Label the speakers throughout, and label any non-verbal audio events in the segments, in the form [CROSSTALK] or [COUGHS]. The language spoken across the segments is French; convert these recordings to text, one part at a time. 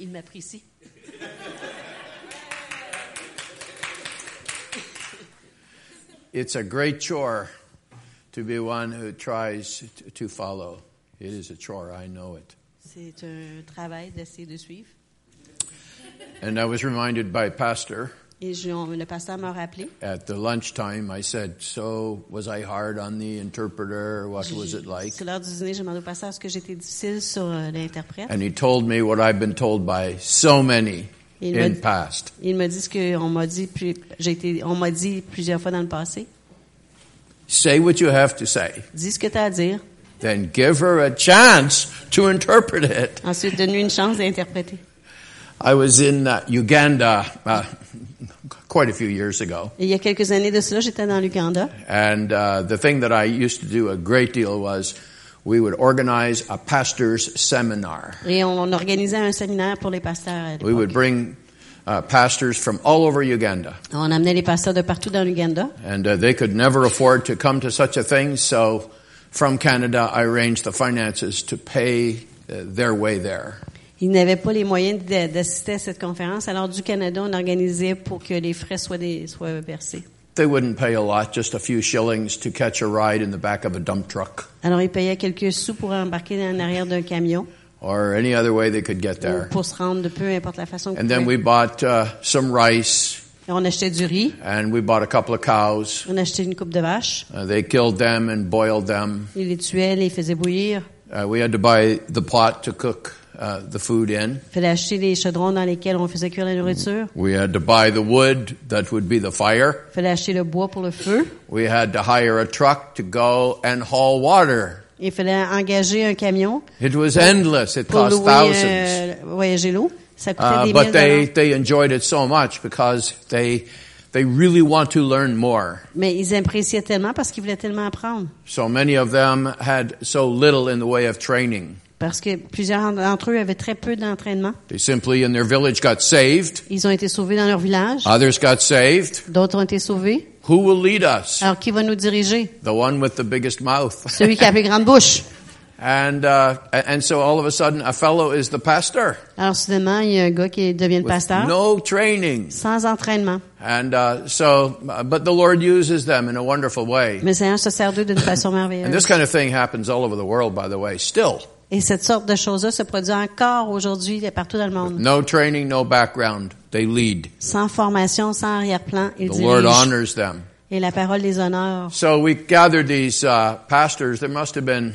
Speaker 1: il m'apprécie.
Speaker 2: It's a great chore to be one who tries t- to follow. It is a chore, I know it.
Speaker 1: C'est un travail d'essayer de suivre.
Speaker 2: And I was reminded by Pastor
Speaker 1: Et je- on- le pasteur m'a rappelé.
Speaker 2: at the lunchtime. I said, So, was I hard on the interpreter? What was it like?
Speaker 1: C'est l'heure du dîner, j'ai demandé au pasteur est-ce que j'étais difficile sur euh, l'interprète.
Speaker 2: And he told me what I've been told by so many
Speaker 1: Il
Speaker 2: in
Speaker 1: m'a-
Speaker 2: past.
Speaker 1: Il m'a dit ce qu'on m'a dit, plus- j'ai été- on m'a dit plusieurs fois dans le passé.
Speaker 2: Say what you have to say,
Speaker 1: Dis ce que tu as à dire.
Speaker 2: then give her a chance to interpret it.
Speaker 1: Ensuite, donne-lui une chance d'interpréter.
Speaker 2: I was in uh, Uganda uh, [LAUGHS] quite a few years ago,
Speaker 1: Et il y a quelques années de cela, j'étais dans l'Ouganda.
Speaker 2: and uh, the thing that I used to do a great deal was we would organize a pastor's seminar.
Speaker 1: Et on, on organisait un séminaire pour les pasteurs. à
Speaker 2: We would
Speaker 1: l'époque.
Speaker 2: bring uh, pastors from all over Uganda.
Speaker 1: On amenait les pasteurs de partout dans l'Ouganda.
Speaker 2: And uh, they could never afford to come to such a thing, so from Canada, I arranged the finances to pay uh, their way there.
Speaker 1: Ils n'avaient pas les moyens de- d'assister à cette conférence. Alors, du Canada, on organisait pour que les frais soient, des, soient versés.
Speaker 2: They wouldn't pay a lot, just a few shillings to catch a ride in the back of a dump truck
Speaker 1: Alors, ils payaient quelques sous pour embarquer en arrière d'un camion
Speaker 2: or any other way they could get
Speaker 1: ou
Speaker 2: there.
Speaker 1: pour se rendre de peu importe la façon.
Speaker 2: And
Speaker 1: que
Speaker 2: then we bought uh, some rice
Speaker 1: On achetait du riz,
Speaker 2: and we bought a couple of cows.
Speaker 1: on achetait une coupe de vache,
Speaker 2: Uh, they killed them and boiled them.
Speaker 1: ils les tuaient, les faisaient bouillir.
Speaker 2: Uh, we had to buy the pot to cook uh, the food in.
Speaker 1: Il fallait acheter les chaudrons dans lesquels on faisait cuire la nourriture.
Speaker 2: We had to buy the wood that would be the fire.
Speaker 1: Il fallait acheter le bois pour le feu.
Speaker 2: We had to hire a truck to go and haul water.
Speaker 1: Il fallait engager un camion
Speaker 2: It was endless. It
Speaker 1: pour
Speaker 2: cost
Speaker 1: louer,
Speaker 2: thousands.
Speaker 1: euh, voyager l'eau. Ça coûtait
Speaker 2: Uh,
Speaker 1: des
Speaker 2: but
Speaker 1: mille
Speaker 2: they,
Speaker 1: dollars.
Speaker 2: they enjoyed it so much because they, they really want to learn more.
Speaker 1: Mais ils appréciaient tellement parce qu'ils voulaient tellement apprendre.
Speaker 2: So many of them had so little in the way of training.
Speaker 1: Parce que plusieurs d'entre eux avaient très peu d'entraînement.
Speaker 2: They simply in their village got saved.
Speaker 1: Ils ont été sauvés dans leur village.
Speaker 2: Others got saved.
Speaker 1: D'autres ont été sauvés.
Speaker 2: Who will lead us?
Speaker 1: Alors, qui va nous diriger?
Speaker 2: The one with the biggest mouth.
Speaker 1: Celui qui a la plus grande bouche.
Speaker 2: and, uh, and so all of a sudden a fellow is the pastor.
Speaker 1: Alors, soudainement, il y a un gars qui devient le
Speaker 2: With
Speaker 1: pasteur.
Speaker 2: no training.
Speaker 1: Sans entraînement.
Speaker 2: And uh, so, uh, but the Lord uses them in a wonderful way.
Speaker 1: Mais le Seigneur se sert d'eux d'une façon
Speaker 2: And this
Speaker 1: merveilleuse.
Speaker 2: kind of thing happens all over the world, by the way, still.
Speaker 1: Et cette sorte de choses-là se produit encore aujourd'hui partout dans le monde.
Speaker 2: No training, no background. They lead.
Speaker 1: Sans formation, sans arrière-plan, ils
Speaker 2: The Lord
Speaker 1: dirigent.
Speaker 2: honors them.
Speaker 1: Et la parole les honore.
Speaker 2: So we gathered these uh, pastors. There must have been,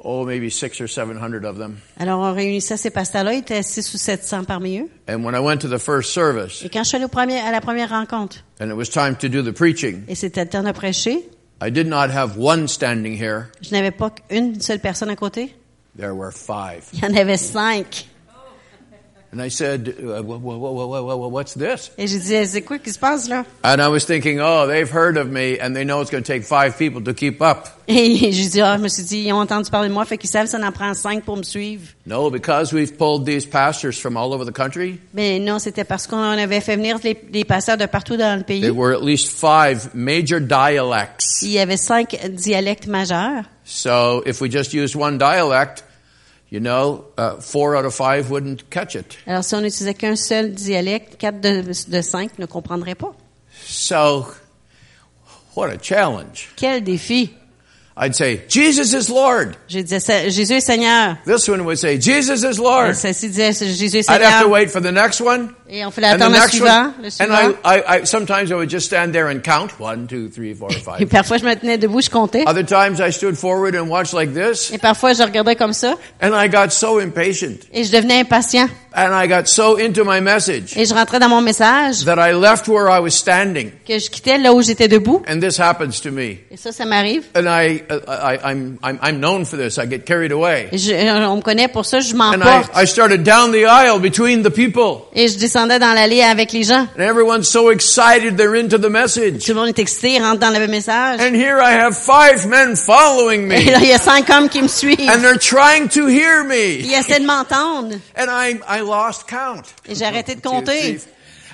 Speaker 2: oh, maybe six or seven hundred of them.
Speaker 1: Alors, on réunissait ces pasteurs-là. Ils étaient 6 ou 700 parmi eux.
Speaker 2: And when I went to the first service
Speaker 1: Et quand je suis allée au premier, à la première rencontre,
Speaker 2: and it was time to do the preaching,
Speaker 1: et c'était le temps de prêcher,
Speaker 2: I did not have one standing here.
Speaker 1: Je n'avais pas qu'une seule personne à côté.
Speaker 2: There were five.
Speaker 1: Il y en avait cinq.
Speaker 2: And I said, uh, wha- wha- wha- wha- wha- wha- what's this?
Speaker 1: Et je disais, c'est quoi qui se passe là?
Speaker 2: And I was thinking, oh, they've heard of me and they know it's going to take five people to keep up.
Speaker 1: Et je dis, ah, je me suis dit, ils ont entendu parler de moi, fait qu'ils savent, ça en prend cinq pour me suivre.
Speaker 2: No, because we've pulled these pastors from all over the country.
Speaker 1: Mais non, c'était parce qu'on avait fait venir les, les pasteurs de partout dans le pays.
Speaker 2: There were at least five major dialects.
Speaker 1: Il y avait cinq dialectes majeurs.
Speaker 2: So if we just used one dialect, you know, uh, four out of five wouldn't catch it.
Speaker 1: Alors, si on n'utilisait qu'un seul dialecte, quatre de, de cinq ne comprendraient pas.
Speaker 2: So, what a challenge.
Speaker 1: Quel défi!
Speaker 2: I'd say, Jesus is Lord.
Speaker 1: Je disais, Ça- Jésus est Seigneur.
Speaker 2: This one would say, Jesus is Lord.
Speaker 1: Ceci disait, Jésus est
Speaker 2: I'd have to
Speaker 1: Seigneur.
Speaker 2: wait for the next one.
Speaker 1: Et on fallait attendre le suivant, le
Speaker 2: And
Speaker 1: suivant.
Speaker 2: I, I, I, sometimes I would just stand there and count. One, two, three, four,
Speaker 1: Et
Speaker 2: five.
Speaker 1: parfois, je me tenais debout, je comptais.
Speaker 2: Other times I stood forward and watched like this.
Speaker 1: Et parfois, je regardais comme ça.
Speaker 2: And I got so impatient.
Speaker 1: Et je devenais impatient.
Speaker 2: And I got so into my message
Speaker 1: Et je rentrais dans mon message,
Speaker 2: that I left where I was standing.
Speaker 1: que je quittais là où j'étais debout.
Speaker 2: And this happens to me.
Speaker 1: Et ça, ça m'arrive.
Speaker 2: And I, I, I I'm, I'm, I'm known for this. I get carried away.
Speaker 1: Et je- euh, on me connaît pour ça, je
Speaker 2: And I,
Speaker 1: m'emporte.
Speaker 2: I started down the aisle between the people.
Speaker 1: Et je descendais dans l'allée avec les gens.
Speaker 2: And everyone's so excited they're into the message.
Speaker 1: Tout le monde est excité, rentre dans le message.
Speaker 2: And here I have five men following
Speaker 1: Et [LAUGHS]
Speaker 2: me.
Speaker 1: là, il y a cinq hommes qui me suivent.
Speaker 2: And they're trying to hear
Speaker 1: Ils
Speaker 2: me.
Speaker 1: essaient de m'entendre.
Speaker 2: And I, I lost count.
Speaker 1: Et j'ai arrêté de
Speaker 2: Two, three.
Speaker 1: compter.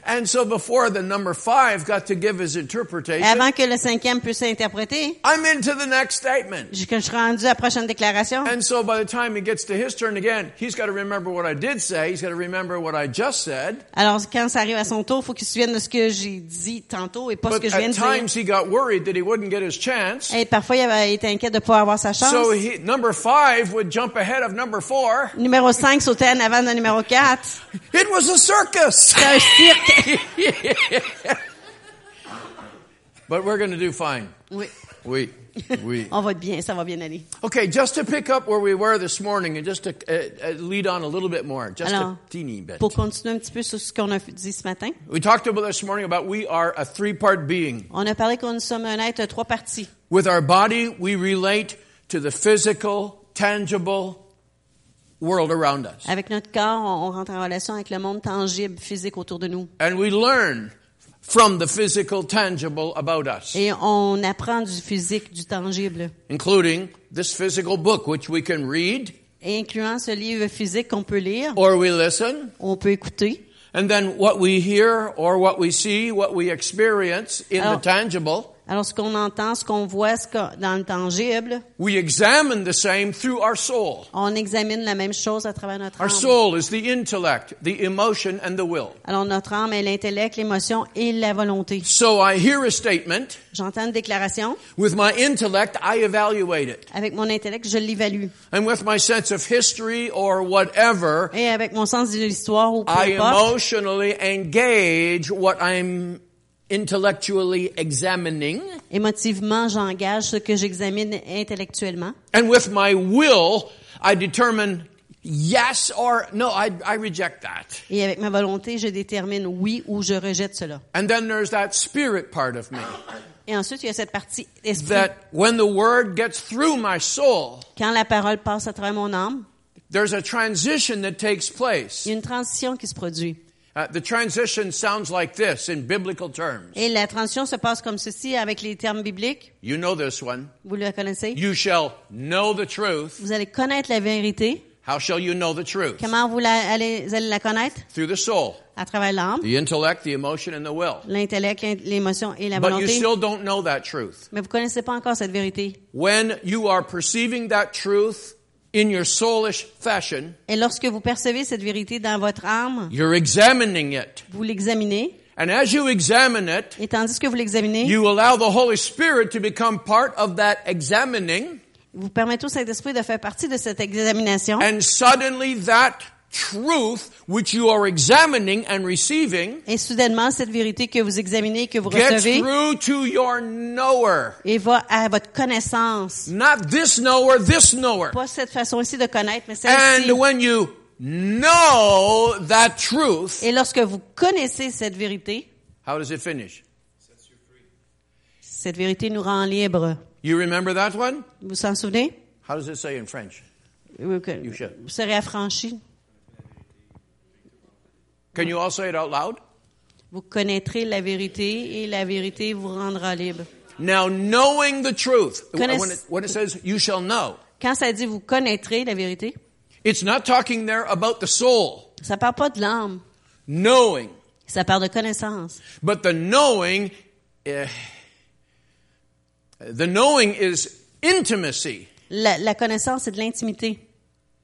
Speaker 2: And so before the number five got to give his
Speaker 1: Et
Speaker 2: interpretation,
Speaker 1: avant que le cinquième puisse s'interpréter,
Speaker 2: I'm into the next statement.
Speaker 1: je, que je suis rendu à la prochaine déclaration.
Speaker 2: And so by the time he gets to his turn again, he's got to remember what I did say. He's got to remember what I just said.
Speaker 1: Alors, quand ça arrive à son tour, faut qu'il se souvienne de ce que j'ai dit tantôt et pas ce
Speaker 2: But
Speaker 1: que je viens
Speaker 2: at
Speaker 1: de dire.
Speaker 2: times he got worried that he wouldn't get his chance.
Speaker 1: Et parfois, il avait été inquiet de ne pas avoir sa chance.
Speaker 2: So he, number five would jump ahead of number four.
Speaker 1: Numéro 5 sautait en avant de numéro 4.
Speaker 2: It was a circus.
Speaker 1: C'est un cirque.
Speaker 2: But we're going to do fine.
Speaker 1: Oui,
Speaker 2: We, we.
Speaker 1: [LAUGHS] on va être bien, ça va bien aller.
Speaker 2: Okay, just to pick up where we were this morning and just to uh, uh, lead on a little bit more, just
Speaker 1: Alors,
Speaker 2: a teeny bit.
Speaker 1: Pour continuer un petit peu sur ce qu'on a dit ce matin,
Speaker 2: We talked about this morning about we are a three part being.
Speaker 1: on a parlé qu'on nous sommes un être à trois parties.
Speaker 2: With our body, we relate to the physical, tangible world around us.
Speaker 1: Avec notre corps, on, on rentre en relation avec le monde tangible, physique autour de nous.
Speaker 2: And we learn from the physical, tangible about us,
Speaker 1: Et on apprend du physique, du tangible.
Speaker 2: including this physical book, which we can read
Speaker 1: Et incluant ce livre physique qu'on peut lire,
Speaker 2: or we listen.
Speaker 1: on peut écouter.
Speaker 2: And then what we hear or what we see, what we experience in
Speaker 1: Oh.
Speaker 2: the tangible,
Speaker 1: Alors, ce qu'on entend, ce qu'on voit ce qu'on- dans le tangible,
Speaker 2: we examine the same through our soul.
Speaker 1: on examine la même chose à travers notre
Speaker 2: Our
Speaker 1: âme.
Speaker 2: soul is the intellect, the emotion, and the will.
Speaker 1: Alors, notre âme est l'intellect, l'émotion et la volonté.
Speaker 2: So I hear a statement.
Speaker 1: J'entends une déclaration.
Speaker 2: With my intellect, I evaluate it.
Speaker 1: Avec mon intellect, je l'évalue.
Speaker 2: And with my sense of history or whatever,
Speaker 1: Et avec mon sens de l'histoire ou peu
Speaker 2: I
Speaker 1: importe,
Speaker 2: emotionally engage what I'm intellectually examining.
Speaker 1: émotivement, j'engage ce que j'examine intellectuellement.
Speaker 2: And with my will, I determine yes or no, I, I reject that.
Speaker 1: Et avec ma volonté, je détermine oui ou je rejette cela.
Speaker 2: And then there's that spirit part of me
Speaker 1: Et ensuite, il y a cette partie esprit.
Speaker 2: that when the word gets through my soul,
Speaker 1: Quand la parole passe à travers mon âme,
Speaker 2: there's a transition that takes place.
Speaker 1: il y a une transition qui se produit.
Speaker 2: Uh, the transition sounds like this in biblical terms.
Speaker 1: Et la transition se passe comme ceci avec les termes bibliques.
Speaker 2: You know this one.
Speaker 1: Vous le connaissez?
Speaker 2: You shall know the truth.
Speaker 1: Vous allez connaître la vérité.
Speaker 2: How shall you know the truth?
Speaker 1: Comment vous, la- allez, vous allez la connaître?
Speaker 2: Through the soul,
Speaker 1: À travers l'âme,
Speaker 2: the intellect, the emotion, and the will.
Speaker 1: l'intellect, l'in- l'émotion et la
Speaker 2: But you
Speaker 1: volonté.
Speaker 2: still don't know that truth.
Speaker 1: Mais vous connaissez pas encore cette vérité.
Speaker 2: When you are perceiving that truth in your soulish fashion,
Speaker 1: Et lorsque vous percevez cette vérité dans votre âme,
Speaker 2: you're examining it.
Speaker 1: vous l'examinez.
Speaker 2: And as you examine it,
Speaker 1: Et tandis que vous l'examinez,
Speaker 2: you allow the Holy Spirit to become part of that examining,
Speaker 1: vous permettez au Saint-Esprit de faire partie de cette examination.
Speaker 2: and suddenly that truth which you are examining and receiving
Speaker 1: Et soudainement, cette vérité que vous examinez, que vous
Speaker 2: gets
Speaker 1: recevez,
Speaker 2: through to your knower.
Speaker 1: et va à votre connaissance.
Speaker 2: Not this knower, this knower.
Speaker 1: Pas cette façon-ci de connaître, mais celle-ci.
Speaker 2: And when you know that truth,
Speaker 1: Et lorsque vous connaissez cette vérité,
Speaker 2: how does it finish?
Speaker 1: cette vérité nous rend libres.
Speaker 2: You remember that one?
Speaker 1: Vous vous en souvenez?
Speaker 2: How does it say in French?
Speaker 1: Oui, que-
Speaker 2: should.
Speaker 1: Vous serez affranchis.
Speaker 2: Can you all say it out loud?
Speaker 1: Vous connaîtrez la vérité et la vérité vous rendra libre.
Speaker 2: Now, knowing the truth,
Speaker 1: Connais-
Speaker 2: when it, when it says you shall know,
Speaker 1: Quand ça dit vous connaîtrez la vérité,
Speaker 2: it's not talking there about the soul,
Speaker 1: ça parle pas de l'âme,
Speaker 2: knowing,
Speaker 1: ça parle de connaissance.
Speaker 2: but the knowing, eh, the knowing is intimacy.
Speaker 1: La, la connaissance, c'est de l'intimité.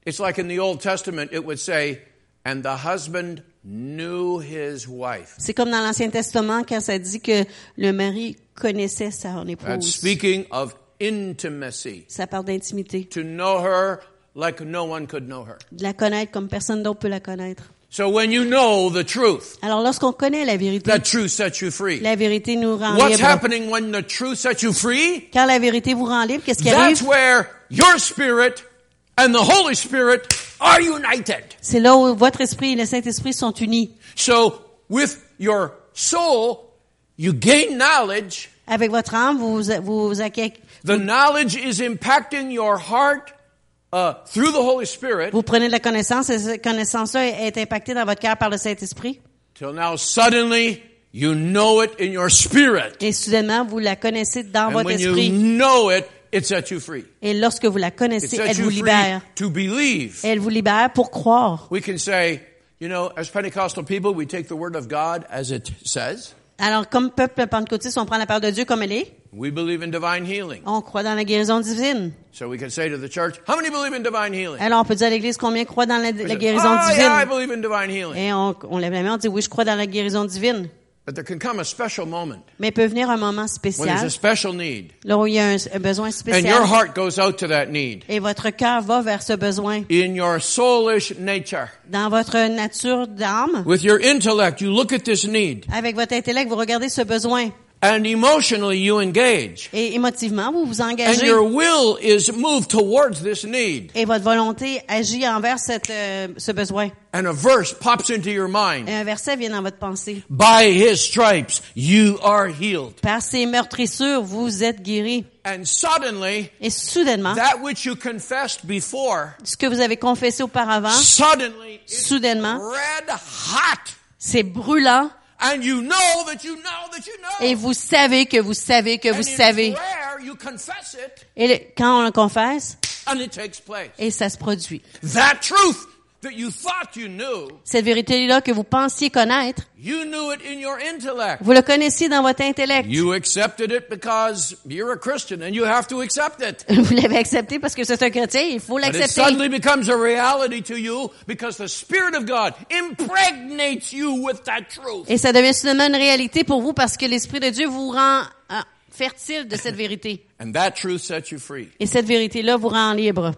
Speaker 2: It's like in the Old Testament, it would say, and the husband knew his wife.
Speaker 1: C'est comme dans l'Ancien Testament quand ça dit que le mari connaissait
Speaker 2: Ah,
Speaker 1: sa
Speaker 2: That's
Speaker 1: épouse.
Speaker 2: speaking of intimacy.
Speaker 1: Ça parle d'intimité,
Speaker 2: To know her like no one could know her.
Speaker 1: de la connaître comme personne d'autre peut la connaître.
Speaker 2: So when you know the truth,
Speaker 1: Alors lorsqu'on connaît la vérité,
Speaker 2: that truth sets you free.
Speaker 1: la vérité nous rend
Speaker 2: What's
Speaker 1: libre.
Speaker 2: happening when the truth sets you free?
Speaker 1: Quand la vérité vous rend libre, qu'est-ce qui
Speaker 2: That's
Speaker 1: arrive?
Speaker 2: where your spirit and the Holy Spirit are united.
Speaker 1: C'est là où votre esprit et le Saint-Esprit sont unis.
Speaker 2: So with your soul, you gain knowledge
Speaker 1: Avec votre âme, vous vous acquérez-
Speaker 2: The knowledge is impacting your heart uh, through the Holy Spirit
Speaker 1: Vous prenez de la connaissance et cette connaissance-là est impactée dans votre cœur par le Saint-Esprit.
Speaker 2: till now suddenly you know it in your spirit.
Speaker 1: Et soudainement, vous la connaissez dans
Speaker 2: And
Speaker 1: votre
Speaker 2: when you
Speaker 1: esprit.
Speaker 2: know it, it sets you free.
Speaker 1: Et lorsque vous la
Speaker 2: It
Speaker 1: connaissez,
Speaker 2: sets
Speaker 1: elle
Speaker 2: you
Speaker 1: vous
Speaker 2: free
Speaker 1: libère.
Speaker 2: to believe.
Speaker 1: Elle vous libère pour croire.
Speaker 2: We can say, You know, as Pentecostal people, we take the word of God as it says.
Speaker 1: Alors, comme peuple pentecôtiste, on prend la parole de Dieu comme elle est.
Speaker 2: We believe in divine healing.
Speaker 1: On croit dans la guérison divine.
Speaker 2: So we can say to the church, how many believe in divine healing?
Speaker 1: Alors, on peut dire à l'Église combien croit dans la,
Speaker 2: We
Speaker 1: la
Speaker 2: say,
Speaker 1: guérison
Speaker 2: "Ah, yeah, I
Speaker 1: divine.
Speaker 2: believe in divine healing.
Speaker 1: Et on, on lève la main, on dit oui, je crois dans la guérison divine.
Speaker 2: But there can come a special moment
Speaker 1: Mais peut venir un moment
Speaker 2: when there's
Speaker 1: spécial,
Speaker 2: a special need.
Speaker 1: là où il y a un, un besoin
Speaker 2: And your
Speaker 1: spécial.
Speaker 2: heart goes out to that need.
Speaker 1: Et votre cœur va vers ce besoin.
Speaker 2: In your soulish nature,
Speaker 1: Dans votre nature d'âme,
Speaker 2: with your intellect, you look at this need.
Speaker 1: avec votre intellect, vous regardez ce besoin.
Speaker 2: And emotionally, you engage.
Speaker 1: Et émotivement, vous vous
Speaker 2: And
Speaker 1: engagez.
Speaker 2: your will is moved towards this need.
Speaker 1: Et votre volonté agit envers cette, euh, ce besoin.
Speaker 2: And a verse pops into your mind.
Speaker 1: Et un verset vient dans votre pensée.
Speaker 2: By his stripes, you are healed.
Speaker 1: Par ces meurtrissures, vous êtes guéris.
Speaker 2: And suddenly,
Speaker 1: Et soudainement,
Speaker 2: that which you confessed before,
Speaker 1: ce que vous avez confessé auparavant,
Speaker 2: suddenly, it's
Speaker 1: Uh-huh. soudainement,
Speaker 2: red hot.
Speaker 1: c'est brûlant
Speaker 2: And you know that you know that you know.
Speaker 1: et vous savez que vous savez que vous
Speaker 2: And in
Speaker 1: savez.
Speaker 2: prayer, you confess it,
Speaker 1: Et le- quand on le confesse,
Speaker 2: and it takes place.
Speaker 1: et ça se produit.
Speaker 2: That truth that you thought you knew,
Speaker 1: Cette vérité-là que vous pensiez connaître,
Speaker 2: you knew it in your intellect.
Speaker 1: vous le connaissiez dans votre intellect.
Speaker 2: You accepted it because you're a Christian and you have to accept it.
Speaker 1: [LAUGHS] Vous l'avez accepté parce que c'est un chrétien, il faut
Speaker 2: But it
Speaker 1: l'accepter.
Speaker 2: suddenly becomes a reality to you because the Spirit of God impregnates you with that truth.
Speaker 1: Et ça devient soudainement une réalité pour vous parce que l'Esprit de Dieu vous rend euh, fertile de cette vérité.
Speaker 2: And that truth sets you free.
Speaker 1: Et cette vérité-là vous rend libre.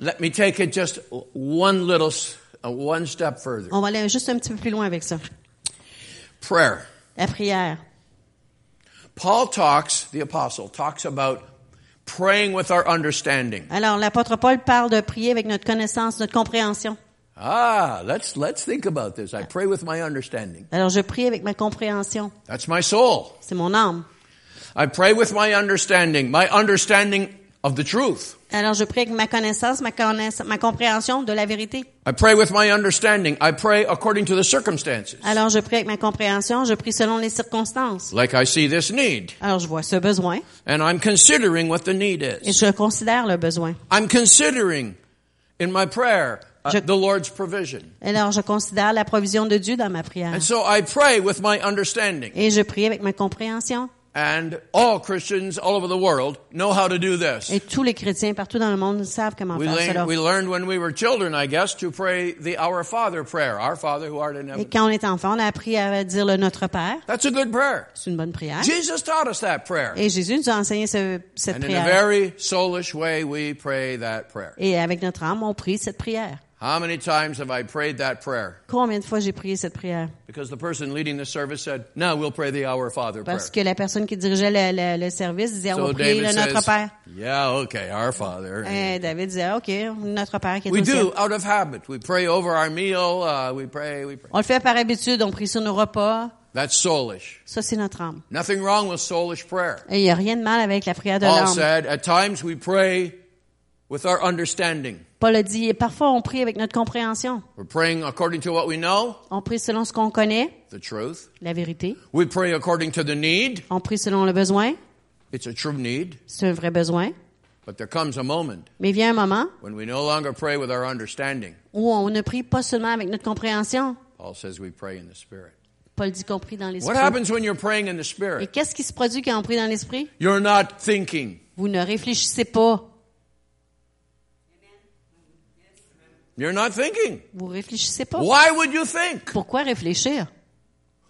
Speaker 2: Let me take it just one little, s- uh, one step further.
Speaker 1: On va aller juste un petit peu plus loin avec ça.
Speaker 2: Prayer.
Speaker 1: La prière.
Speaker 2: Paul talks, the apostle talks about praying with our understanding.
Speaker 1: Alors, l'apôtre Paul parle de prier avec notre connaissance, notre compréhension.
Speaker 2: Ah, let's, let's think about this. I pray with my understanding.
Speaker 1: Alors, je prie avec ma compréhension.
Speaker 2: That's my soul.
Speaker 1: C'est mon âme.
Speaker 2: I pray with my understanding, my understanding of the truth.
Speaker 1: Alors, je prie avec ma connaissance, ma, connaiss- ma compréhension de la vérité.
Speaker 2: I pray with my understanding. I pray according to the circumstances.
Speaker 1: Alors, je prie avec ma compréhension, je prie selon les circonstances.
Speaker 2: Like I see this need,
Speaker 1: Alors, je vois ce besoin
Speaker 2: and I'm considering what the need
Speaker 1: et
Speaker 2: is.
Speaker 1: je considère le besoin.
Speaker 2: I'm considering in my prayer uh,
Speaker 1: Je-
Speaker 2: the Lord's provision.
Speaker 1: Alors, je considère la provision de Dieu dans ma prière.
Speaker 2: And so I pray with my understanding.
Speaker 1: Et je prie avec ma compréhension.
Speaker 2: And all Christians all over the world know how to do this.
Speaker 1: Et tous les chrétiens partout dans le monde savent comment
Speaker 2: We,
Speaker 1: faire
Speaker 2: learn,
Speaker 1: cela.
Speaker 2: we learned when we were children, I guess, to pray the Our Father prayer. Our Father who art in
Speaker 1: Et
Speaker 2: heaven.
Speaker 1: quand on est enfant, on a appris à dire le Notre Père.
Speaker 2: That's a good prayer.
Speaker 1: C'est une bonne prière.
Speaker 2: Jesus taught us that prayer.
Speaker 1: Et Jésus nous a enseigné ce- cette
Speaker 2: And in a
Speaker 1: prière.
Speaker 2: very soulish way, we pray that prayer.
Speaker 1: Et avec notre âme, on prie cette prière.
Speaker 2: How many times have I prayed that prayer?
Speaker 1: Combien de fois j'ai prié cette prière?
Speaker 2: Because the person leading the service said, "No, we'll pray the Our Father prayer."
Speaker 1: Parce que la personne qui dirigeait le, le- le service disait, on
Speaker 2: So
Speaker 1: va prier
Speaker 2: David
Speaker 1: le Notre
Speaker 2: says,
Speaker 1: Père.
Speaker 2: "Yeah, okay, Our Father."
Speaker 1: Et David disait, OK, Notre Père qui est
Speaker 2: We
Speaker 1: au ciel.
Speaker 2: do out of habit. We pray over our meal. Uh, we pray. We pray.
Speaker 1: On le fait par habitude, on prie sur nos repas.
Speaker 2: That's soulish.
Speaker 1: Ça, c'est notre âme.
Speaker 2: Nothing wrong with soulish prayer.
Speaker 1: Et il n'y a rien de mal avec la prière de
Speaker 2: Paul
Speaker 1: l'âme.
Speaker 2: said, "At times we pray with our understanding.
Speaker 1: Paul a dit, et parfois on prie avec notre compréhension.
Speaker 2: We're praying according to what we know,
Speaker 1: On prie selon ce qu'on connaît,
Speaker 2: the truth.
Speaker 1: la vérité.
Speaker 2: We pray according to the need.
Speaker 1: On prie selon le besoin.
Speaker 2: It's a true need,
Speaker 1: C'est un vrai besoin.
Speaker 2: but there comes a moment
Speaker 1: Mais vient un moment
Speaker 2: when we no longer pray with our understanding."
Speaker 1: où on ne prie pas seulement avec notre compréhension.
Speaker 2: Paul says we pray in the Spirit.
Speaker 1: Paul dit qu'on prie dans
Speaker 2: What
Speaker 1: l'esprit.
Speaker 2: happens when you're praying in the
Speaker 1: Et
Speaker 2: Spirit?
Speaker 1: qu'est-ce qui se produit quand on prie dans l'esprit?
Speaker 2: You're not thinking.
Speaker 1: Vous ne réfléchissez pas.
Speaker 2: You're not thinking.
Speaker 1: Vous réfléchissez pas.
Speaker 2: Why would you think?
Speaker 1: Pourquoi réfléchir?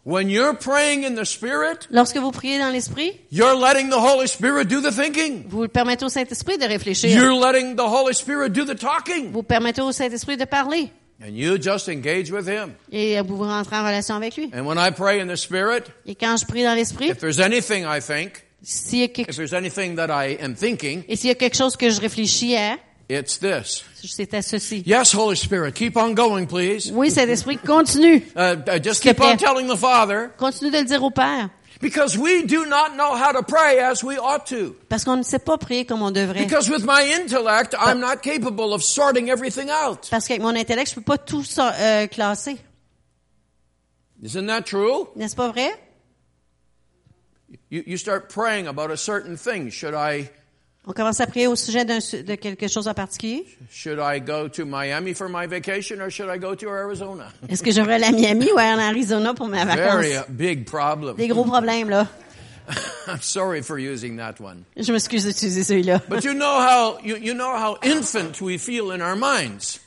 Speaker 2: When you're praying in the Spirit,
Speaker 1: Lorsque vous priez dans l'esprit,
Speaker 2: you're letting the Holy Spirit do the thinking.
Speaker 1: vous permettez au Saint-Esprit de réfléchir.
Speaker 2: You're letting the Holy Spirit do the talking.
Speaker 1: Vous permettez au Saint-Esprit de parler.
Speaker 2: And you just engage with Him.
Speaker 1: Et vous vous rentrez en relation avec lui.
Speaker 2: And when I pray in the Spirit,
Speaker 1: Et quand je prie dans l'esprit,
Speaker 2: if there's anything I think,
Speaker 1: s'il y a quelque
Speaker 2: if there's anything that I am thinking,
Speaker 1: et s'il y a quelque chose que je réfléchis à,
Speaker 2: it's this.
Speaker 1: c'est à ceci.
Speaker 2: Yes, Holy Spirit, keep on going, please.
Speaker 1: Oui, Saint-Esprit, continue.
Speaker 2: Uh, uh, just keep on telling the Father.
Speaker 1: Continue de le dire au Père.
Speaker 2: Because we do not know how to pray as we ought to.
Speaker 1: Parce qu'on ne sait pas prier comme on devrait.
Speaker 2: Because with my intellect, I'm not capable of sorting everything out.
Speaker 1: Parce qu'avec mon intellect, je peux pas tout ça, euh, classer.
Speaker 2: Isn't that true?
Speaker 1: N'est-ce pas vrai?
Speaker 2: You, you start praying about a certain thing. Should I
Speaker 1: On commence à prier au sujet d'un su- de quelque chose en particulier.
Speaker 2: Should I go to Miami for my vacation or should I go to Arizona?
Speaker 1: Est-ce que je vais aller à Miami ou aller en Arizona pour ma
Speaker 2: Very
Speaker 1: vacances?
Speaker 2: uh, big problem.
Speaker 1: Des gros problèmes, là.
Speaker 2: I'm [LAUGHS] sorry for using that one.
Speaker 1: Je m'excuse d'utiliser celui-là.
Speaker 2: But you know how you, you know how infant we feel in our minds.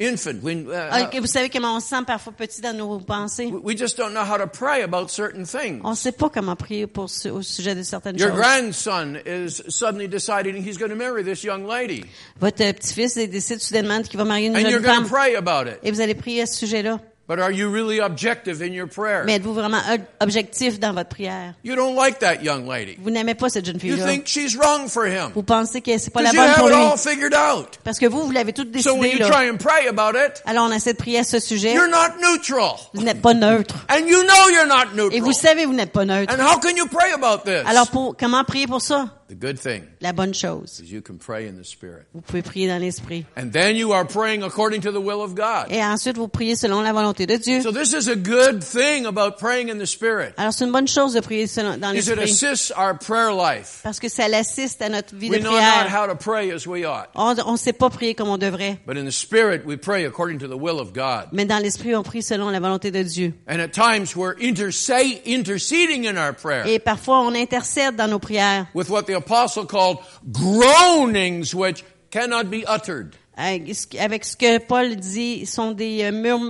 Speaker 2: Infant. When, uh,
Speaker 1: Ah, ok, vous savez comment on se sent parfois petit dans nos pensées.
Speaker 2: we- we just don't know how to pray about certain things.
Speaker 1: On ne sait pas comment prier pour ce- au sujet de certaines
Speaker 2: Your
Speaker 1: choses.
Speaker 2: grandson is suddenly deciding he's going to marry this young lady,
Speaker 1: Votre euh, petit-fils il décide soudainement qu'il va marier une
Speaker 2: and you're
Speaker 1: jeune
Speaker 2: going to
Speaker 1: femme.
Speaker 2: pray about it.
Speaker 1: Et vous allez prier à ce sujet-là.
Speaker 2: But are you really objective in your prayer?
Speaker 1: Mais êtes-vous vraiment ob- objectif dans votre prière?
Speaker 2: You don't like that young lady.
Speaker 1: Vous n'aimez pas cette jeune
Speaker 2: You
Speaker 1: fille-là.
Speaker 2: think she's wrong for him
Speaker 1: Vous pensez que c'est pas la
Speaker 2: because
Speaker 1: bonne
Speaker 2: you have
Speaker 1: pour
Speaker 2: it all
Speaker 1: lui.
Speaker 2: figured out.
Speaker 1: Parce que vous, vous l'avez tout
Speaker 2: So when
Speaker 1: décidé,
Speaker 2: you
Speaker 1: là.
Speaker 2: try and pray about it,
Speaker 1: Alors on essaie de prier à ce sujet.
Speaker 2: you're not neutral,
Speaker 1: Vous n'êtes pas neutre.
Speaker 2: and you know you're not
Speaker 1: Et vous
Speaker 2: neutral.
Speaker 1: savez, vous n'êtes pas neutre.
Speaker 2: And how can you pray about this?
Speaker 1: Alors pour, comment prier pour ça?
Speaker 2: The good thing
Speaker 1: La bonne chose.
Speaker 2: is you can pray in the Spirit.
Speaker 1: Vous pouvez prier dans l'esprit.
Speaker 2: And then you are praying according to the will of God.
Speaker 1: Et ensuite, vous priez selon la volonté de Dieu.
Speaker 2: So this is a good thing about praying in the Spirit.
Speaker 1: Alors c'est une bonne chose de prier selon, dans
Speaker 2: Is it
Speaker 1: l'esprit.
Speaker 2: assists our prayer life.
Speaker 1: Parce que ça l'assiste à notre vie
Speaker 2: We
Speaker 1: de
Speaker 2: know not
Speaker 1: prière.
Speaker 2: how to pray as we ought.
Speaker 1: On ne sait pas prier comme on devrait.
Speaker 2: But in the Spirit, we pray according to the will of God.
Speaker 1: Mais dans l'esprit, on prie selon la volonté de Dieu.
Speaker 2: And at times we're interse- interceding in our prayer
Speaker 1: Et parfois, on intercède dans nos prières.
Speaker 2: with what the apostle called groanings which cannot be uttered.
Speaker 1: Avec ce- avec ce que Paul dit, sont des murs,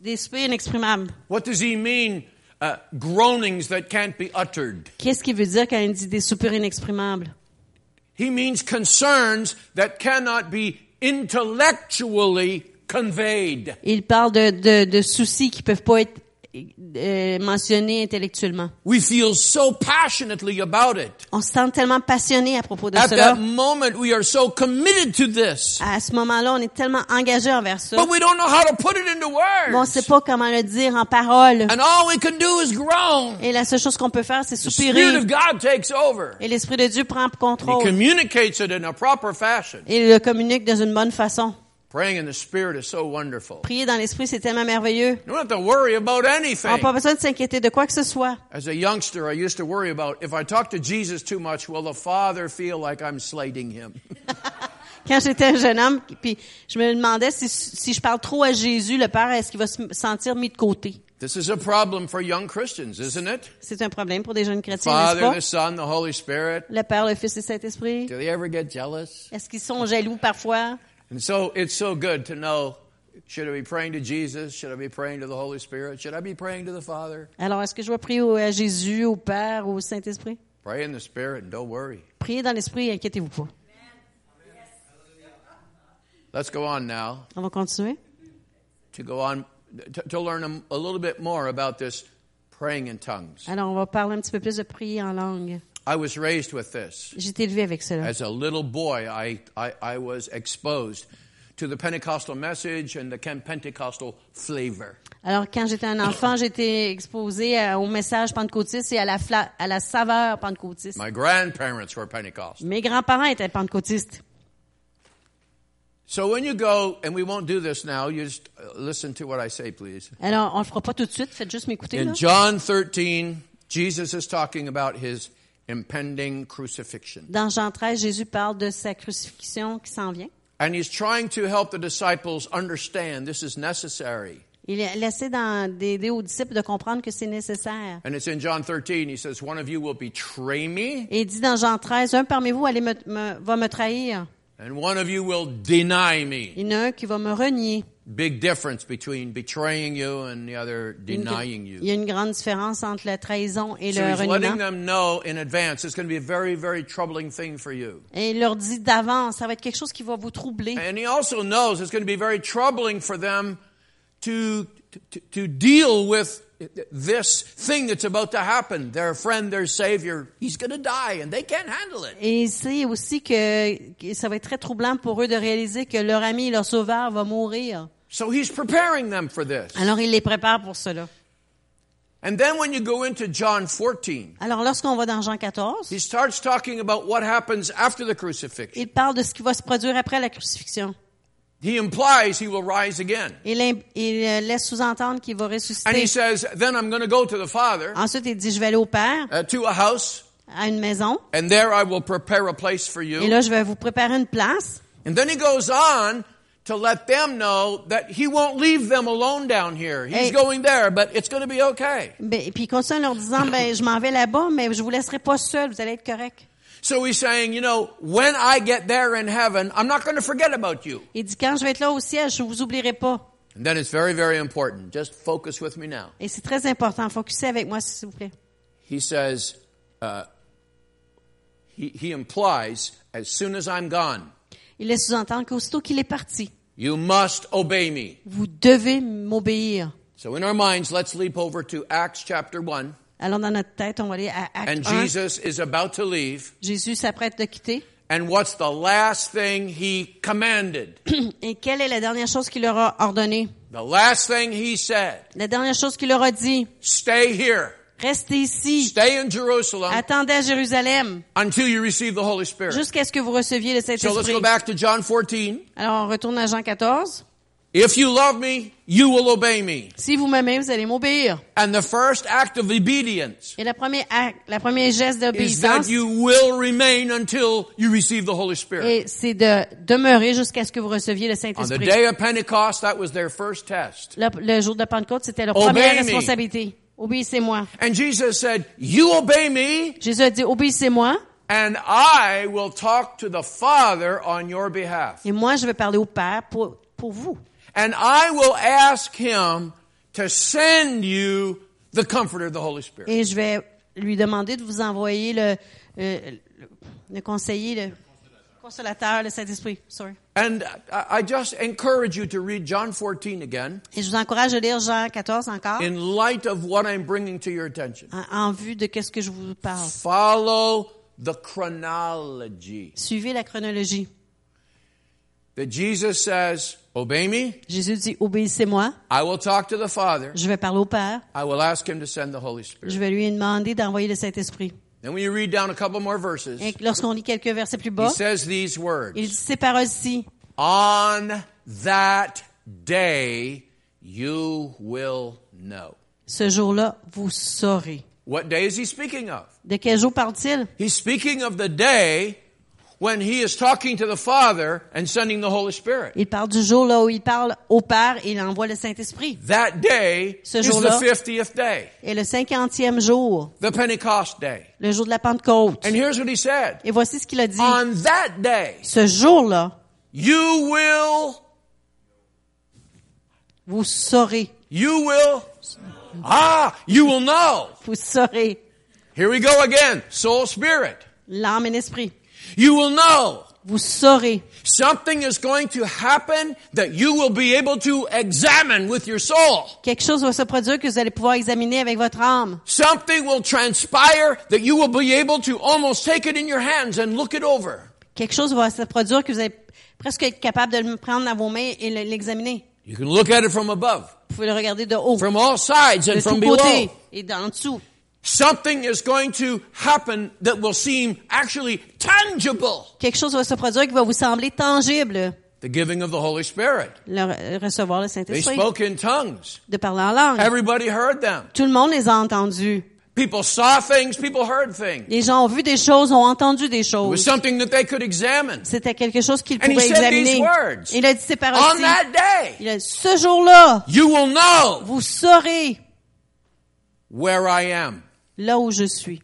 Speaker 1: des soupirs inexprimables.
Speaker 2: What does he mean, uh, groanings that can't be uttered?
Speaker 1: Qu'est-ce qu'il veut dire quand il dit des soupirs inexprimables?
Speaker 2: He means concerns that cannot be intellectually conveyed.
Speaker 1: Il parle de, de, de soucis qui peuvent pas être euh, mentionnés intellectuellement.
Speaker 2: We feel so passionately about it.
Speaker 1: On se sent tellement passionné à propos de
Speaker 2: At
Speaker 1: cela.
Speaker 2: that moment, we are so committed to this,
Speaker 1: À ce moment-là, on est tellement engagé envers ça.
Speaker 2: but we don't know how to put it into
Speaker 1: Mais on sait
Speaker 2: words.
Speaker 1: pas comment le dire en paroles.
Speaker 2: And all we can do is groan.
Speaker 1: Et la seule chose qu'on peut faire, c'est
Speaker 2: The Spirit
Speaker 1: soupirer.
Speaker 2: of God takes over.
Speaker 1: Et l'Esprit de Dieu prend
Speaker 2: He
Speaker 1: contrôle.
Speaker 2: communicates it in a proper fashion.
Speaker 1: Et le communique dans une bonne façon.
Speaker 2: Praying in the Spirit is so wonderful.
Speaker 1: Prier dans l'Esprit, c'est tellement merveilleux.
Speaker 2: You don't have to worry about
Speaker 1: On n'a
Speaker 2: anything.
Speaker 1: pas besoin de s'inquiéter de quoi que ce soit.
Speaker 2: As a youngster, I used to worry about if I talk to Jesus too much, will the Father feel like I'm slating [LAUGHS] him?
Speaker 1: Quand j'étais un jeune homme, puis je me demandais si, si je parle trop à Jésus, le Père, est-ce qu'il va se sentir mis de côté?
Speaker 2: This is a problem for young Christians, isn't it?
Speaker 1: C'est un problème pour des jeunes chrétiens, n'est-ce
Speaker 2: Father,
Speaker 1: pas?
Speaker 2: the Son, the Holy Spirit.
Speaker 1: Le Père, le Fils et le Saint-Esprit.
Speaker 2: Do they ever get jealous?
Speaker 1: Est-ce qu'ils sont jaloux parfois?
Speaker 2: And so it's so good to know should I be praying to Jesus? Should I be praying to the Holy Spirit? Should I be praying to the Father?
Speaker 1: Alors, est-ce que je vais prier au- à Jésus, au Père, au Saint-Esprit?
Speaker 2: Pray in the Spirit and don't worry.
Speaker 1: Priez dans l'Esprit, inquiétez-vous pas.
Speaker 2: Let's go on now
Speaker 1: On va continuer.
Speaker 2: to go on to, to learn a, a little bit more about this praying in tongues.
Speaker 1: Alors, on va parler un petit peu plus de prier en langue.
Speaker 2: I was raised with this.
Speaker 1: J'ai été élevé avec cela.
Speaker 2: As a little boy, I, I, I was exposed to the Pentecostal message and the Pentecostal flavor.
Speaker 1: Alors, quand j'étais un enfant, j'étais exposée à- au message pentecôtiste et à la, fla- à la saveur pentecôtiste.
Speaker 2: My grandparents were Pentecostal.
Speaker 1: Mes grands-parents étaient pentecôtistes.
Speaker 2: So when you go, and we won't do this now, you just uh, listen to what I say, please.
Speaker 1: Alors, on le fera pas tout de suite. Faites juste m'écouter. là.
Speaker 2: In John 13, Jesus is talking about his impending crucifixion.
Speaker 1: Dans Jean 13, Jésus parle de sa crucifixion qui s'en vient.
Speaker 2: And he's trying to help the disciples understand this is necessary.
Speaker 1: Il essaie d'en- d'aider aux disciples de comprendre que c'est nécessaire.
Speaker 2: And it's in John 13, he says, One of you will betray me,
Speaker 1: Et il dit dans Jean 13, un parmi vous allez me- me- va me trahir.
Speaker 2: and one of you will deny me.
Speaker 1: Il y en a un qui va me renier.
Speaker 2: Big difference between betraying you and the other
Speaker 1: Une-
Speaker 2: denying
Speaker 1: Il y
Speaker 2: you.
Speaker 1: a une grande différence entre la trahison et
Speaker 2: So
Speaker 1: le
Speaker 2: he's letting
Speaker 1: reniement.
Speaker 2: them know in advance it's going to be a very, very troubling thing for you.
Speaker 1: Et il leur dit d'avance, ça va être quelque chose qui va vous troubler.
Speaker 2: And he also knows it's going to be very troubling for them to, to, to deal with this thing that's about to happen. Their friend, their savior, he's going to die and they can't handle it.
Speaker 1: Et il sait aussi que que ça va être très troublant pour eux de réaliser que leur ami, leur sauveur, va mourir.
Speaker 2: So he's preparing them for this.
Speaker 1: Alors, il les prépare pour cela.
Speaker 2: And then when you go into John 14,
Speaker 1: Alors, lorsqu'on va dans Jean 14,
Speaker 2: he starts talking about what happens after the crucifixion.
Speaker 1: il parle de ce qui va se produire après la crucifixion.
Speaker 2: He implies he will rise again.
Speaker 1: Il, im- il, euh, laisse sous-entendre qu'il va
Speaker 2: And
Speaker 1: ressusciter.
Speaker 2: he says, Then I'm going to go to the Father,
Speaker 1: Ensuite, il dit, je vais aller au Père,
Speaker 2: uh, to a house
Speaker 1: à une maison.
Speaker 2: and there I will prepare a place for
Speaker 1: Et
Speaker 2: you.
Speaker 1: là, je vais vous préparer une place.
Speaker 2: And then he goes on to let them know that he won't leave them alone down here. He's
Speaker 1: Hey.
Speaker 2: going there, but it's going to be okay.
Speaker 1: Ben, et puis il continue en leur disant, ben, je m'en vais là-bas, mais je vous laisserai pas seul, vous allez être correct.
Speaker 2: So he's saying, you know, when I get there in heaven, I'm not going to forget about you.
Speaker 1: Il dit, quand je vais être là au ciel, je vous oublierai pas.
Speaker 2: And then it's very, very important. Just focus with me now.
Speaker 1: Et c'est très important. Focussez avec moi, s'il vous plaît.
Speaker 2: He says, uh, he, he implies, as soon as I'm gone,
Speaker 1: Il laisse sous-entendre qu'aussitôt qu'il est parti,
Speaker 2: you must obey me.
Speaker 1: vous devez m'obéir.
Speaker 2: So in our minds, let's leap over to Acts chapter 1.
Speaker 1: Alors, dans notre tête, on va aller à
Speaker 2: And
Speaker 1: Acte 1.
Speaker 2: Jesus is about to leave.
Speaker 1: Jésus s'apprête de quitter. [CLEARS THROAT]
Speaker 2: And what's the last thing he commanded?
Speaker 1: Et quelle est la dernière chose qu'il leur a ordonnée?
Speaker 2: The last thing he said,
Speaker 1: La dernière chose qu'il leur a dit,
Speaker 2: stay here.
Speaker 1: restez ici,
Speaker 2: Stay in Jerusalem
Speaker 1: attendez à Jérusalem
Speaker 2: until you receive the Holy Spirit.
Speaker 1: jusqu'à ce que vous receviez le
Speaker 2: So let's
Speaker 1: Saint-Esprit.
Speaker 2: go back to John 14.
Speaker 1: Alors, on retourne à Jean 14.
Speaker 2: If you love me, you will obey me.
Speaker 1: Si vous m'aimez, vous allez m'obéir.
Speaker 2: And the first act of obedience
Speaker 1: Et la première, acte- la première geste
Speaker 2: is that
Speaker 1: d'obéissance,
Speaker 2: you will remain until you receive the Holy Spirit.
Speaker 1: et c'est de demeurer jusqu'à ce que vous receviez le
Speaker 2: On the
Speaker 1: Saint-Esprit.
Speaker 2: day of Pentecost, that was their first test.
Speaker 1: Le, le jour de la Pentecôte, c'était leur
Speaker 2: Obey
Speaker 1: première
Speaker 2: me.
Speaker 1: responsabilité. Obéissez-moi.
Speaker 2: And Jesus said, you obey me
Speaker 1: Jésus a dit, obéissez-moi,
Speaker 2: and I will talk to the Father on your behalf.
Speaker 1: et moi, je vais parler au Père pour, pour vous.
Speaker 2: And I will ask him to send you the comforter of the Holy Spirit.
Speaker 1: Et je vais lui demander de vous envoyer le, euh, le, le conseiller, le consolateur, le Saint-Esprit. Sorry.
Speaker 2: And I I just encourage you to read John 14 again
Speaker 1: Et je vous encourage à lire Jean 14 encore,
Speaker 2: in light of what I'm bringing to your attention.
Speaker 1: en, en vue de qu'est-ce que je vous parle.
Speaker 2: Follow the chronology
Speaker 1: Suivez la chronologie.
Speaker 2: that Jesus says, Obey me,
Speaker 1: Jésus dit, obéissez-moi,
Speaker 2: I will talk to the Father,
Speaker 1: je vais parler au Père,
Speaker 2: I will ask him to send the Holy Spirit.
Speaker 1: je vais lui demander d'envoyer le Saint-Esprit.
Speaker 2: Then, when you read down a couple more verses,
Speaker 1: Et
Speaker 2: he
Speaker 1: lorsqu'on lit quelques versets plus bas,
Speaker 2: says these
Speaker 1: il
Speaker 2: words
Speaker 1: dit ces paroles-ci.
Speaker 2: On that day you will know.
Speaker 1: Ce jour-là, vous saurez.
Speaker 2: What day is he speaking of?
Speaker 1: De quel jour parle-t-il?
Speaker 2: He's speaking of the day when he is talking to the Father and sending the Holy Spirit.
Speaker 1: Il parle du jour là où il parle au Père et il envoie le Saint-Esprit.
Speaker 2: That day
Speaker 1: Ce
Speaker 2: is the
Speaker 1: jour-là.
Speaker 2: 50th day,
Speaker 1: Et le cinquantième jour,
Speaker 2: the Pentecost day.
Speaker 1: le jour de la Pentecôte.
Speaker 2: And here's what he said.
Speaker 1: Et voici ce qu'il a dit.
Speaker 2: On that day,
Speaker 1: Ce jour-là,
Speaker 2: you will,
Speaker 1: vous saurez.
Speaker 2: you will, ah, you will know.
Speaker 1: Vous saurez
Speaker 2: Here we go again. Soul spirit.
Speaker 1: l'âme et l'esprit.
Speaker 2: You will know.
Speaker 1: Vous saurez.
Speaker 2: Something is going to happen that you will be able to examine with your soul.
Speaker 1: Quelque chose va se produire que vous allez pouvoir examiner avec votre âme.
Speaker 2: Something will transpire that you will be able to almost take it in your hands and look it over.
Speaker 1: Quelque chose va se produire que vous allez presque être capable de le prendre dans vos mains et le- l'examiner.
Speaker 2: You can look at it from above,
Speaker 1: Vous pouvez le regarder de haut,
Speaker 2: from all sides
Speaker 1: de
Speaker 2: and
Speaker 1: tous
Speaker 2: from
Speaker 1: côtés
Speaker 2: below.
Speaker 1: et d'en dessous.
Speaker 2: Something is going to happen that will seem actually tangible.
Speaker 1: Quelque chose va se produire qui va vous sembler tangible.
Speaker 2: The giving of the Holy Spirit.
Speaker 1: Le re- recevoir le
Speaker 2: They
Speaker 1: Saint-Esprit,
Speaker 2: spoke in tongues.
Speaker 1: de parler en langue.
Speaker 2: Everybody heard them.
Speaker 1: Tout le monde les a entendus.
Speaker 2: People saw things, people heard things.
Speaker 1: Les gens ont vu des choses, ont entendu des
Speaker 2: It was
Speaker 1: choses.
Speaker 2: something that they could examine.
Speaker 1: C'était quelque chose qu'ils
Speaker 2: And he
Speaker 1: pouvaient
Speaker 2: said
Speaker 1: examiner.
Speaker 2: these words.
Speaker 1: Il a dit ces
Speaker 2: On
Speaker 1: paroles-ci.
Speaker 2: that day,
Speaker 1: Il a dit, ce jour-là,
Speaker 2: you will know
Speaker 1: vous saurez
Speaker 2: where I am.
Speaker 1: là où je suis.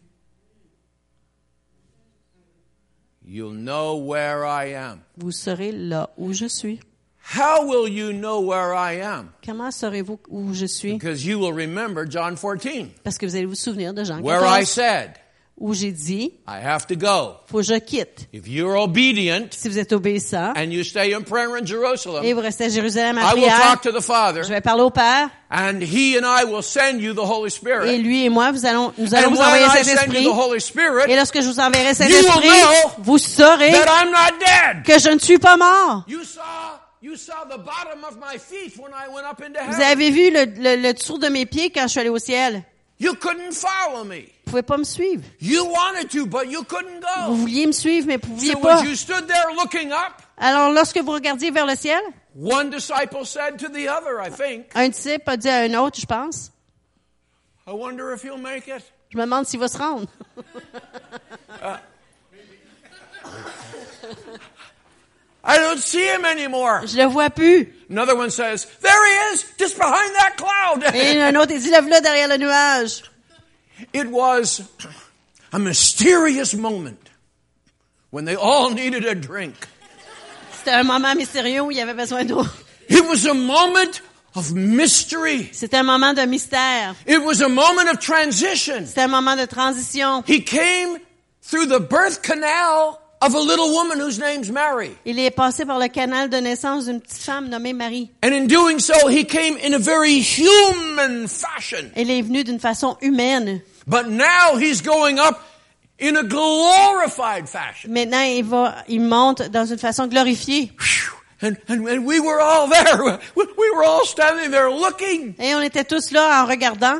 Speaker 2: You'll know where I am.
Speaker 1: Vous saurez là où je suis.
Speaker 2: How will you know where I am?
Speaker 1: Comment saurez-vous où je suis?
Speaker 2: Because you will remember John 14,
Speaker 1: Parce que vous allez vous souvenir de Jean
Speaker 2: where I
Speaker 1: 14,
Speaker 2: said,
Speaker 1: où j'ai dit,
Speaker 2: I have to go.
Speaker 1: faut que je quitte.
Speaker 2: If you're obedient
Speaker 1: Si vous êtes obéissant
Speaker 2: and you stay in prayer in
Speaker 1: et
Speaker 2: Jerusalem,
Speaker 1: vous restez à Jérusalem à
Speaker 2: I will
Speaker 1: prière,
Speaker 2: talk to the Father,
Speaker 1: je vais parler au Père
Speaker 2: and He and I will send you the Holy
Speaker 1: et
Speaker 2: Spirit.
Speaker 1: lui et moi, vous allons, nous allons
Speaker 2: And
Speaker 1: vous
Speaker 2: when
Speaker 1: envoyer
Speaker 2: I
Speaker 1: cet
Speaker 2: send you
Speaker 1: esprit.
Speaker 2: the Holy
Speaker 1: Et
Speaker 2: Spirit,
Speaker 1: lorsque je vous enverrai cet
Speaker 2: You will
Speaker 1: esprit,
Speaker 2: know
Speaker 1: vous saurez
Speaker 2: that I'm not dead.
Speaker 1: que je ne suis pas mort.
Speaker 2: You saw, you saw the bottom of my feet when I went up into
Speaker 1: Vous
Speaker 2: heaven.
Speaker 1: avez vu le, le, le dessous de mes pieds quand je suis allé au ciel.
Speaker 2: You couldn't follow me.
Speaker 1: Vous pouvez pas me suivre.
Speaker 2: You wanted to, but you couldn't
Speaker 1: Vous
Speaker 2: go.
Speaker 1: vouliez me suivre, mais vous pouviez
Speaker 2: So
Speaker 1: pas.
Speaker 2: as you stood there looking up,
Speaker 1: Alors, lorsque vous regardiez vers le ciel,
Speaker 2: One disciple said to the other, I think,
Speaker 1: un disciple a dit à un autre, je pense,
Speaker 2: I wonder if he'll make it.
Speaker 1: Je me demande s'il va se rendre.
Speaker 2: I don't see him anymore.
Speaker 1: Je le vois plus.
Speaker 2: Another one says, There he is, just behind that
Speaker 1: [LAUGHS]
Speaker 2: cloud.
Speaker 1: Et un autre, il dit, lève-le derrière le nuage.
Speaker 2: It was a mysterious moment when they all needed a drink.
Speaker 1: C'était un moment mystérieux où il avait besoin d'eau.
Speaker 2: It was a moment of mystery.
Speaker 1: C'était un moment de mystère.
Speaker 2: It was a moment of transition.
Speaker 1: C'était un moment de transition.
Speaker 2: He came through the birth canal of a little woman whose name's Mary.
Speaker 1: Il est passé par le canal de naissance d'une petite femme nommée Marie.
Speaker 2: And in doing so, he came in a very human fashion.
Speaker 1: Elle est venue d'une façon humaine.
Speaker 2: But now he's going up in a glorified fashion.
Speaker 1: Maintenant, il va, il monte dans une façon glorifiée.
Speaker 2: Phew. And, and, and we were all there. [LAUGHS] We, we were all standing there looking.
Speaker 1: Et on était tous là en regardant.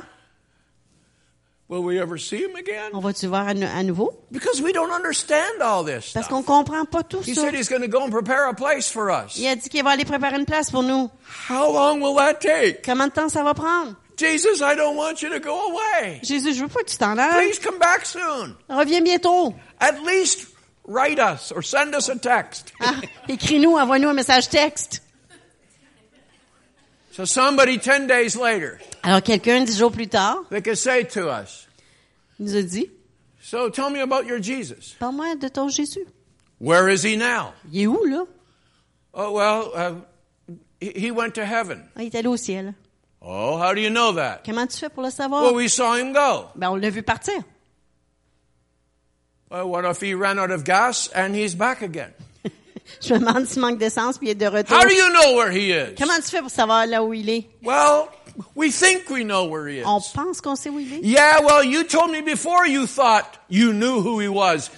Speaker 2: Will we ever see him again?
Speaker 1: On va-tu voir à, nou- à nouveau?
Speaker 2: Because we don't understand all this.
Speaker 1: Parce
Speaker 2: Stuff.
Speaker 1: qu'on comprend pas tout
Speaker 2: He
Speaker 1: ça.
Speaker 2: said he's going to go and prepare a place for us.
Speaker 1: Il a dit qu'il va aller préparer une place pour nous.
Speaker 2: How long will that take?
Speaker 1: Comment de temps ça va prendre?
Speaker 2: Jesus, I don't want you to go away.
Speaker 1: Jésus, je veux pas que tu t'en ailles.
Speaker 2: Please come back soon.
Speaker 1: Reviens bientôt.
Speaker 2: At least write us or send us a text.
Speaker 1: Ah, Écris-nous, envoie-nous un message texte.
Speaker 2: So somebody 10 days later,
Speaker 1: Alors quelqu'un, dix jours plus tard,
Speaker 2: they could say to us,
Speaker 1: nous a dit,
Speaker 2: so tell me about your Jesus.
Speaker 1: parle-moi de ton Jésus.
Speaker 2: Where is he now?
Speaker 1: Il est où, là?
Speaker 2: Oh, well, uh, he- he went to heaven.
Speaker 1: Ah, il est allé au ciel.
Speaker 2: Oh, how do you know that?
Speaker 1: Comment tu fais pour le savoir?
Speaker 2: Well, we saw him go.
Speaker 1: Ben, on l'a vu partir.
Speaker 2: Well, what if he ran out of gas and he's back again?
Speaker 1: Je me demande s'il manque d'essence puis il est de retour.
Speaker 2: How do you know where he is?
Speaker 1: Comment tu fais pour savoir là où il est?
Speaker 2: Well, we think we know where he
Speaker 1: On
Speaker 2: is.
Speaker 1: pense qu'on sait où il est.
Speaker 2: Yeah, well, you told me before you thought you knew who he was,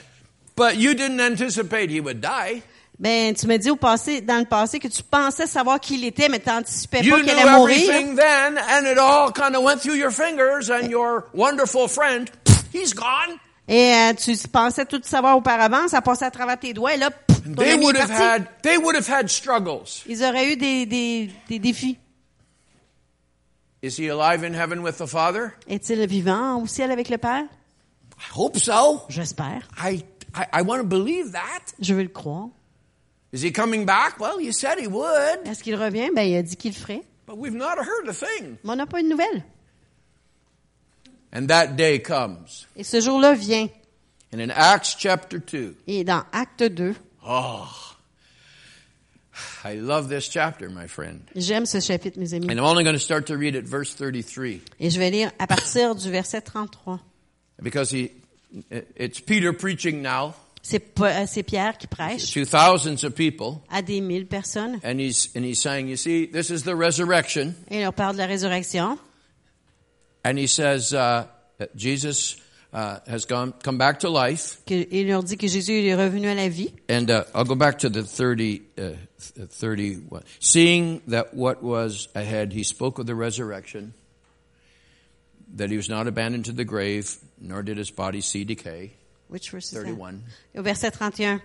Speaker 2: but you didn't anticipate he would die.
Speaker 1: Ben, tu me dis au passé, dans le passé, que tu pensais savoir qui il était, mais t'anticipais
Speaker 2: You
Speaker 1: pas
Speaker 2: knew
Speaker 1: qu'il allait mourir.
Speaker 2: everything then, and it all kind of went through your fingers, and your wonderful friend, he's gone.
Speaker 1: Et euh, tu pensais tout savoir auparavant, ça passait à travers tes doigts, et là, pff, ton
Speaker 2: They
Speaker 1: ami est
Speaker 2: would have
Speaker 1: parti.
Speaker 2: had, they would have had struggles.
Speaker 1: Ils auraient eu des, des, des défis.
Speaker 2: Is he alive in heaven with the Father?
Speaker 1: Est-il vivant au ciel avec le Père?
Speaker 2: I hope so.
Speaker 1: J'espère.
Speaker 2: I, I, I want to believe that.
Speaker 1: Je veux le croire.
Speaker 2: Is he coming back? Well, you said he would,
Speaker 1: Est-ce qu'il revient? Ben, il a dit qu'il le ferait.
Speaker 2: but we've not heard a thing.
Speaker 1: Mais on n'a pas eu de nouvelles.
Speaker 2: And that day comes.
Speaker 1: Et ce jour-là vient.
Speaker 2: And in Acts chapter 2,
Speaker 1: Et dans Acte 2,
Speaker 2: oh, I love this chapter, my friend.
Speaker 1: j'aime ce chapitre, mes amis.
Speaker 2: And I'm only going to start to read at verse 33
Speaker 1: Et je vais lire à partir du verset 33.
Speaker 2: because he, it's Peter preaching now
Speaker 1: C'est Pa- euh, c'est Pierre qui prêche
Speaker 2: to thousands of people.
Speaker 1: à des mille personnes.
Speaker 2: And he's, and he's saying, you see, this is the resurrection.
Speaker 1: Et il leur parle de la résurrection.
Speaker 2: And he says, uh, that Jesus uh, has gone, come back to life.
Speaker 1: Que, il leur dit que Jésus est revenu à la vie.
Speaker 2: And uh, I'll go back to the 30, uh, th- 31. Seeing that what was ahead, he spoke of the resurrection, that he was not abandoned to the grave, nor did his body see decay.
Speaker 1: Which verse is that?
Speaker 2: 31.
Speaker 1: Au verset 31.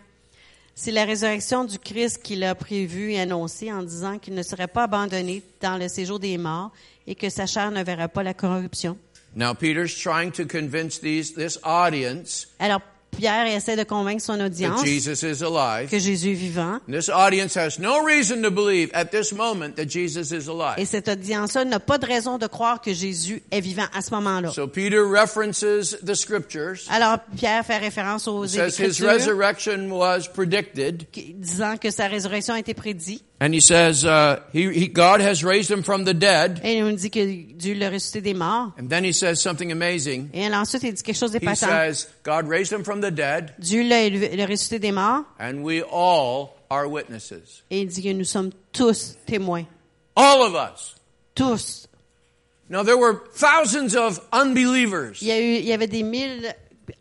Speaker 1: C'est la résurrection du Christ qu'il a prévue et annoncée en disant qu'il ne serait pas abandonné dans le séjour des morts et que sa chair ne verrait pas la corruption.
Speaker 2: Now, Peter's trying to convince these, this audience
Speaker 1: Alors, Pierre essaie de convaincre son
Speaker 2: that
Speaker 1: audience
Speaker 2: Jesus is alive.
Speaker 1: que Jésus est vivant.
Speaker 2: And this audience has no reason to believe at this moment that Jesus is
Speaker 1: Et
Speaker 2: alive.
Speaker 1: cette audience-là n'a pas de raison de croire que Jésus est vivant à ce moment-là.
Speaker 2: So Peter references the scriptures,
Speaker 1: Alors, Pierre fait référence aux
Speaker 2: says his
Speaker 1: Écritures,
Speaker 2: resurrection was predicted.
Speaker 1: qui- disant que sa résurrection a été prédite.
Speaker 2: And he says, uh, he, he, God has raised him from the dead.
Speaker 1: Et il nous dit que Dieu l'a ressuscité des morts.
Speaker 2: And then he says something amazing.
Speaker 1: Et alors, ensuite, il dit quelque chose
Speaker 2: He
Speaker 1: d'épatant.
Speaker 2: says, God raised him from the dead,
Speaker 1: Dieu l'a élevé- l'a ressuscité des morts.
Speaker 2: and we all are witnesses.
Speaker 1: Et il dit que nous sommes tous témoins.
Speaker 2: All of us.
Speaker 1: Tous.
Speaker 2: Now, there were thousands of
Speaker 1: Il
Speaker 2: unbelievers.
Speaker 1: y, a eu, il y avait des mille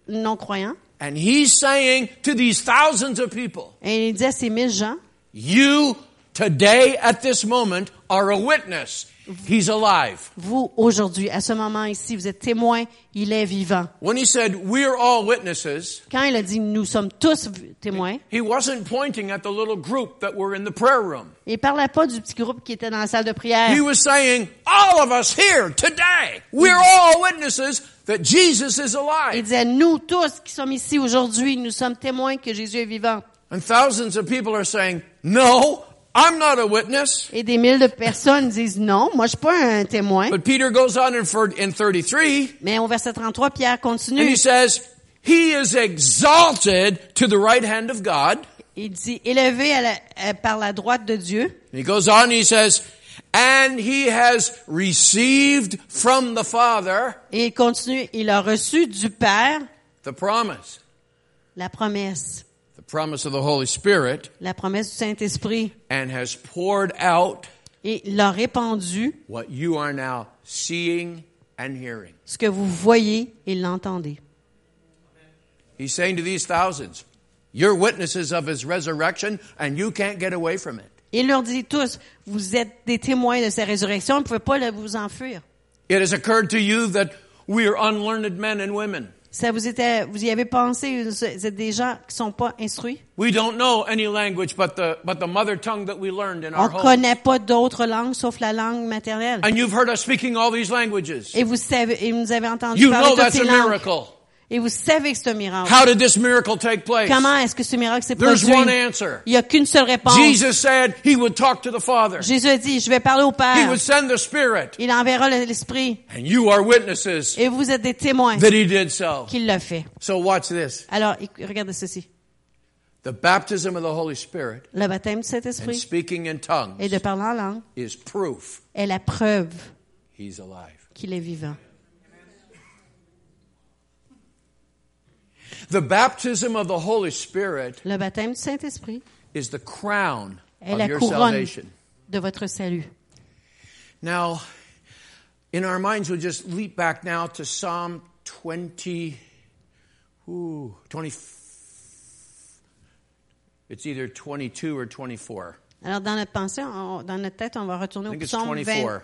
Speaker 1: non-croyants.
Speaker 2: And he's saying to these thousands of people,
Speaker 1: Et il dit à ces mille gens,
Speaker 2: You today at this moment are a witness. He's alive.
Speaker 1: Vous, aujourd'hui, à ce moment ici, vous êtes témoin, il est vivant.
Speaker 2: When he said, We're all witnesses,
Speaker 1: Quand il a dit nous sommes tous v- témoins,
Speaker 2: he wasn't pointing at the little group that were in the prayer room.
Speaker 1: il parlait pas du petit groupe qui était dans la salle de prière.
Speaker 2: He was saying, All of us here today, we're all witnesses that Jesus is
Speaker 1: Il
Speaker 2: alive.
Speaker 1: disait nous tous qui sommes ici aujourd'hui, nous sommes témoins que Jésus est vivant.
Speaker 2: And thousands of people are saying, No, I'm not a witness.
Speaker 1: Et des milliers de personnes disent non, moi je suis pas un témoin.
Speaker 2: But Peter goes on in fir- in 33
Speaker 1: Mais au verset 33, Pierre
Speaker 2: and
Speaker 1: continue.
Speaker 2: he says, He is exalted to the right hand of God.
Speaker 1: Il dit élevé à la- à- par la droite de Dieu.
Speaker 2: And he goes on, he says, and he has received from the Father
Speaker 1: Et il continue, il a reçu du Père
Speaker 2: the promise,
Speaker 1: la promesse,
Speaker 2: the promise of the Holy Spirit,
Speaker 1: la promesse du Saint-Esprit.
Speaker 2: and has poured out
Speaker 1: Et il l'a répandu,
Speaker 2: what you are now seeing and hearing.
Speaker 1: ce que vous voyez et l'entendez.
Speaker 2: He's saying to these thousands, you're witnesses of his resurrection, and you can't get away from it.
Speaker 1: Il leur dit tous, vous êtes des témoins de sa résurrection, vous ne pouvez pas le- vous enfuir.
Speaker 2: It has occurred to you that we are unlearned men and women.
Speaker 1: Ça vous était, vous y avez pensé, vous êtes des gens qui sont pas instruits.
Speaker 2: We don't know any language but the, but the mother tongue that we learned in
Speaker 1: On
Speaker 2: our home.
Speaker 1: connaît pas d'autres langues sauf la langue maternelle.
Speaker 2: And you've heard us speaking all these languages.
Speaker 1: Et vous savez, et vous avez entendu
Speaker 2: You
Speaker 1: parler
Speaker 2: know
Speaker 1: de toutes
Speaker 2: that's
Speaker 1: ces
Speaker 2: a
Speaker 1: langues.
Speaker 2: miracle.
Speaker 1: Et vous savez que c'est un miracle.
Speaker 2: How did this miracle take place?
Speaker 1: Comment est-ce que ce miracle s'est
Speaker 2: There's
Speaker 1: produit?
Speaker 2: one answer.
Speaker 1: Il n'y a qu'une seule réponse.
Speaker 2: Jesus said he would talk to the Father.
Speaker 1: Jésus a dit, je vais parler au
Speaker 2: He
Speaker 1: Père.
Speaker 2: would send the Spirit.
Speaker 1: Il enverra le- l'Esprit.
Speaker 2: And you are witnesses
Speaker 1: Et vous êtes des témoins
Speaker 2: that he did so.
Speaker 1: qu'il l'a fait.
Speaker 2: So watch this.
Speaker 1: Alors, éc- regardez ceci.
Speaker 2: The baptism of the Holy Spirit
Speaker 1: Le baptême du
Speaker 2: and
Speaker 1: Saint-Esprit
Speaker 2: speaking in
Speaker 1: et
Speaker 2: tongues
Speaker 1: de parler en langue
Speaker 2: is proof
Speaker 1: est la preuve
Speaker 2: he's alive.
Speaker 1: qu'il est vivant.
Speaker 2: The baptism of the Holy Spirit
Speaker 1: Le baptême du Saint-Esprit
Speaker 2: is the crown
Speaker 1: est
Speaker 2: of
Speaker 1: la
Speaker 2: your
Speaker 1: couronne
Speaker 2: salvation.
Speaker 1: de votre salut.
Speaker 2: Now, in our minds, we'll just leap back now to Psalm 20, ooh, 20, it's either 22 or 24.
Speaker 1: Alors, dans notre pensée, on- dans notre tête, on va retourner
Speaker 2: I
Speaker 1: au
Speaker 2: think it's
Speaker 1: psaume, 20,
Speaker 2: 24,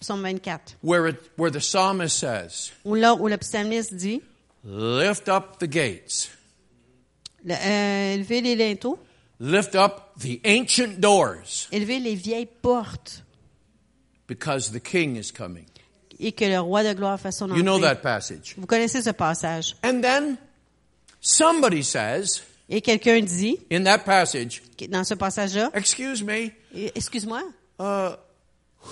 Speaker 1: psaume 24,
Speaker 2: where, it, where the psalmist says,
Speaker 1: où là où le psalmiste dit,
Speaker 2: Lift up the gates,
Speaker 1: le- euh, élevez les linteaux,
Speaker 2: lift up the ancient doors,
Speaker 1: élevez les vieilles portes,
Speaker 2: because the king is coming.
Speaker 1: et que le roi de gloire fasse son entrée.
Speaker 2: You know that passage.
Speaker 1: Vous connaissez ce passage.
Speaker 2: And then somebody says
Speaker 1: Et quelqu'un dit,
Speaker 2: in that passage,
Speaker 1: dans ce passage-là,
Speaker 2: Excuse me,
Speaker 1: excuse-moi,
Speaker 2: uh,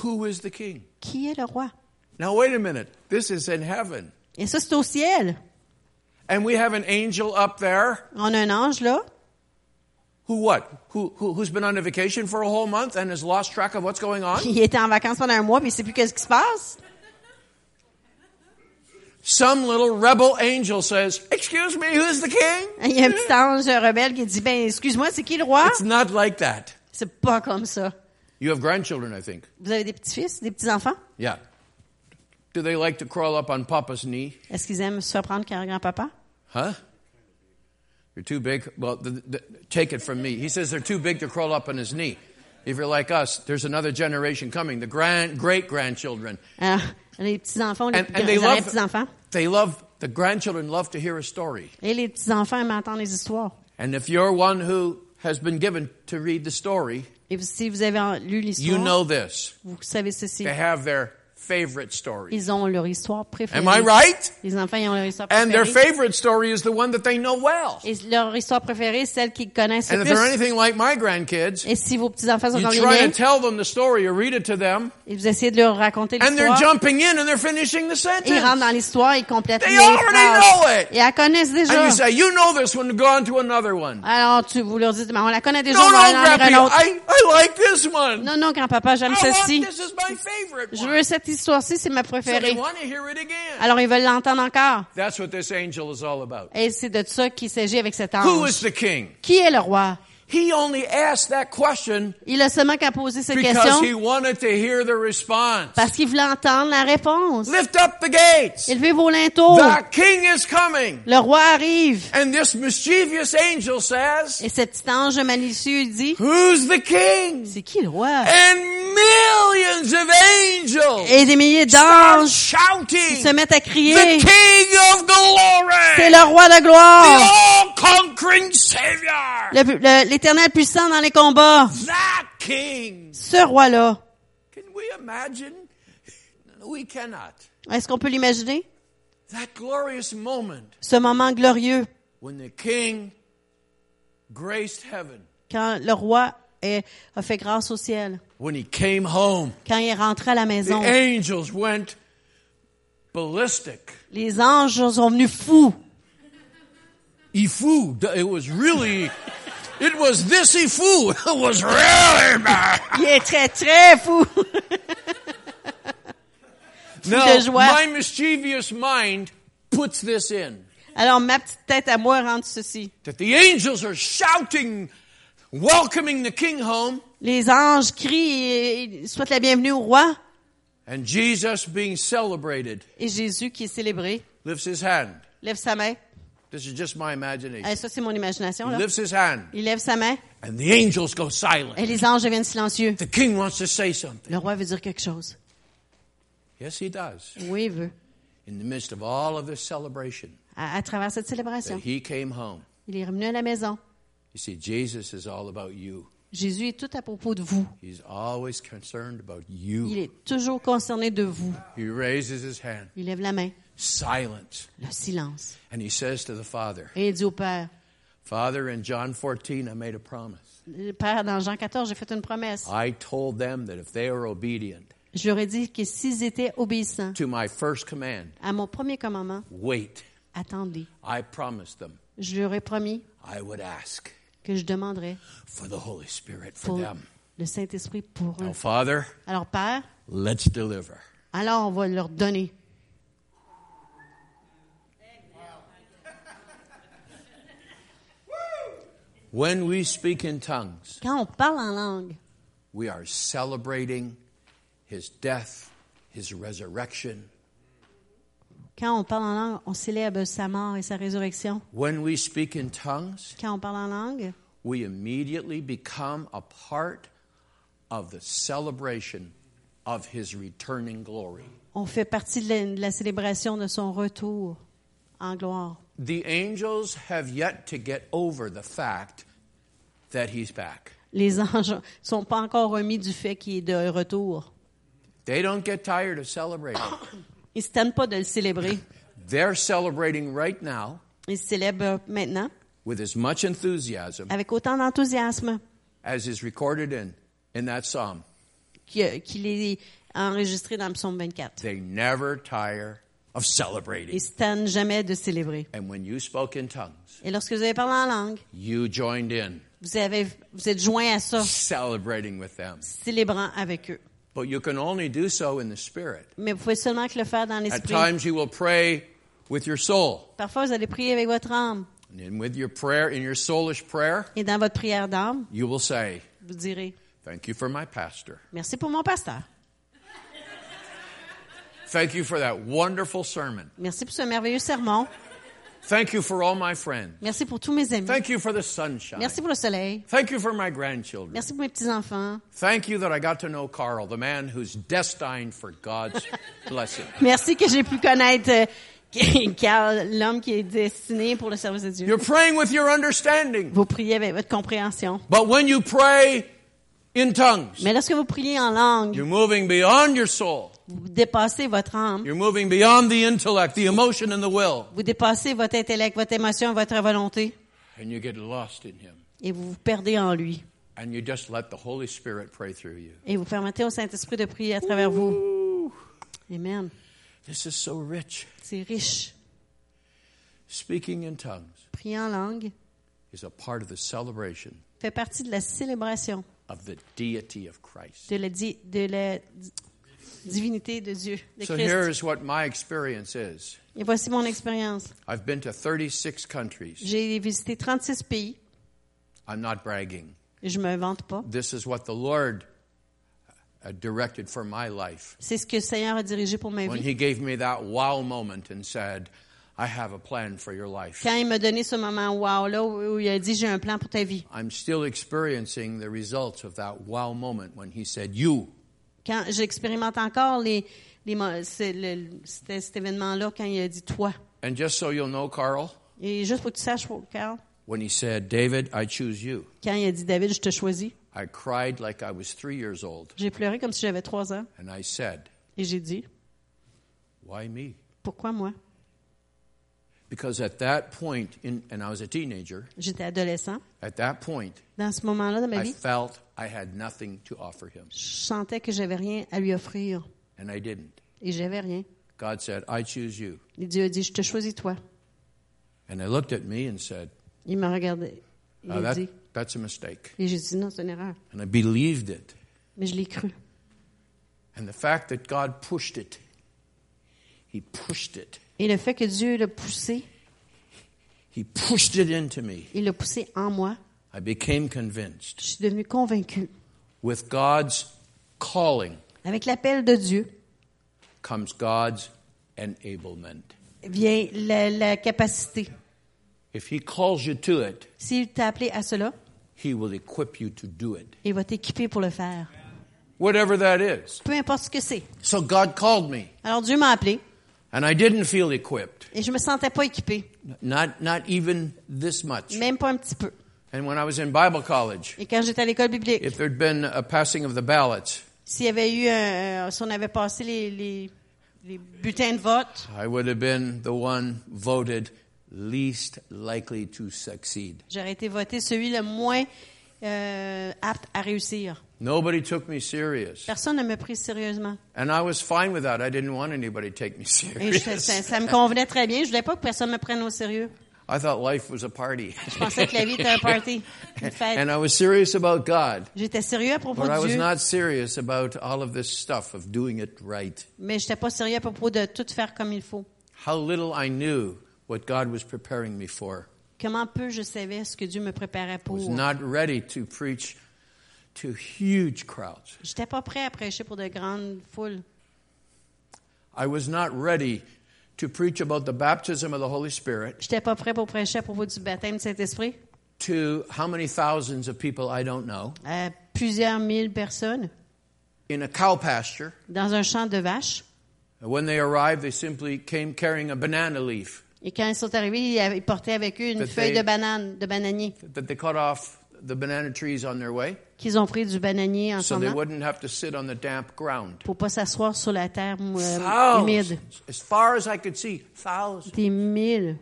Speaker 2: who is the king?
Speaker 1: qui est le roi?
Speaker 2: Now, wait a minute. This is in heaven.
Speaker 1: Et ça, c'est au ciel.
Speaker 2: And we have an angel up there
Speaker 1: On a un ange, là,
Speaker 2: who what? Who, who, who's been on a vacation for a whole month and has lost track of what's going on?
Speaker 1: qui était en vacances pendant un mois, puis il sait plus qu'est-ce qui se passe.
Speaker 2: Some little rebel angel says, Excuse me, who's the king?
Speaker 1: Il [LAUGHS] y a un petit ange rebelle qui dit, ben, excuse-moi, c'est qui le roi?
Speaker 2: It's not like that.
Speaker 1: C'est pas comme ça.
Speaker 2: You have grandchildren, I think.
Speaker 1: Vous avez des petits-fils, des petits-enfants?
Speaker 2: Yeah. Do they like to crawl up on Papa's knee?
Speaker 1: Est-ce qu'ils aiment se faire prendre par grand-papa?
Speaker 2: Huh? You're too big. Well, th th take it from me. He says they're too big to crawl up on his knee. If you're like us, there's another generation coming, the grand, great grandchildren.
Speaker 1: Alors, Ah, les petits-enfants, les,
Speaker 2: And- and
Speaker 1: les
Speaker 2: they love-
Speaker 1: petits-enfants.
Speaker 2: They love, the grandchildren love to hear a story.
Speaker 1: Et les petits-enfants aiment entendre les histoires.
Speaker 2: And if you're one who has been given to read the story,
Speaker 1: Et vous- si vous avez en- lu l'histoire,
Speaker 2: you know this.
Speaker 1: vous savez ceci.
Speaker 2: They have their favorite story.
Speaker 1: Ils ont leur histoire préférée.
Speaker 2: Am I right?
Speaker 1: Les enfants, ils ont leur histoire
Speaker 2: And their
Speaker 1: préférée.
Speaker 2: favorite story is the one that they know well.
Speaker 1: Et leur histoire préférée, c'est celle qu'ils connaissent
Speaker 2: And
Speaker 1: le
Speaker 2: if they're
Speaker 1: plus.
Speaker 2: anything like my grandkids,
Speaker 1: Et si vos petits-enfants sont
Speaker 2: you
Speaker 1: dans les
Speaker 2: try
Speaker 1: miens,
Speaker 2: and tell them the story or read it to them,
Speaker 1: et vous essayez de leur raconter
Speaker 2: and they're
Speaker 1: l'histoire,
Speaker 2: jumping in and they're finishing the
Speaker 1: ils rentrent dans
Speaker 2: sentence.
Speaker 1: l'histoire, ils complètent
Speaker 2: They
Speaker 1: les
Speaker 2: already know
Speaker 1: phrases.
Speaker 2: it.
Speaker 1: Et elles connaissent
Speaker 2: And
Speaker 1: déjà.
Speaker 2: you say, You know this one, go on to another one.
Speaker 1: Alors, tu, vous leur dites, mais on la connaît déjà,
Speaker 2: No,
Speaker 1: on va
Speaker 2: no,
Speaker 1: aller en lire
Speaker 2: Grampy,
Speaker 1: un autre.
Speaker 2: I, I like this one.
Speaker 1: Non, non, grand-papa, j'aime
Speaker 2: I want,
Speaker 1: ceci.
Speaker 2: this is my favorite
Speaker 1: Je
Speaker 2: one.
Speaker 1: veux cette histoire-ci, c'est ma
Speaker 2: So they
Speaker 1: préférée.
Speaker 2: want to hear it again.
Speaker 1: Alors, ils veulent l'entendre encore.
Speaker 2: That's what this angel is all about.
Speaker 1: Et c'est de ça qu'il s'agit avec cet
Speaker 2: Who is
Speaker 1: ange.
Speaker 2: the king?
Speaker 1: Qui est le roi?
Speaker 2: He only asked that question
Speaker 1: Il a seulement qu'à poser cette
Speaker 2: because he
Speaker 1: question
Speaker 2: wanted to hear the response.
Speaker 1: parce qu'il voulait entendre la réponse.
Speaker 2: Lift up the gates.
Speaker 1: Élevez vos linteaux.
Speaker 2: The king is coming.
Speaker 1: Le roi arrive.
Speaker 2: And this mischievous angel says,
Speaker 1: Et cet petit ange malicieux dit,
Speaker 2: Who's the king?
Speaker 1: c'est qui le roi?
Speaker 2: And millions of angels
Speaker 1: Et des milliers
Speaker 2: start
Speaker 1: d'anges
Speaker 2: shouting,
Speaker 1: qui se mettent à crier,
Speaker 2: the King of Glory,
Speaker 1: c'est le roi de
Speaker 2: the
Speaker 1: gloire,
Speaker 2: all-conquering Savior,
Speaker 1: le pu- le- l'éternel puissant dans les combats.
Speaker 2: that King.
Speaker 1: Ce roi-là,
Speaker 2: Can we imagine? We cannot.
Speaker 1: est-ce qu'on peut l'imaginer?
Speaker 2: That glorious moment
Speaker 1: Ce moment glorieux,
Speaker 2: when the King graced heaven,
Speaker 1: quand le roi est- a fait grâce au ciel,
Speaker 2: when he came home,
Speaker 1: quand il est rentré à la
Speaker 2: the
Speaker 1: maison,
Speaker 2: angels went ballistic.
Speaker 1: les anges sont venus fous.
Speaker 2: Ifu, it was really, it was this Ifu. [LAUGHS] It was really bad.
Speaker 1: Il est très, très fou.
Speaker 2: Now,
Speaker 1: de joie.
Speaker 2: my mischievous mind puts this in
Speaker 1: Alors, ma petite tête à moi rentre ceci.
Speaker 2: that the angels are shouting, welcoming the king home,
Speaker 1: Les anges crient et et souhaitent la bienvenue au roi
Speaker 2: and Jesus being celebrated
Speaker 1: et Jésus qui est célébré
Speaker 2: lifts his hand.
Speaker 1: lève sa main.
Speaker 2: This is just my
Speaker 1: Euh,
Speaker 2: imagination.
Speaker 1: ça, c'est mon imagination.
Speaker 2: He
Speaker 1: Là.
Speaker 2: lifts his hand,
Speaker 1: Il lève sa main
Speaker 2: and the angels go silent.
Speaker 1: et les anges deviennent silencieux.
Speaker 2: The king wants to say something.
Speaker 1: Le roi veut dire quelque chose.
Speaker 2: Yes, he does.
Speaker 1: Oui, il veut.
Speaker 2: In the midst of all of this celebration,
Speaker 1: À, à travers cette
Speaker 2: that
Speaker 1: célébration,
Speaker 2: he came home.
Speaker 1: il est revenu à la maison.
Speaker 2: You see, Jesus is all about you.
Speaker 1: Jésus est tout à propos de vous.
Speaker 2: He's always concerned about
Speaker 1: Il
Speaker 2: you.
Speaker 1: est toujours concerné de vous.
Speaker 2: He raises his hand,
Speaker 1: Il lève la main,
Speaker 2: silent,
Speaker 1: le silence,
Speaker 2: and he says to the Father,
Speaker 1: et il dit au Père,
Speaker 2: Father, in John 14, I made a promise.
Speaker 1: le Père, dans Jean 14, j'ai fait une promesse.
Speaker 2: I told them that if they are obedient
Speaker 1: Je leur ai dit que s'ils étaient obéissants
Speaker 2: to my first command,
Speaker 1: à mon premier commandement,
Speaker 2: wait,
Speaker 1: attendez,
Speaker 2: I promised them
Speaker 1: je leur ai promis
Speaker 2: I would ask
Speaker 1: que je demanderais
Speaker 2: for the Holy Spirit for
Speaker 1: pour
Speaker 2: them.
Speaker 1: le Saint-Esprit pour eux.
Speaker 2: Now, Father,
Speaker 1: Alors, Père,
Speaker 2: let's deliver.
Speaker 1: alors on va leur donner.
Speaker 2: When we speak in tongues,
Speaker 1: Quand on parle en langue,
Speaker 2: we are celebrating his death, his resurrection.
Speaker 1: quand on parle en langue, on célèbre sa mort et sa résurrection.
Speaker 2: When we speak in tongues,
Speaker 1: Quand on parle en langue,
Speaker 2: we immediately become a part of the celebration of his returning glory.
Speaker 1: on fait partie de la, de la célébration de son retour en gloire.
Speaker 2: The angels have yet to get over the fact that he's back.
Speaker 1: Les anges sont pas encore remis du fait qu'il est de retour.
Speaker 2: They don't get tired of celebrating. [COUGHS]
Speaker 1: Ils se tannent pas de le célébrer.
Speaker 2: They're celebrating right now
Speaker 1: Ils célèbrent euh, maintenant
Speaker 2: with as much enthusiasm
Speaker 1: avec autant d'enthousiasme
Speaker 2: as is recorded in, in that psalm.
Speaker 1: que- qu'il est enregistré dans le psaume 24.
Speaker 2: They never tire of
Speaker 1: Ils
Speaker 2: celebrating.
Speaker 1: se tannent jamais de célébrer.
Speaker 2: And when you spoke in tongues,
Speaker 1: Et lorsque vous avez parlé en langue,
Speaker 2: you joined in
Speaker 1: vous, avez, vous êtes joints à ça,
Speaker 2: celebrating with them.
Speaker 1: célébrant avec eux.
Speaker 2: But you can only do so in the spirit.
Speaker 1: Mais vous pouvez seulement que le faire dans
Speaker 2: At
Speaker 1: l'esprit.
Speaker 2: times you will pray with your soul.
Speaker 1: Parfois, vous allez prier avec votre âme.
Speaker 2: And with your prayer, in your soulish prayer,
Speaker 1: Et dans votre prière d'âme,
Speaker 2: you will say,
Speaker 1: vous direz,
Speaker 2: Thank you for my pastor.
Speaker 1: merci pour mon pasteur.
Speaker 2: Thank you for that wonderful sermon.
Speaker 1: Merci pour ce merveilleux sermon.
Speaker 2: Thank you for all my friends.
Speaker 1: Merci pour tous mes amis.
Speaker 2: Thank you for the sunshine.
Speaker 1: Merci pour le soleil.
Speaker 2: Thank you for my grandchildren.
Speaker 1: Merci pour mes petits-enfants.
Speaker 2: Thank you that I got to know Carl, the man who's destined for God's [LAUGHS] blessing.
Speaker 1: Merci que j'ai pu connaître euh, [LAUGHS] Carl, l'homme qui est destiné pour le service de Dieu.
Speaker 2: You're praying with your understanding.
Speaker 1: Vous priez avec votre compréhension.
Speaker 2: But when you pray in tongues,
Speaker 1: Mais lorsque vous priez en langue,
Speaker 2: you're moving beyond your soul.
Speaker 1: vous dépassez votre âme,
Speaker 2: You're moving beyond the intellect, the emotion, and the will,
Speaker 1: vous dépassez votre intellect, votre émotion, votre volonté,
Speaker 2: and you get lost in Him.
Speaker 1: et vous vous perdez en lui.
Speaker 2: And you just let the Holy Spirit pray through you.
Speaker 1: Et vous permettez au Saint-Esprit de prier à travers vous. Amen.
Speaker 2: This is so rich.
Speaker 1: C'est riche.
Speaker 2: Speaking in tongues
Speaker 1: Prier en langue
Speaker 2: is a part of the celebration
Speaker 1: fait partie de la célébration
Speaker 2: of the deity of Christ.
Speaker 1: de la, di- de la di- divinité de Dieu, de
Speaker 2: So
Speaker 1: Christ.
Speaker 2: here's what my experience is
Speaker 1: Et voici mon expérience.
Speaker 2: I've been to 36 countries.
Speaker 1: J'ai visité 36 pays.
Speaker 2: I'm not bragging.
Speaker 1: Je me vante pas.
Speaker 2: This is what the Lord uh, directed for my life
Speaker 1: C'est ce que le Seigneur a dirigé pour ma
Speaker 2: when
Speaker 1: vie.
Speaker 2: He gave me that wow moment and said, I have a plan for your life.
Speaker 1: Quand il m'a donné ce moment wow là où où il a dit j'ai un plan pour ta vie.
Speaker 2: I'm still experiencing the results of that wow moment when He said, You
Speaker 1: Quand j'expérimente encore les, les mo- c'est le- c'était cet événement-là quand il a dit toi.
Speaker 2: And just so you'll know, Carl,
Speaker 1: Et juste pour que tu saches, Carl,
Speaker 2: when he said, David, I choose you,
Speaker 1: quand il a dit David, je te choisis,
Speaker 2: I cried like I was three years old.
Speaker 1: j'ai pleuré comme si j'avais trois ans
Speaker 2: And I said,
Speaker 1: et j'ai dit
Speaker 2: Why me?
Speaker 1: pourquoi moi?
Speaker 2: Because at that point, in, and I was a teenager,
Speaker 1: J'étais adolescent.
Speaker 2: at that point,
Speaker 1: Dans ce moment-là de ma
Speaker 2: I
Speaker 1: vie,
Speaker 2: felt I had nothing to offer him.
Speaker 1: je sentais que j'avais rien à lui offrir
Speaker 2: And I didn't.
Speaker 1: et j'avais rien.
Speaker 2: God said, I choose you.
Speaker 1: Et Dieu a dit, je te choisis toi.
Speaker 2: And they looked at me and said,
Speaker 1: Il m'a regardé. Il
Speaker 2: "Oh,
Speaker 1: a
Speaker 2: that-
Speaker 1: dit.
Speaker 2: That's a mistake.
Speaker 1: Et j'ai dit, non, c'est une erreur.
Speaker 2: And I believed it.
Speaker 1: Mais je l'ai cru.
Speaker 2: And the fact that God pushed it, He pushed it.
Speaker 1: Et le fait que Dieu l'a poussé,
Speaker 2: He pushed it into me.
Speaker 1: il l'a poussé en moi,
Speaker 2: I became convinced.
Speaker 1: je suis devenue convaincue.
Speaker 2: With God's calling
Speaker 1: Avec l'appel de Dieu
Speaker 2: comes God's enablement.
Speaker 1: vient Eh la, la capacité.
Speaker 2: If He calls you to it,
Speaker 1: S'il t'a appelé à cela,
Speaker 2: He will equip you to do it,
Speaker 1: il va t'équiper pour le faire.
Speaker 2: whatever that is.
Speaker 1: Peu importe ce que c'est.
Speaker 2: So God called me,
Speaker 1: Alors Dieu m'a appelé
Speaker 2: and I didn't feel equipped,
Speaker 1: et je me sentais pas équipée,
Speaker 2: not, not even this much.
Speaker 1: même pas un petit peu.
Speaker 2: And when I was in Bible college,
Speaker 1: Et quand j'étais à l'école biblique,
Speaker 2: if there'd been a passing of the ballots,
Speaker 1: s'il y avait eu un, un- si on avait passé les, les, les bulletins de vote,
Speaker 2: I would have been the one voted least likely to succeed.
Speaker 1: j'aurais été votée celui le moins euh, apte à réussir.
Speaker 2: Nobody took me serious.
Speaker 1: Personne ne me prit sérieusement.
Speaker 2: And I was fine with that. I didn't want anybody to take me
Speaker 1: Et je- ça,
Speaker 2: serious.
Speaker 1: ça me convenait très bien. Je voulais pas que personne me prenne au sérieux.
Speaker 2: I thought life was a party.
Speaker 1: Je pensais que la vie était un party, une fête.
Speaker 2: [LAUGHS] And I was serious about God,
Speaker 1: J'étais sérieux à propos
Speaker 2: but I
Speaker 1: de
Speaker 2: was
Speaker 1: Dieu,
Speaker 2: not serious about all of this stuff of doing it right.
Speaker 1: mais j'étais pas sérieux à propos de tout faire comme il faut.
Speaker 2: How little I knew what God was preparing me for.
Speaker 1: Comment peu je savais ce que Dieu me préparait
Speaker 2: I
Speaker 1: pour.
Speaker 2: was not ready to preach to huge crowds.
Speaker 1: J'étais pas prêt à prêcher pour de grandes foules.
Speaker 2: I was not ready to preach about the baptism of the Holy Spirit
Speaker 1: J'étais pas prêt pour prêcher à propos du baptême du Saint-Esprit
Speaker 2: to how many thousands of people I don't know
Speaker 1: à plusieurs mille personnes
Speaker 2: in a cow pasture.
Speaker 1: dans un champ de vaches.
Speaker 2: When they arrived, they simply came carrying a banana leaf
Speaker 1: Et quand ils sont arrivés, ils avaient- ils portaient avec eux une
Speaker 2: That
Speaker 1: feuille
Speaker 2: they-
Speaker 1: de banane, de bananier,
Speaker 2: that they cut off the banana trees on their way
Speaker 1: qu'ils ont pris du bananier en
Speaker 2: so
Speaker 1: son
Speaker 2: they
Speaker 1: temps
Speaker 2: wouldn't have to sit on the damp ground.
Speaker 1: pour pas s'asseoir sur la terre euh, humide.
Speaker 2: Thousands. As far as I could see, thousands.
Speaker 1: Des mille.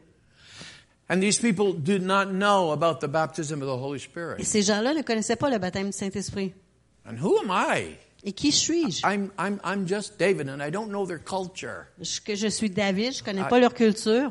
Speaker 2: And these people did not know about the baptism of the Holy
Speaker 1: Et
Speaker 2: Spirit.
Speaker 1: ces gens-là ne connaissaient pas le baptême du Saint-Esprit.
Speaker 2: And who am I?
Speaker 1: Et qui suis-je?
Speaker 2: I'm, I'm, I'm just David, and I don't know their culture.
Speaker 1: Je, que je suis David, je connais
Speaker 2: I-
Speaker 1: pas leur culture.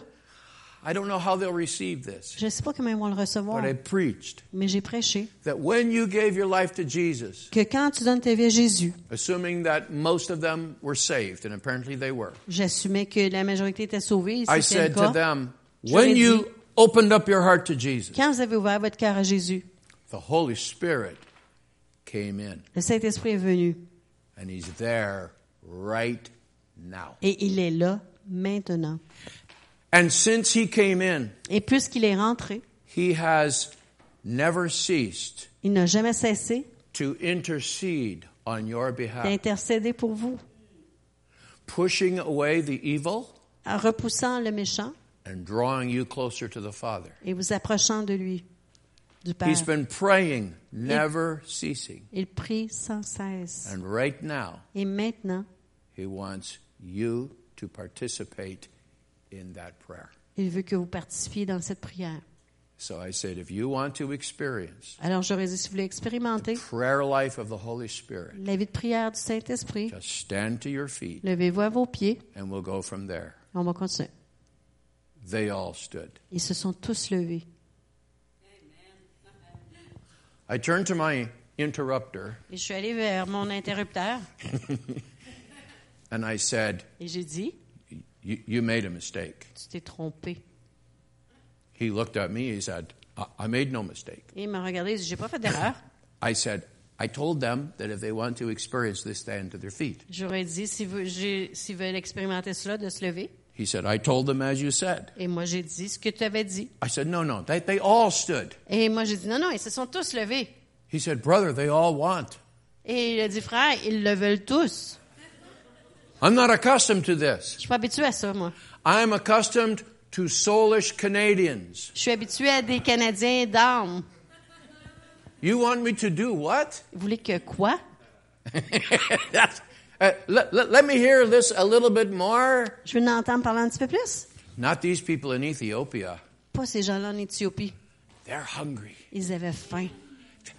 Speaker 2: I don't know how they'll receive this.
Speaker 1: Je sais pas comment ils vont le recevoir,
Speaker 2: But I preached
Speaker 1: mais j'ai prêché
Speaker 2: that when you gave your life to Jesus,
Speaker 1: que quand tu donnes ta vie à Jésus,
Speaker 2: assuming that most of them were saved, and apparently they were.
Speaker 1: j'assumais que la majorité était sauvée. et
Speaker 2: I
Speaker 1: c'était le
Speaker 2: said
Speaker 1: cas.
Speaker 2: to them,
Speaker 1: Je
Speaker 2: when
Speaker 1: leur ai
Speaker 2: you opened up your heart to Jesus,
Speaker 1: Quand vous avez ouvert votre cœur à Jésus,
Speaker 2: the Holy Spirit came in,
Speaker 1: le Saint-Esprit est venu
Speaker 2: and He's there right now.
Speaker 1: et il est là maintenant.
Speaker 2: And since He came in,
Speaker 1: Et puisqu'il est rentré,
Speaker 2: He has never ceased
Speaker 1: il n'a jamais cessé
Speaker 2: to intercede on your behalf,
Speaker 1: d'intercéder pour vous,
Speaker 2: pushing away the evil
Speaker 1: en repoussant le méchant
Speaker 2: and drawing you closer to the Father.
Speaker 1: et vous approchant de lui, du Père.
Speaker 2: He's been praying, never ceasing.
Speaker 1: Il prie sans cesse.
Speaker 2: And right now,
Speaker 1: Et maintenant,
Speaker 2: He wants you to participate in that prayer.
Speaker 1: il veut que vous participiez dans cette prière.
Speaker 2: So I said, if you want to experience
Speaker 1: Alors j'aurais dit, si vous voulez expérimenter
Speaker 2: prayer life of the Holy Spirit,
Speaker 1: la vie de prière du Saint-Esprit,
Speaker 2: just stand to your feet
Speaker 1: levez-vous à vos pieds.
Speaker 2: and we'll go from there.
Speaker 1: On va continuer.
Speaker 2: They all stood.
Speaker 1: Ils se sont tous levés.
Speaker 2: I turned to my interrupter
Speaker 1: Et je suis allée vers mon interrupteur
Speaker 2: and I said,
Speaker 1: et j'ai dit,
Speaker 2: "You- You made a mistake.
Speaker 1: tu t'es trompé.
Speaker 2: He looked at me. He said, I, I made no mistake.
Speaker 1: Et il m'a regardé et dit, j'ai pas fait d'erreur.
Speaker 2: I said, I told them that if they want to experience this, stand to their feet.
Speaker 1: J'aurais dit, si vous- j'ai- s'ils veulent expérimenter cela, de se lever.
Speaker 2: He said, I told them as you said.
Speaker 1: Et moi, j'ai dit ce que tu avais dit.
Speaker 2: I said, No, no, they, they all stood.
Speaker 1: Et moi, j'ai dit, non, non, ils se sont tous levés.
Speaker 2: He said, Brother, they all want.
Speaker 1: Et Et il a dit, frère, ils le veulent tous.
Speaker 2: I'm not accustomed to this.
Speaker 1: Je suis pas habitué à ça, moi.
Speaker 2: I'm accustomed to soulish Canadians.
Speaker 1: Je suis habitué à des Canadiens d'armes.
Speaker 2: You want me to do what? [LAUGHS]
Speaker 1: Vous voulez que quoi?
Speaker 2: That's- uh, let, let- let me hear this a little bit more.
Speaker 1: Je veux l'entendre parler un petit peu plus.
Speaker 2: Not these people in Ethiopia.
Speaker 1: Pas ces gens-là en Éthiopie.
Speaker 2: They're hungry.
Speaker 1: Ils avaient faim.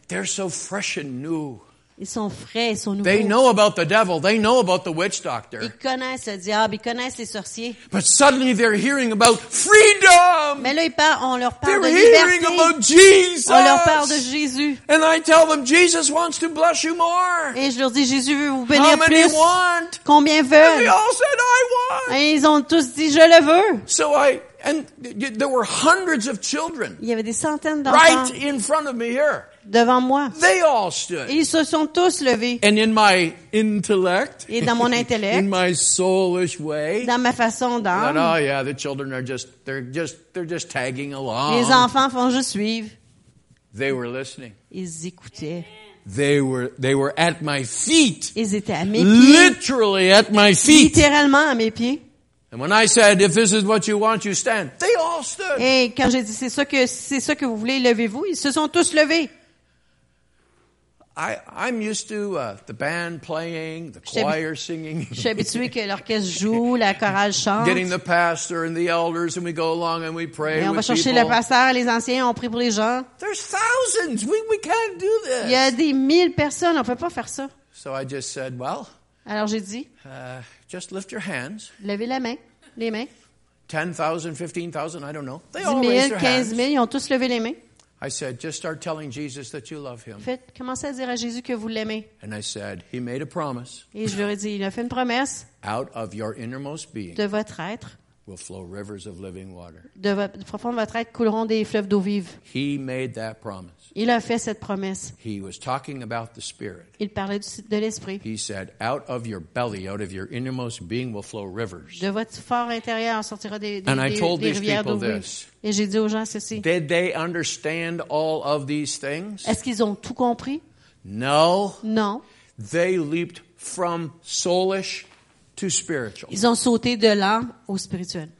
Speaker 2: They're so fresh and new.
Speaker 1: Ils sont frais, ils sont nouveaux.
Speaker 2: They know about the devil. They know about the witch
Speaker 1: Ils
Speaker 2: doctor.
Speaker 1: connaissent le diable, ils connaissent les sorciers.
Speaker 2: But suddenly they're hearing about freedom.
Speaker 1: Mais là, ils parlent, on leur parle
Speaker 2: They're
Speaker 1: de
Speaker 2: hearing
Speaker 1: liberté.
Speaker 2: about Jesus.
Speaker 1: On leur parle de Jésus.
Speaker 2: And I tell them Jesus wants to bless you more.
Speaker 1: Et je leur dis, Jésus veut vous
Speaker 2: How
Speaker 1: bénir
Speaker 2: many
Speaker 1: plus.
Speaker 2: want?
Speaker 1: Combien
Speaker 2: And they
Speaker 1: veulent?
Speaker 2: all said, I want.
Speaker 1: Et ils ont tous dit, je le veux.
Speaker 2: So I, and th- there were hundreds of children
Speaker 1: Il y avait des centaines d'enfants
Speaker 2: right in front of me here.
Speaker 1: devant moi.
Speaker 2: They all
Speaker 1: Et
Speaker 2: stood.
Speaker 1: ils se sont tous levés.
Speaker 2: And in my intellect,
Speaker 1: Et dans mon
Speaker 2: in
Speaker 1: intellect,
Speaker 2: my soulish way,
Speaker 1: dans ma façon
Speaker 2: thought, oh
Speaker 1: d'âme,
Speaker 2: yeah, the children are just, they're just, they're just tagging
Speaker 1: les
Speaker 2: along.
Speaker 1: enfants font juste suivre.
Speaker 2: They were listening.
Speaker 1: Ils écoutaient.
Speaker 2: They were, they were at my feet.
Speaker 1: Ils étaient à mes pieds.
Speaker 2: Literally at my feet.
Speaker 1: Littéralement à mes pieds.
Speaker 2: And when I said, if this is what you want, you stand, they all stood.
Speaker 1: Et quand j'ai dit, c'est ça que, c'est ça que vous voulez, levez-vous, ils se sont tous levés.
Speaker 2: I, I'm used to uh, the band playing, the
Speaker 1: J'étais-
Speaker 2: choir singing,
Speaker 1: Je suis habituée que l'orchestre joue, la chorale chante.
Speaker 2: [LAUGHS] getting the pastor and the elders, and we go along and we pray
Speaker 1: Et on va
Speaker 2: with
Speaker 1: chercher le
Speaker 2: people.
Speaker 1: pasteur, les anciens, on prie pour les gens.
Speaker 2: There's thousands. We, we can't do this.
Speaker 1: Il y a des mille personnes, on peut pas faire ça.
Speaker 2: So I just said, well,
Speaker 1: Alors j'ai dit,
Speaker 2: uh, just lift your hands.
Speaker 1: levez la main, les mains.
Speaker 2: 10,000, 15,000, I don't know. They
Speaker 1: 10 000,
Speaker 2: all raised their
Speaker 1: 15
Speaker 2: hands.
Speaker 1: 000, ils ont tous levé les mains.
Speaker 2: I said, just start telling Jesus that you love him.
Speaker 1: Faites, commencez à dire à Jésus que vous l'aimez.
Speaker 2: And I said, he made a promise.
Speaker 1: Et je leur ai dit, il a fait une promesse
Speaker 2: Out of your innermost being
Speaker 1: de votre être,
Speaker 2: will flow rivers of living water.
Speaker 1: de votre du profond de votre être couleront des fleuves d'eau vive.
Speaker 2: He made that promise.
Speaker 1: Il a fait cette promesse.
Speaker 2: He was talking about the Spirit.
Speaker 1: Il parlait du- de l'esprit.
Speaker 2: He said, Out of your belly, out of your innermost being will flow rivers.
Speaker 1: De votre fort intérieur sortira des, des,
Speaker 2: And I
Speaker 1: des-
Speaker 2: told
Speaker 1: des
Speaker 2: these
Speaker 1: rivières d'eau
Speaker 2: people
Speaker 1: vive.
Speaker 2: this.
Speaker 1: Et j'ai dit aux gens ceci.
Speaker 2: Did they understand all of these things?
Speaker 1: Est-ce qu'ils ont tout compris?
Speaker 2: No.
Speaker 1: Non.
Speaker 2: They leaped from soulish to spiritual.
Speaker 1: Ils ont sauté de l'âme au spirituel.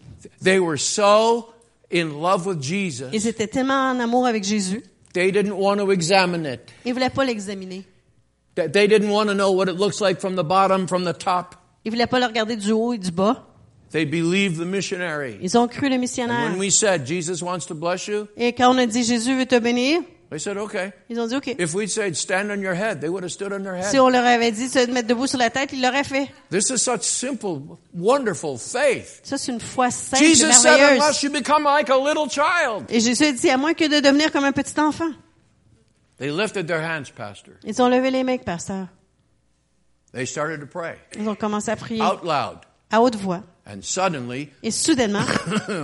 Speaker 2: They were so in love with
Speaker 1: Ils
Speaker 2: Jesus,
Speaker 1: étaient tellement en amour avec Jésus,
Speaker 2: they didn't want to examine it.
Speaker 1: ils ne voulaient pas l'examiner.
Speaker 2: That They didn't want to know what it looks like from the bottom, from the top.
Speaker 1: Ils ne voulaient pas le regarder du haut et du bas.
Speaker 2: They believed the missionary.
Speaker 1: Ils ont cru le
Speaker 2: And
Speaker 1: missionnaire.
Speaker 2: when we said, Jesus wants to bless you,
Speaker 1: Et quand on a dit Jésus veut te bénir,
Speaker 2: they said, okay.
Speaker 1: ils ont dit OK.
Speaker 2: If we'd said, stand on your head, they would have stood on their head.
Speaker 1: Si on leur avait dit de se mettre debout sur la tête, ils l'auraient fait.
Speaker 2: This is such simple, wonderful faith.
Speaker 1: Ça, c'est une foi sainte et
Speaker 2: Jesus said,
Speaker 1: merveilleuse.
Speaker 2: unless you become like a little child.
Speaker 1: Et Jésus a dit, à moins que de devenir comme un petit enfant.
Speaker 2: They lifted their hands, Pastor.
Speaker 1: Ils ont levé les mains, pasteur.
Speaker 2: They started to pray
Speaker 1: Ils ont commencé à prier
Speaker 2: out loud.
Speaker 1: à haute voix.
Speaker 2: And suddenly, [COUGHS]
Speaker 1: Et soudainement,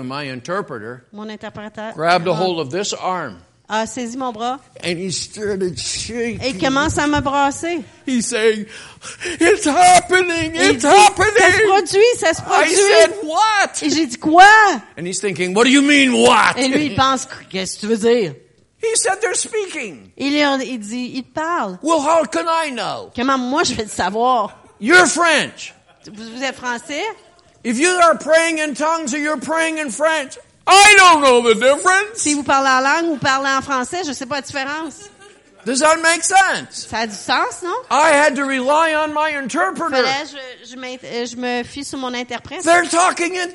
Speaker 2: my interpreter
Speaker 1: mon interpréteur
Speaker 2: grabbed a hold of this arm
Speaker 1: a saisi mon bras
Speaker 2: and he started
Speaker 1: et il
Speaker 2: shaking.
Speaker 1: commence à me brasser.
Speaker 2: He's saying, It's happening!
Speaker 1: Et il dit,
Speaker 2: It's
Speaker 1: ça se
Speaker 2: happening!
Speaker 1: produit, ça se
Speaker 2: I said,
Speaker 1: produit.
Speaker 2: What?
Speaker 1: Et j'ai dit quoi?
Speaker 2: And he's thinking, What do you mean, what?
Speaker 1: Et lui, il pense, qu'est-ce que tu veux dire?
Speaker 2: He said, They're speaking.
Speaker 1: Il, est- il dit, il parle.
Speaker 2: Well, how can I know?
Speaker 1: Comment moi je vais le savoir?
Speaker 2: You're French.
Speaker 1: Vous, vous êtes français?
Speaker 2: If you are praying in tongues or you're praying in French, I don't know the difference.
Speaker 1: Si vous parlez en langue ou parlez en français, je sais pas la différence.
Speaker 2: Does that make sense?
Speaker 1: Ça a du sens, non?
Speaker 2: I had to rely on my interpreter.
Speaker 1: Fallait, je, je, m'int- euh, je me fie sur mon interprète.
Speaker 2: They're talking in
Speaker 1: Il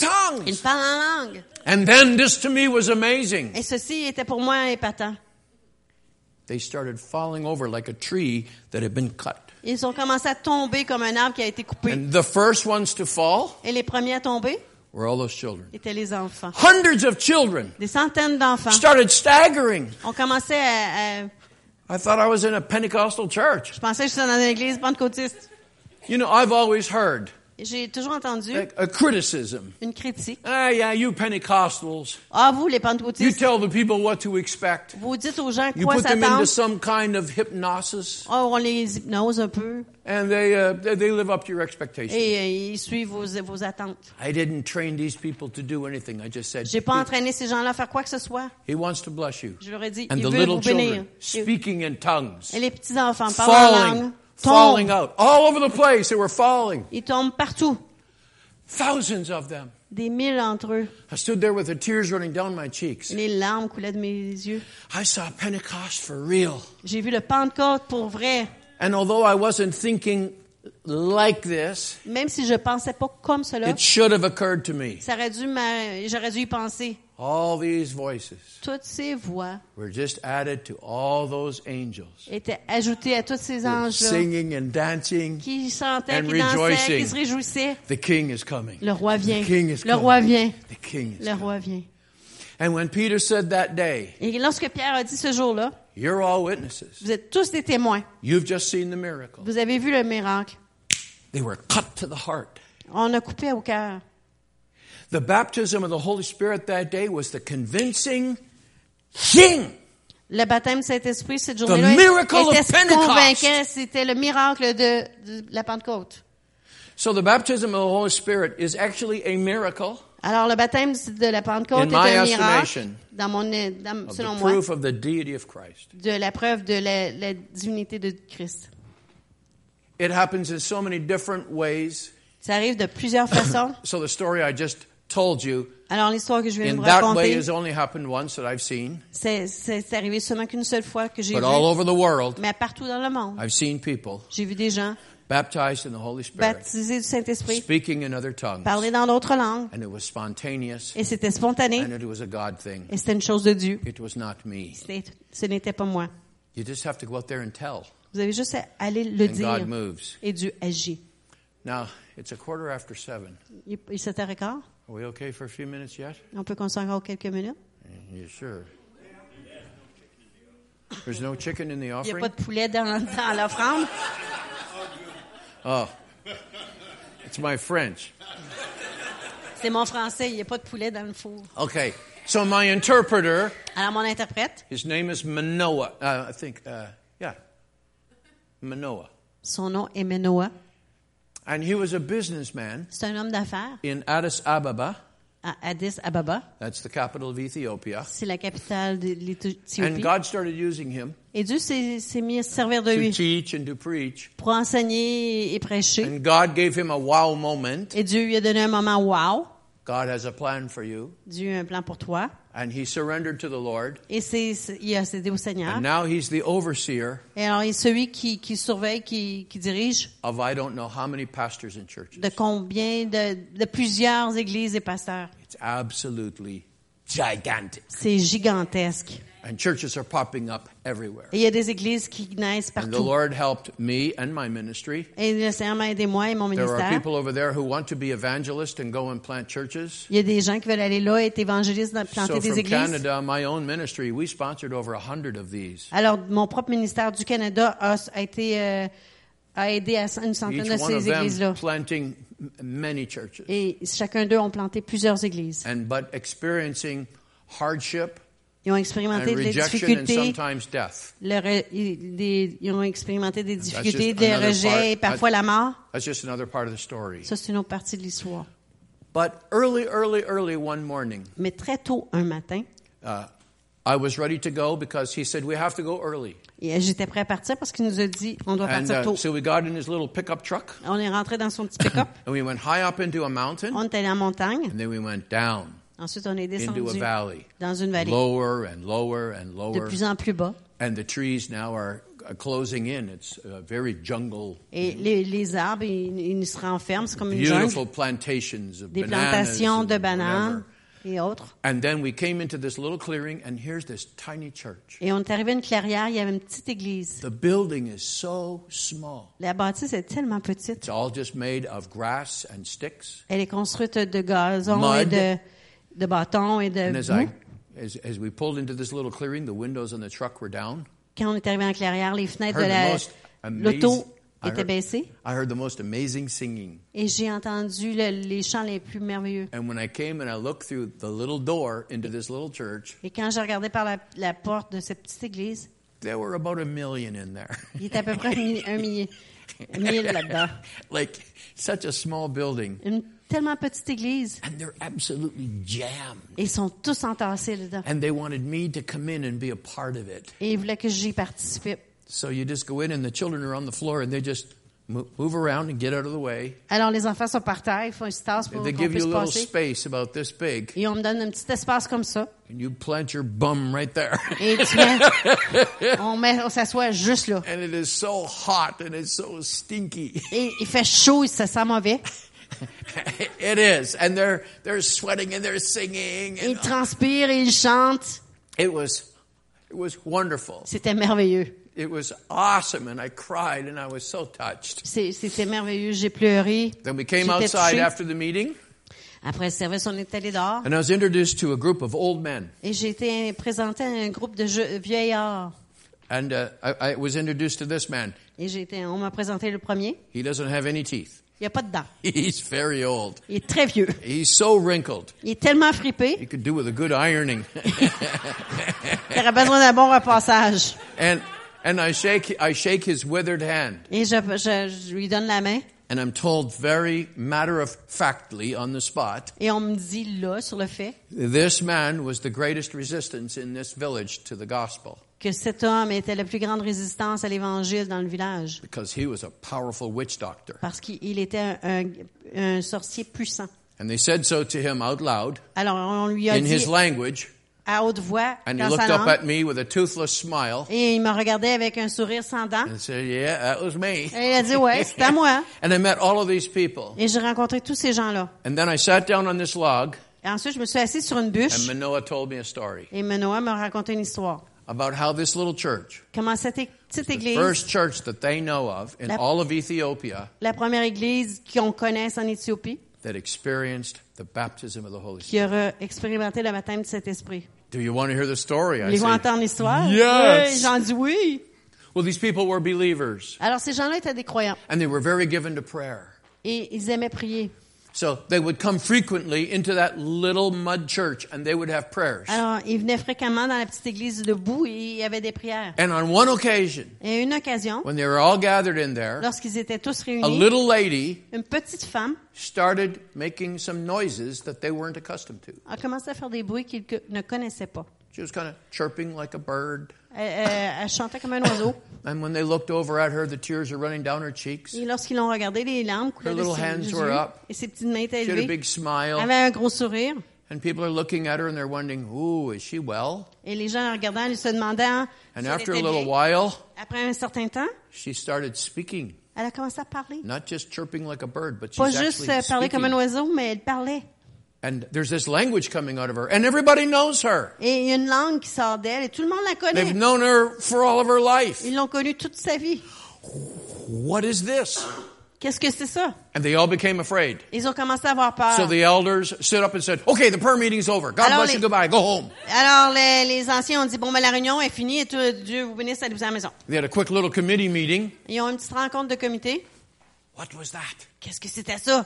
Speaker 2: tongues.
Speaker 1: parle en langue.
Speaker 2: And then this to me was amazing.
Speaker 1: Et ceci était pour moi épatant.
Speaker 2: They started falling over like a tree that had been cut.
Speaker 1: Ils ont commencé à tomber comme un arbre qui a été coupé.
Speaker 2: And the first ones to fall
Speaker 1: Et les premiers à tomber
Speaker 2: were all those children.
Speaker 1: étaient les enfants.
Speaker 2: Hundreds of children
Speaker 1: Des centaines d'enfants.
Speaker 2: started staggering.
Speaker 1: On commençait à, à-
Speaker 2: I thought I was in a Pentecostal church.
Speaker 1: Je pensais que j'étais dans une église pentecôtiste.
Speaker 2: You know, I've always heard
Speaker 1: J'ai toujours entendu
Speaker 2: a, a criticism.
Speaker 1: une critique.
Speaker 2: Ah, yeah, you Pentecostals.
Speaker 1: Ah, vous, les
Speaker 2: You
Speaker 1: pentecôtistes,
Speaker 2: tell the people what to expect.
Speaker 1: vous dites aux gens
Speaker 2: You
Speaker 1: quoi
Speaker 2: put them
Speaker 1: s'attendre.
Speaker 2: into some kind of hypnosis,
Speaker 1: Ah, on les hypnose un peu.
Speaker 2: and they uh, they they live up to your expectations.
Speaker 1: Et euh, ils suivent vos, vos attentes.
Speaker 2: I didn't train these people to do anything. I just said
Speaker 1: J'ai pas entraîné ces gens-là à faire quoi que ce soit.
Speaker 2: He wants to bless you.
Speaker 1: Je leur ai dit,
Speaker 2: And
Speaker 1: il
Speaker 2: the
Speaker 1: veut
Speaker 2: little
Speaker 1: vous bénir.
Speaker 2: children
Speaker 1: Et
Speaker 2: speaking in tongues,
Speaker 1: et les petits-enfants parlent en langue.
Speaker 2: falling, falling
Speaker 1: tombent.
Speaker 2: out. All over the place, they were falling.
Speaker 1: Ils tombent partout.
Speaker 2: Thousands of them.
Speaker 1: Des mille d'entre eux.
Speaker 2: I stood there with the tears running down my cheeks.
Speaker 1: Les larmes coulaient de mes yeux.
Speaker 2: I saw Pentecost for real.
Speaker 1: J'ai vu le Pentecôte pour vrai.
Speaker 2: And although I wasn't thinking like this,
Speaker 1: Même si je pensais pas comme cela,
Speaker 2: it should have occurred to me.
Speaker 1: ça aurait dû m'a- j'aurais dû y penser.
Speaker 2: All these voices
Speaker 1: Toutes ces voix
Speaker 2: were just added to all those angels
Speaker 1: étaient ajoutées à tous ces anges
Speaker 2: singing and dancing.
Speaker 1: qui chantaient,
Speaker 2: And
Speaker 1: qui dansaient,
Speaker 2: rejoicing.
Speaker 1: qui se réjouissaient.
Speaker 2: The king is coming.
Speaker 1: Le roi vient.
Speaker 2: The king is
Speaker 1: Le
Speaker 2: coming.
Speaker 1: roi vient.
Speaker 2: The king is
Speaker 1: Le
Speaker 2: coming.
Speaker 1: roi vient.
Speaker 2: And when Peter said that day,
Speaker 1: Et lorsque Pierre a dit ce jour-là,
Speaker 2: you're all witnesses.
Speaker 1: vous êtes tous des témoins.
Speaker 2: You've just seen the miracle.
Speaker 1: Vous avez vu le miracle.
Speaker 2: They were cut to the heart.
Speaker 1: On a coupé au cœur.
Speaker 2: The baptism of the Holy Spirit that day was the convincing thing.
Speaker 1: Le baptême du Saint-Esprit, cette
Speaker 2: The
Speaker 1: journée-là,
Speaker 2: miracle of
Speaker 1: était
Speaker 2: Pentecost.
Speaker 1: convaincant. C'était le miracle de, de la Pentecôte.
Speaker 2: So the baptism of the Holy Spirit is actually a miracle
Speaker 1: Alors, le baptême du- de la
Speaker 2: In
Speaker 1: Pentecôte est
Speaker 2: my
Speaker 1: un
Speaker 2: estimation,
Speaker 1: miracle, dans mon, dans-
Speaker 2: of
Speaker 1: selon
Speaker 2: the
Speaker 1: moi,
Speaker 2: proof of the deity of Christ.
Speaker 1: de la preuve de la, la divinité de Christ.
Speaker 2: It happens in so many different ways.
Speaker 1: Ça arrive de plusieurs façons.
Speaker 2: So the story I just told you
Speaker 1: Alors, l'histoire que je vais
Speaker 2: in
Speaker 1: vous
Speaker 2: that way
Speaker 1: raconter,
Speaker 2: has only happened once that I've seen,
Speaker 1: c'est c'est- c'est arrivé seulement qu'une seule fois que j'ai
Speaker 2: but
Speaker 1: vu,
Speaker 2: all over the world
Speaker 1: mais partout dans le monde,
Speaker 2: I've seen people
Speaker 1: j'ai vu des gens
Speaker 2: baptized in the Holy Spirit,
Speaker 1: baptisés du Saint-Esprit,
Speaker 2: speaking in other tongues,
Speaker 1: parler dans d'autres langues,
Speaker 2: and it was spontaneous,
Speaker 1: et c'était spontané,
Speaker 2: and it was a God thing.
Speaker 1: et c'était une chose de Dieu.
Speaker 2: It was not me.
Speaker 1: C'était- Ce n'était pas moi.
Speaker 2: You just have to go out there and tell,
Speaker 1: Vous avez juste à aller le
Speaker 2: and God
Speaker 1: dire,
Speaker 2: moves.
Speaker 1: et Dieu agit.
Speaker 2: Now it's a quarter after seven.
Speaker 1: Il, il se tait record.
Speaker 2: Are we okay for a few minutes yet?
Speaker 1: On peut qu'on s'en rende quelques minutes.
Speaker 2: You sure? There's no chicken in
Speaker 1: Il
Speaker 2: the
Speaker 1: n'y a
Speaker 2: offering.
Speaker 1: pas de poulet dans, dans l'offrande.
Speaker 2: Oh, it's my French.
Speaker 1: C'est mon français, il n'y a pas de poulet dans le four.
Speaker 2: Okay. So my interpreter,
Speaker 1: Alors, mon interprète,
Speaker 2: his name is Manoa. Uh, I think, uh, yeah, Manoa,
Speaker 1: son nom est Menoa.
Speaker 2: and he was a businessman
Speaker 1: C'est un homme d'affaires
Speaker 2: in Addis Ababa.
Speaker 1: à Addis Ababa.
Speaker 2: That's the capital of Ethiopia.
Speaker 1: C'est la capitale de
Speaker 2: And
Speaker 1: l'Éthiopie.
Speaker 2: God started using him
Speaker 1: Et Dieu s'est s'est mis à se servir de
Speaker 2: to
Speaker 1: lui
Speaker 2: teach and to preach.
Speaker 1: pour enseigner et prêcher.
Speaker 2: And God gave him a wow moment.
Speaker 1: Et Dieu lui a donné un moment wow.
Speaker 2: God has a plan for you.
Speaker 1: Dieu a un plan pour toi.
Speaker 2: And he surrendered to the Lord.
Speaker 1: Et c'est c'est- il a cédé au Seigneur.
Speaker 2: And now he's the overseer
Speaker 1: Et alors, il est celui qui, qui surveille, qui, qui dirige
Speaker 2: of I don't know how many pastors and churches.
Speaker 1: de combien de, de plusieurs églises et pasteurs.
Speaker 2: It's absolutely gigantic.
Speaker 1: C'est gigantesque.
Speaker 2: And churches are popping up everywhere.
Speaker 1: Et il y a des églises qui naissent
Speaker 2: And the
Speaker 1: partout.
Speaker 2: Lord helped me and my ministry.
Speaker 1: Et le Seigneur m'a aidé moi et mon
Speaker 2: There are
Speaker 1: ministère.
Speaker 2: people over there who want to be evangelists and go and plant churches.
Speaker 1: Il y a des gens qui veulent aller là, être évangélistes, dans- planter
Speaker 2: So
Speaker 1: des
Speaker 2: from
Speaker 1: églises.
Speaker 2: Canada, my own ministry, we sponsored over a hundred of these.
Speaker 1: Alors, mon propre ministère du Canada a, a été euh, a aidé à une centaine
Speaker 2: Each
Speaker 1: de
Speaker 2: one of
Speaker 1: ces églises-là.
Speaker 2: them planting m- many churches.
Speaker 1: Et chacun d'eux ont planté plusieurs églises.
Speaker 2: and but experiencing hardship
Speaker 1: Ils ont
Speaker 2: and
Speaker 1: expérimenté des
Speaker 2: rejection and
Speaker 1: difficultés,
Speaker 2: sometimes death.
Speaker 1: le re- ils- des- ils ont expérimenté des difficultés,
Speaker 2: just
Speaker 1: des
Speaker 2: another part.
Speaker 1: rejets, et parfois la mort.
Speaker 2: That's just another part of the story.
Speaker 1: Ça, c'est une autre partie de l'histoire.
Speaker 2: But early, early, early one morning,
Speaker 1: Mais très tôt un matin,
Speaker 2: uh, I was ready to go because he said we have to go early,
Speaker 1: et euh, j'étais prêt à partir parce qu'il nous a dit on doit
Speaker 2: and
Speaker 1: partir
Speaker 2: uh,
Speaker 1: tôt.
Speaker 2: so we got in his little pickup truck
Speaker 1: On est rentré dans son petit pick-up.
Speaker 2: and we went high up into a mountain,
Speaker 1: On est allé en montagne.
Speaker 2: and then we went down
Speaker 1: Ensuite, on est
Speaker 2: into a
Speaker 1: descendu
Speaker 2: valley,
Speaker 1: dans une vallée
Speaker 2: lower and lower and
Speaker 1: de
Speaker 2: lower,
Speaker 1: plus en plus bas.
Speaker 2: and the trees now are are closing in. It's uh, very jungle,
Speaker 1: Et les, les arbres, ils, ils se renferment. C'est comme une jungle.
Speaker 2: beautiful plantations of
Speaker 1: Des
Speaker 2: bananas,
Speaker 1: plantations de
Speaker 2: and
Speaker 1: bananes
Speaker 2: whatever.
Speaker 1: et autres.
Speaker 2: And then we came into this little clearing, and here's this tiny church.
Speaker 1: Et on est arrivé à une clairière, il y avait une petite église.
Speaker 2: The building is so small.
Speaker 1: La bâtisse est tellement
Speaker 2: It's
Speaker 1: petite.
Speaker 2: all just made of grass and sticks.
Speaker 1: Elle est construite de gazon et
Speaker 2: Mud.
Speaker 1: de, de bâtons et de
Speaker 2: And as,
Speaker 1: boue.
Speaker 2: I,
Speaker 1: Mm-hmm.
Speaker 2: as, as we pulled into this little clearing, the windows on the truck were down.
Speaker 1: Quand on est arrivé en clairière, les fenêtres de
Speaker 2: Heard the
Speaker 1: la-
Speaker 2: most amazing,
Speaker 1: l'auto
Speaker 2: I
Speaker 1: étaient baissées.
Speaker 2: heard, I heard the most amazing singing.
Speaker 1: Et j'ai entendu le- les chants les plus merveilleux.
Speaker 2: And when I came and I looked through the little door into this little church,
Speaker 1: Et quand j'ai regardé par la, la porte de cette petite église,
Speaker 2: there were about a million in there.
Speaker 1: il était à
Speaker 2: [LAUGHS]
Speaker 1: peu près un mi- un millier, mille là-dedans.
Speaker 2: like such a small building.
Speaker 1: Une tellement petite église.
Speaker 2: And they're absolutely jammed.
Speaker 1: Et ils sont tous entassés dedans.
Speaker 2: And they wanted me to come in and be a part of it.
Speaker 1: Et ils voulaient que j'y participe.
Speaker 2: So you just go in and the children are on the floor and they just mo- move around and get out of the way.
Speaker 1: Alors, les enfants sont par terre, ils font une petite tasse pour
Speaker 2: And they
Speaker 1: qu'on
Speaker 2: give you
Speaker 1: puisse
Speaker 2: a little
Speaker 1: passer.
Speaker 2: space about this big
Speaker 1: Et on me donne un petit espace comme ça.
Speaker 2: and you plant your bum right there. [LAUGHS]
Speaker 1: Et tu mets, on, met, on s'assoit juste là.
Speaker 2: and it is so hot and it's so stinky. [LAUGHS]
Speaker 1: Et il fait chaud, ça sent mauvais.
Speaker 2: it is. And they're they're sweating and they're singing.
Speaker 1: Il
Speaker 2: And
Speaker 1: transpire et il chante.
Speaker 2: it was it was wonderful.
Speaker 1: C'était merveilleux.
Speaker 2: It was awesome and I cried and I was so touched.
Speaker 1: C'est- C'était merveilleux. J'ai pleuré.
Speaker 2: Then we came
Speaker 1: J'étais
Speaker 2: outside
Speaker 1: touchée.
Speaker 2: after the meeting
Speaker 1: Après le service, on est allé dehors.
Speaker 2: and I was introduced to a group of old men.
Speaker 1: Et j'ai été présentée à un groupe de je- vieillards.
Speaker 2: And uh, I, I was introduced to this man.
Speaker 1: Et j'ai été, on m'a présenté le premier.
Speaker 2: He doesn't have any teeth. [LAUGHS]
Speaker 1: Il n'y a pas de dents.
Speaker 2: He's very old.
Speaker 1: Il est très vieux.
Speaker 2: He's so wrinkled.
Speaker 1: Il est tellement frippé
Speaker 2: He could do with a good ironing. [LAUGHS]
Speaker 1: qu'il aurait besoin d'un bon repassage.
Speaker 2: and and I shake I shake his withered hand
Speaker 1: Et je, je- je lui donne la main.
Speaker 2: and I'm told very matter of factly on the spot
Speaker 1: Et on me dit là, sur le fait,
Speaker 2: this man was the greatest resistance in this village to the gospel
Speaker 1: que cet homme était la plus grande résistance à l'Évangile dans le village.
Speaker 2: because he was a powerful witch doctor.
Speaker 1: Parce qu'il était un, un- un sorcier puissant.
Speaker 2: And they said so to him out loud
Speaker 1: Alors, on lui a
Speaker 2: in
Speaker 1: dit
Speaker 2: his language
Speaker 1: à haute voix,
Speaker 2: and he
Speaker 1: dans sa
Speaker 2: looked up
Speaker 1: langue,
Speaker 2: at me with a toothless smile
Speaker 1: et il me regardait avec un sourire sans dents.
Speaker 2: and said, "Yeah, that was me."
Speaker 1: Et il a dit, ouais,
Speaker 2: [LAUGHS]
Speaker 1: c'est à moi.
Speaker 2: And I met all of these people.
Speaker 1: Et j'ai rencontré tous ces gens-là.
Speaker 2: And then I sat down on this log
Speaker 1: Et ensuite, je me suis assise sur une
Speaker 2: and
Speaker 1: bûche
Speaker 2: Manoah told me a story
Speaker 1: et Manoah m'a raconté une histoire.
Speaker 2: about how this little church
Speaker 1: Comment cette é- petite
Speaker 2: the
Speaker 1: église,
Speaker 2: first church that they know of in
Speaker 1: La-
Speaker 2: all of Ethiopia
Speaker 1: la première église qu'on connaisse en Éthiopie,
Speaker 2: that experienced the baptism of the Holy Spirit.
Speaker 1: qui aura expérimenté le baptême de cet esprit.
Speaker 2: Do you want to hear the story? I
Speaker 1: Voulez-vous
Speaker 2: say,
Speaker 1: entendre l'histoire?
Speaker 2: Ah, Yes.
Speaker 1: Oui, j'en dis oui.
Speaker 2: Well, these people were believers
Speaker 1: Alors, ces gens-là étaient des croyants
Speaker 2: and they were very given to prayer.
Speaker 1: et ils aimaient prier.
Speaker 2: So they would come frequently into that little mud church and they would have prayers.
Speaker 1: Alors, ils venaient fréquemment dans la petite église debout et il y avait des prières.
Speaker 2: And on one occasion,
Speaker 1: Et à une occasion,
Speaker 2: when they were all gathered in there,
Speaker 1: lorsqu'ils étaient tous
Speaker 2: a
Speaker 1: réunis,
Speaker 2: little lady
Speaker 1: une petite femme
Speaker 2: started making some noises that they weren't accustomed to.
Speaker 1: a commencé à faire des bruits qu'ils que- ne connaissaient pas.
Speaker 2: She was kind of chirping like a bird.
Speaker 1: Elle, elle- elle chantait comme un oiseau.
Speaker 2: And when they looked over at her, the tears were running down her cheeks.
Speaker 1: Et lorsqu'ils l'ont regardé, les larmes coulaient
Speaker 2: Her
Speaker 1: de
Speaker 2: little hands
Speaker 1: ses
Speaker 2: were
Speaker 1: yeux.
Speaker 2: up.
Speaker 1: Et ses petites mains étaient
Speaker 2: She had a
Speaker 1: levées.
Speaker 2: big
Speaker 1: Elle
Speaker 2: smile.
Speaker 1: avait un gros sourire.
Speaker 2: And people are looking at her and they're wondering, ooh, is she well?
Speaker 1: Et les gens, en regardant, ils se demandant si
Speaker 2: And
Speaker 1: elle
Speaker 2: after a
Speaker 1: était
Speaker 2: little
Speaker 1: bien.
Speaker 2: while,
Speaker 1: Après un certain temps,
Speaker 2: she started speaking.
Speaker 1: elle a commencé à parler.
Speaker 2: Not just chirping like a bird, but she's
Speaker 1: Pas
Speaker 2: actually
Speaker 1: juste euh, parler comme un
Speaker 2: speaking.
Speaker 1: oiseau, mais elle parlait.
Speaker 2: And there's this language coming out of her. And everybody knows her.
Speaker 1: Et il y a une langue qui sort d'elle et tout le monde la
Speaker 2: They've
Speaker 1: connaît.
Speaker 2: known her for all of her life.
Speaker 1: Ils l'ont connue toute sa vie.
Speaker 2: What is this?
Speaker 1: Qu'est-ce que c'est ça?
Speaker 2: And they all became afraid.
Speaker 1: Ils ont commencé à avoir peur.
Speaker 2: So the elders stood up and said, okay, the prayer meeting's over. God
Speaker 1: Alors
Speaker 2: bless
Speaker 1: les-
Speaker 2: you, goodbye, go home.
Speaker 1: Alors, les, les anciens ont dit, bon, ben, la réunion est finie et tout, Dieu vous bénisse, allez-vous à la maison.
Speaker 2: They had a quick little committee meeting.
Speaker 1: Ils ont une petite rencontre de comité.
Speaker 2: What was that?
Speaker 1: Qu'est-ce que c'était ça?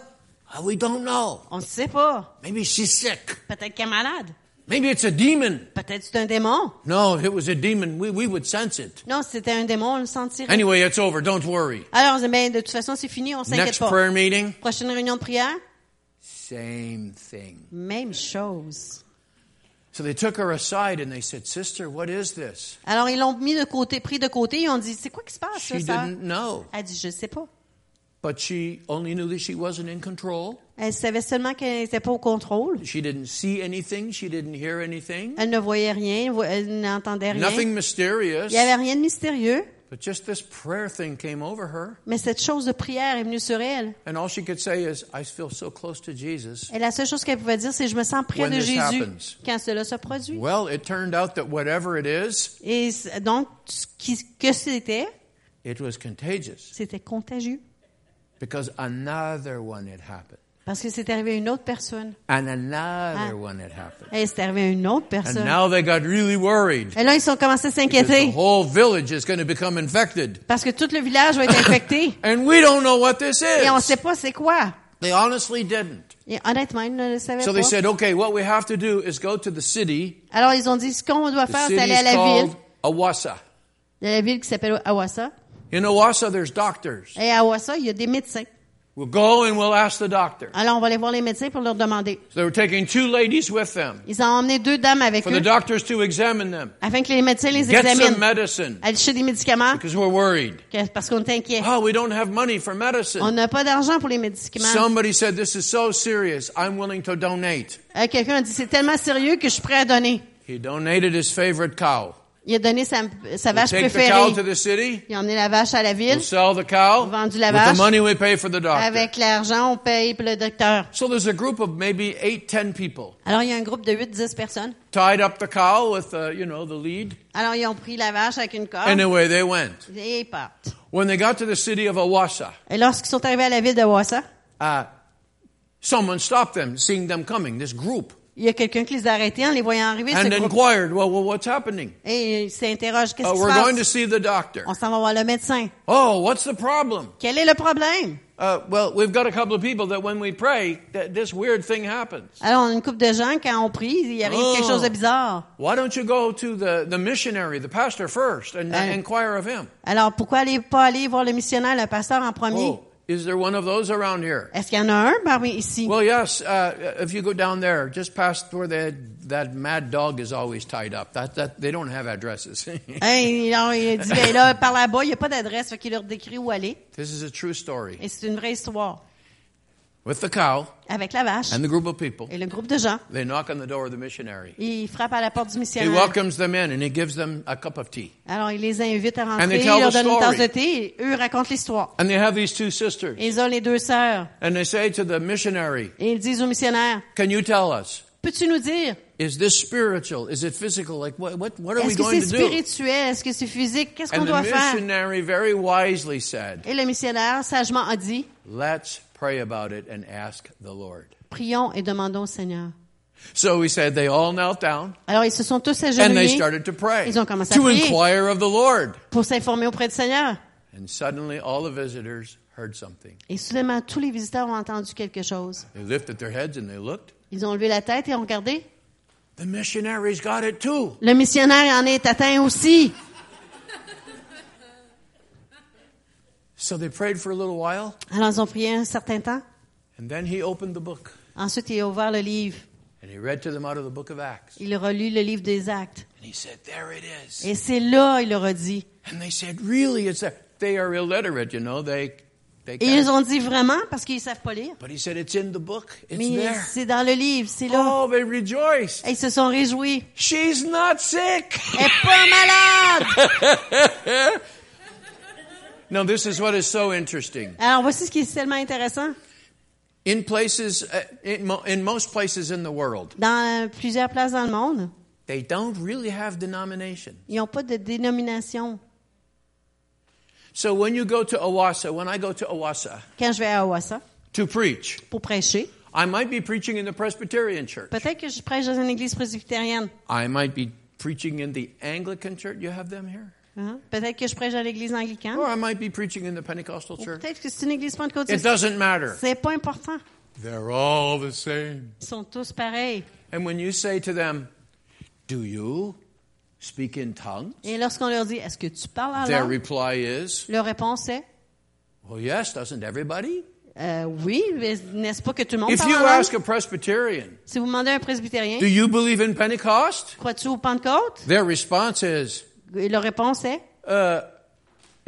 Speaker 2: Uh, we don't know.
Speaker 1: On ne sait pas.
Speaker 2: Maybe she's sick.
Speaker 1: Peut-être qu'elle est malade.
Speaker 2: Maybe it's a demon.
Speaker 1: Peut-être que c'est un démon.
Speaker 2: No, if it was a demon, we, we would sense it.
Speaker 1: Non, si c'était un démon, on le sentirait.
Speaker 2: Anyway, it's over. Don't worry.
Speaker 1: Alors, on dit, ben, de toute façon, c'est fini, on s'inquiète
Speaker 2: Next
Speaker 1: pas.
Speaker 2: prayer meeting,
Speaker 1: Prochaine réunion de prière,
Speaker 2: same thing.
Speaker 1: même chose.
Speaker 2: So they took her aside and they said, Sister, what is this?
Speaker 1: Alors, ils l'ont mis de côté, pris de côté. Ils ont dit, c'est quoi qui se passe, ça,
Speaker 2: She
Speaker 1: sœur?
Speaker 2: didn't know.
Speaker 1: Elle dit, je sais pas.
Speaker 2: But she only knew that she wasn't in control.
Speaker 1: Elle savait seulement qu'elle n'était pas au contrôle.
Speaker 2: She didn't see anything. She didn't hear anything.
Speaker 1: Elle ne voyait rien, vo- elle n'entendait rien.
Speaker 2: Nothing mysterious.
Speaker 1: Il n'y avait rien de mystérieux,
Speaker 2: But just this prayer thing came over her.
Speaker 1: mais cette chose de prière est venue sur elle.
Speaker 2: And all she could say is, I feel so close to Jesus.
Speaker 1: Et la seule chose qu'elle pouvait dire, c'est je me sens près
Speaker 2: When
Speaker 1: de
Speaker 2: this
Speaker 1: Jésus
Speaker 2: happens.
Speaker 1: quand cela se produit.
Speaker 2: Well, it turned out that whatever it is,
Speaker 1: Et c- donc, ce qui- que c'était,
Speaker 2: it was contagious
Speaker 1: c'était contagieux.
Speaker 2: because another one had happened.
Speaker 1: Parce que c'est arrivé à une autre personne.
Speaker 2: And another
Speaker 1: Ah.
Speaker 2: one had happened.
Speaker 1: Et c'est arrivé à une autre
Speaker 2: And
Speaker 1: personne.
Speaker 2: now they got really worried.
Speaker 1: Et là, ils ont commencé à
Speaker 2: Because the
Speaker 1: s'inquiéter.
Speaker 2: whole village is going to become infected.
Speaker 1: Parce que tout le village va être
Speaker 2: [COUGHS]
Speaker 1: infecté.
Speaker 2: And we don't know what this
Speaker 1: Et on ne
Speaker 2: is.
Speaker 1: sait pas c'est quoi.
Speaker 2: They honestly didn't.
Speaker 1: Et honnêtement, ils ne le savaient
Speaker 2: So they
Speaker 1: pas.
Speaker 2: said, okay, what we have to do is go to the city.
Speaker 1: Alors, ils ont dit, ce qu'on doit
Speaker 2: The
Speaker 1: faire, c'est
Speaker 2: city
Speaker 1: aller à
Speaker 2: is
Speaker 1: la ville.
Speaker 2: called Awassa.
Speaker 1: De la ville qui s'appelle Awassa.
Speaker 2: In Awassa, there's doctors.
Speaker 1: Et à Awassa, il y a des médecins.
Speaker 2: We'll go and we'll ask the doctor.
Speaker 1: Alors, on va aller voir les médecins pour leur demander.
Speaker 2: So they were taking two ladies with them
Speaker 1: Ils ont emmené deux dames avec
Speaker 2: for the
Speaker 1: eux
Speaker 2: doctors to examine them.
Speaker 1: afin que les médecins les
Speaker 2: Get some
Speaker 1: examinent.
Speaker 2: medicine
Speaker 1: Aller chercher des médicaments
Speaker 2: because we're worried.
Speaker 1: que- parce qu'on était inquiet.
Speaker 2: Oh, we don't have money for
Speaker 1: On
Speaker 2: medicine.
Speaker 1: n'a pas d'argent pour les médicaments.
Speaker 2: Somebody said, This is so serious. I'm willing to donate.
Speaker 1: Euh, Quelqu'un a dit, c'est tellement sérieux que je suis prêt à donner.
Speaker 2: He donated his favorite cow.
Speaker 1: Il a donné sa, sa
Speaker 2: We'll
Speaker 1: vache
Speaker 2: take the cow to
Speaker 1: préférée.
Speaker 2: the city.
Speaker 1: Il a emmené la vache à la
Speaker 2: We'll
Speaker 1: ville.
Speaker 2: sell the cow. With
Speaker 1: Vendu la
Speaker 2: the
Speaker 1: vache.
Speaker 2: money we pay for the doctor.
Speaker 1: Avec l'argent, on paye pour le docteur.
Speaker 2: So there's a group of maybe eight, ten people
Speaker 1: Alors, il y a un groupe de 8-10 personnes.
Speaker 2: tied up the cow with, uh, you know, the lead.
Speaker 1: Alors, ils ont pris la vache avec une
Speaker 2: And
Speaker 1: corde
Speaker 2: away they went.
Speaker 1: et ils partent.
Speaker 2: When they got to the city of Awasa,
Speaker 1: Et lorsqu'ils sont arrivés à la ville de Wassa,
Speaker 2: uh, someone stopped them, seeing them coming, this group,
Speaker 1: il y a quelqu'un qui les a arrêtés en les voyant arriver. ce
Speaker 2: and
Speaker 1: groupe.
Speaker 2: inquired, well, well what's happening?
Speaker 1: Et ils s'interrogent, qu'est-ce
Speaker 2: Uh,
Speaker 1: qui
Speaker 2: we're
Speaker 1: se
Speaker 2: going to
Speaker 1: passe?
Speaker 2: see the doctor.
Speaker 1: On s'en va voir le médecin.
Speaker 2: Oh, what's the problem?
Speaker 1: Quel est le problème?
Speaker 2: Uh, well, we've got a couple of people that when we pray, that this weird thing happens.
Speaker 1: Alors, on a une couple de gens, quand on prie, il arrive
Speaker 2: Oh.
Speaker 1: quelque chose de bizarre.
Speaker 2: Why don't you go to the, the missionary, the pastor first, and
Speaker 1: Hey.
Speaker 2: inquire of him?
Speaker 1: Alors, pourquoi aller, pas aller voir le missionnaire, le pasteur en premier?
Speaker 2: Oh, is there one of those around here?
Speaker 1: Est-ce qu'il y en a un parmi ici?
Speaker 2: Well, yes. Uh, if you go down there, just past where that that mad dog is always tied up. That that they don't have addresses. [LAUGHS]
Speaker 1: Hein, il, alors, il a dit, ben là, par là-bas, il n'y a pas d'adresse, fait qu'il leur décrit où aller.
Speaker 2: this is a true story
Speaker 1: Et c'est une vraie histoire.
Speaker 2: with the cow
Speaker 1: Avec la vache
Speaker 2: and the group of people.
Speaker 1: et le groupe de gens,
Speaker 2: They knock on the door of the missionary.
Speaker 1: il frappe à la porte du
Speaker 2: He
Speaker 1: missionnaire.
Speaker 2: welcomes them in and he gives them a cup of tea.
Speaker 1: Alors, il les invite à
Speaker 2: And
Speaker 1: rentrer,
Speaker 2: they
Speaker 1: il
Speaker 2: tell
Speaker 1: leur
Speaker 2: the
Speaker 1: donne une
Speaker 2: story.
Speaker 1: tasse de thé, et eux racontent l'histoire.
Speaker 2: And they have these two sisters,
Speaker 1: Et Ils ont les deux sœurs
Speaker 2: and they say to the missionary,
Speaker 1: et ils disent au missionnaire,
Speaker 2: "Can you tell us?
Speaker 1: peux-tu nous dire,
Speaker 2: Is this spiritual? Is it physical? Like what? What, what are we
Speaker 1: est-ce que
Speaker 2: going
Speaker 1: c'est
Speaker 2: to do?"
Speaker 1: spirituel, est-ce que c'est physique, qu'est-ce qu'on
Speaker 2: And the
Speaker 1: doit faire?
Speaker 2: missionary very wisely said,
Speaker 1: Et le missionnaire sagement a dit,
Speaker 2: "Let's pray about it and ask the Lord."
Speaker 1: prions et demandons au Seigneur.
Speaker 2: So we said they all knelt down
Speaker 1: Alors, ils se sont tous
Speaker 2: and they
Speaker 1: agenouillés
Speaker 2: started to pray,
Speaker 1: Ils ont commencé à
Speaker 2: to
Speaker 1: prier.
Speaker 2: inquire of the Lord.
Speaker 1: pour s'informer auprès du Seigneur.
Speaker 2: And suddenly all the visitors heard something.
Speaker 1: Et soudainement, tous les visiteurs ont entendu quelque chose.
Speaker 2: They lifted their heads and they looked.
Speaker 1: Ils ont levé la tête et ont regardé.
Speaker 2: The missionaries got it too.
Speaker 1: Le missionnaire en est atteint aussi.
Speaker 2: So they prayed for a little while
Speaker 1: Alors, ils ont prié un certain temps.
Speaker 2: and then he opened the book
Speaker 1: Ensuite, il a ouvert le livre.
Speaker 2: and he read to them out of the book of Acts.
Speaker 1: Il a relu le livre des actes.
Speaker 2: And he said, There it is.
Speaker 1: Et c'est là, il leur a dit.
Speaker 2: And they said, Really? It's there. They are illiterate, you know. They, they
Speaker 1: Et ils
Speaker 2: can't.
Speaker 1: ont dit vraiment parce qu'ils savent pas lire.
Speaker 2: But he said, It's in the book. It's
Speaker 1: Mais
Speaker 2: there.
Speaker 1: c'est dans le livre, c'est là.
Speaker 2: Oh, they rejoiced.
Speaker 1: Et ils se sont réjouis.
Speaker 2: She's not sick.
Speaker 1: Elle est pas malade!
Speaker 2: No, this is what is so interesting.
Speaker 1: Alors, voici ce qui est tellement intéressant.
Speaker 2: In places, uh, in, mo- in most places in the world,
Speaker 1: Dans euh, plusieurs places dans le monde,
Speaker 2: they don't really have denomination.
Speaker 1: ils n'ont pas de dénomination.
Speaker 2: So when you go to Owasa, when I go to Owasa
Speaker 1: Quand je vais à Owassa
Speaker 2: to preach,
Speaker 1: pour prêcher,
Speaker 2: I might be preaching in the Presbyterian church.
Speaker 1: peut-être que je prêche dans une église presbytérienne.
Speaker 2: I might be preaching in the Anglican church. You have them here?
Speaker 1: Hein? Peut-être que je prêche dans l'église anglicane.
Speaker 2: Or I might be preaching in the Pentecostal
Speaker 1: Ou
Speaker 2: church.
Speaker 1: peut-être que c'est une église
Speaker 2: It
Speaker 1: pentecôtiste.
Speaker 2: doesn't matter.
Speaker 1: C'est pas important.
Speaker 2: They're all the same.
Speaker 1: Ils sont tous pareils.
Speaker 2: And when you say to them, Do you speak in tongues?
Speaker 1: Et lorsqu'on leur dit, est-ce que tu parles en
Speaker 2: Their
Speaker 1: langue?
Speaker 2: reply is,
Speaker 1: Leur réponse est,
Speaker 2: Well, yes, doesn't everybody?
Speaker 1: Euh, oui, mais n'est-ce pas que tout le monde
Speaker 2: If
Speaker 1: parle
Speaker 2: you
Speaker 1: en langue?
Speaker 2: ask a Presbyterian,
Speaker 1: Si vous demandez à un presbytérien,
Speaker 2: Do you believe in Pentecost?
Speaker 1: crois-tu au Pentecôte?
Speaker 2: Their response is,
Speaker 1: Et leur réponse est,
Speaker 2: uh,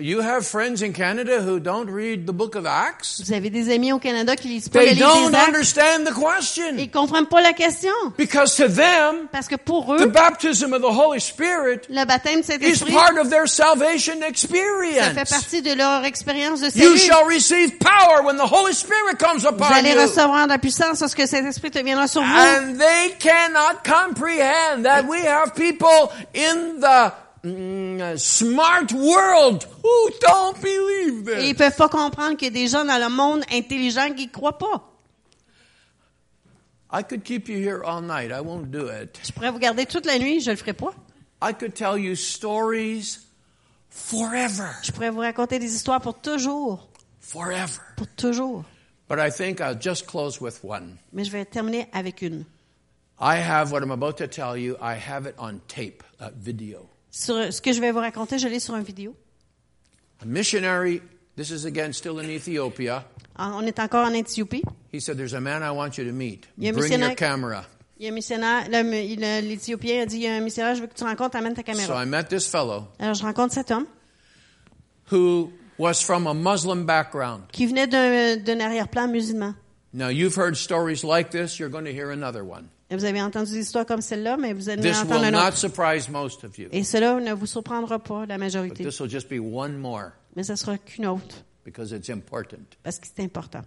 Speaker 2: You have friends in Canada who don't read the book of Acts?
Speaker 1: vous avez des amis au Canada qui lisent pas le
Speaker 2: They
Speaker 1: livre
Speaker 2: don't
Speaker 1: des actes
Speaker 2: understand the
Speaker 1: et
Speaker 2: question.
Speaker 1: ils comprennent pas la question.
Speaker 2: Because to them,
Speaker 1: Parce que pour
Speaker 2: the
Speaker 1: eux,
Speaker 2: baptism of the Holy Spirit
Speaker 1: le baptême de
Speaker 2: is
Speaker 1: Saint-Esprit,
Speaker 2: part of their salvation
Speaker 1: ça fait
Speaker 2: experience.
Speaker 1: partie de leur expérience de
Speaker 2: You
Speaker 1: salut.
Speaker 2: shall receive power when the Holy Spirit comes
Speaker 1: Vous
Speaker 2: upon
Speaker 1: allez
Speaker 2: you.
Speaker 1: recevoir de la puissance lorsque Saint-Esprit te viendra sur vous.
Speaker 2: And they cannot comprehend that we have people in the mm, smart world who don't believe
Speaker 1: Et ils
Speaker 2: this.
Speaker 1: peuvent pas comprendre qu'il y a des gens dans le monde intelligent qui croient pas.
Speaker 2: I could keep you here all night. I won't do it.
Speaker 1: Je pourrais vous garder toute la nuit, je le ferai pas.
Speaker 2: I could tell you stories forever.
Speaker 1: Je pourrais vous raconter des histoires pour toujours.
Speaker 2: Forever.
Speaker 1: Pour toujours.
Speaker 2: But I think I'll just close with one.
Speaker 1: Mais je vais terminer avec une.
Speaker 2: I have what I'm about to tell you, I have it on tape, uh, video.
Speaker 1: Sur, ce que je vais vous raconter, je l'ai sur une vidéo.
Speaker 2: A missionary, this is again still in Ethiopia.
Speaker 1: En- Ah, On est encore en Éthiopie.
Speaker 2: He said, There's a man I want you to meet.
Speaker 1: Il y a un
Speaker 2: Bring your
Speaker 1: missionnaire-
Speaker 2: camera.
Speaker 1: Il y a un missionnaire, le- le- l'Éthiopien a dit, il y a un missionnaire, je veux que tu rencontres, amène ta
Speaker 2: So
Speaker 1: caméra.
Speaker 2: I met this fellow
Speaker 1: Alors je rencontre cet homme
Speaker 2: who was from a Muslim background.
Speaker 1: qui venait d'un d'un arrière-plan musulman.
Speaker 2: Now, you've heard stories like this, you're going to hear another one.
Speaker 1: Et Vous avez entendu des histoires comme celle-là, mais vous allez
Speaker 2: This
Speaker 1: en
Speaker 2: will
Speaker 1: entendre un
Speaker 2: not
Speaker 1: autre.
Speaker 2: surprise most of you,
Speaker 1: Et cela ne vous surprendra pas, la
Speaker 2: but
Speaker 1: majorité.
Speaker 2: this will just be one more
Speaker 1: Mais ça sera qu'une autre,
Speaker 2: because it's important.
Speaker 1: parce que c'est important.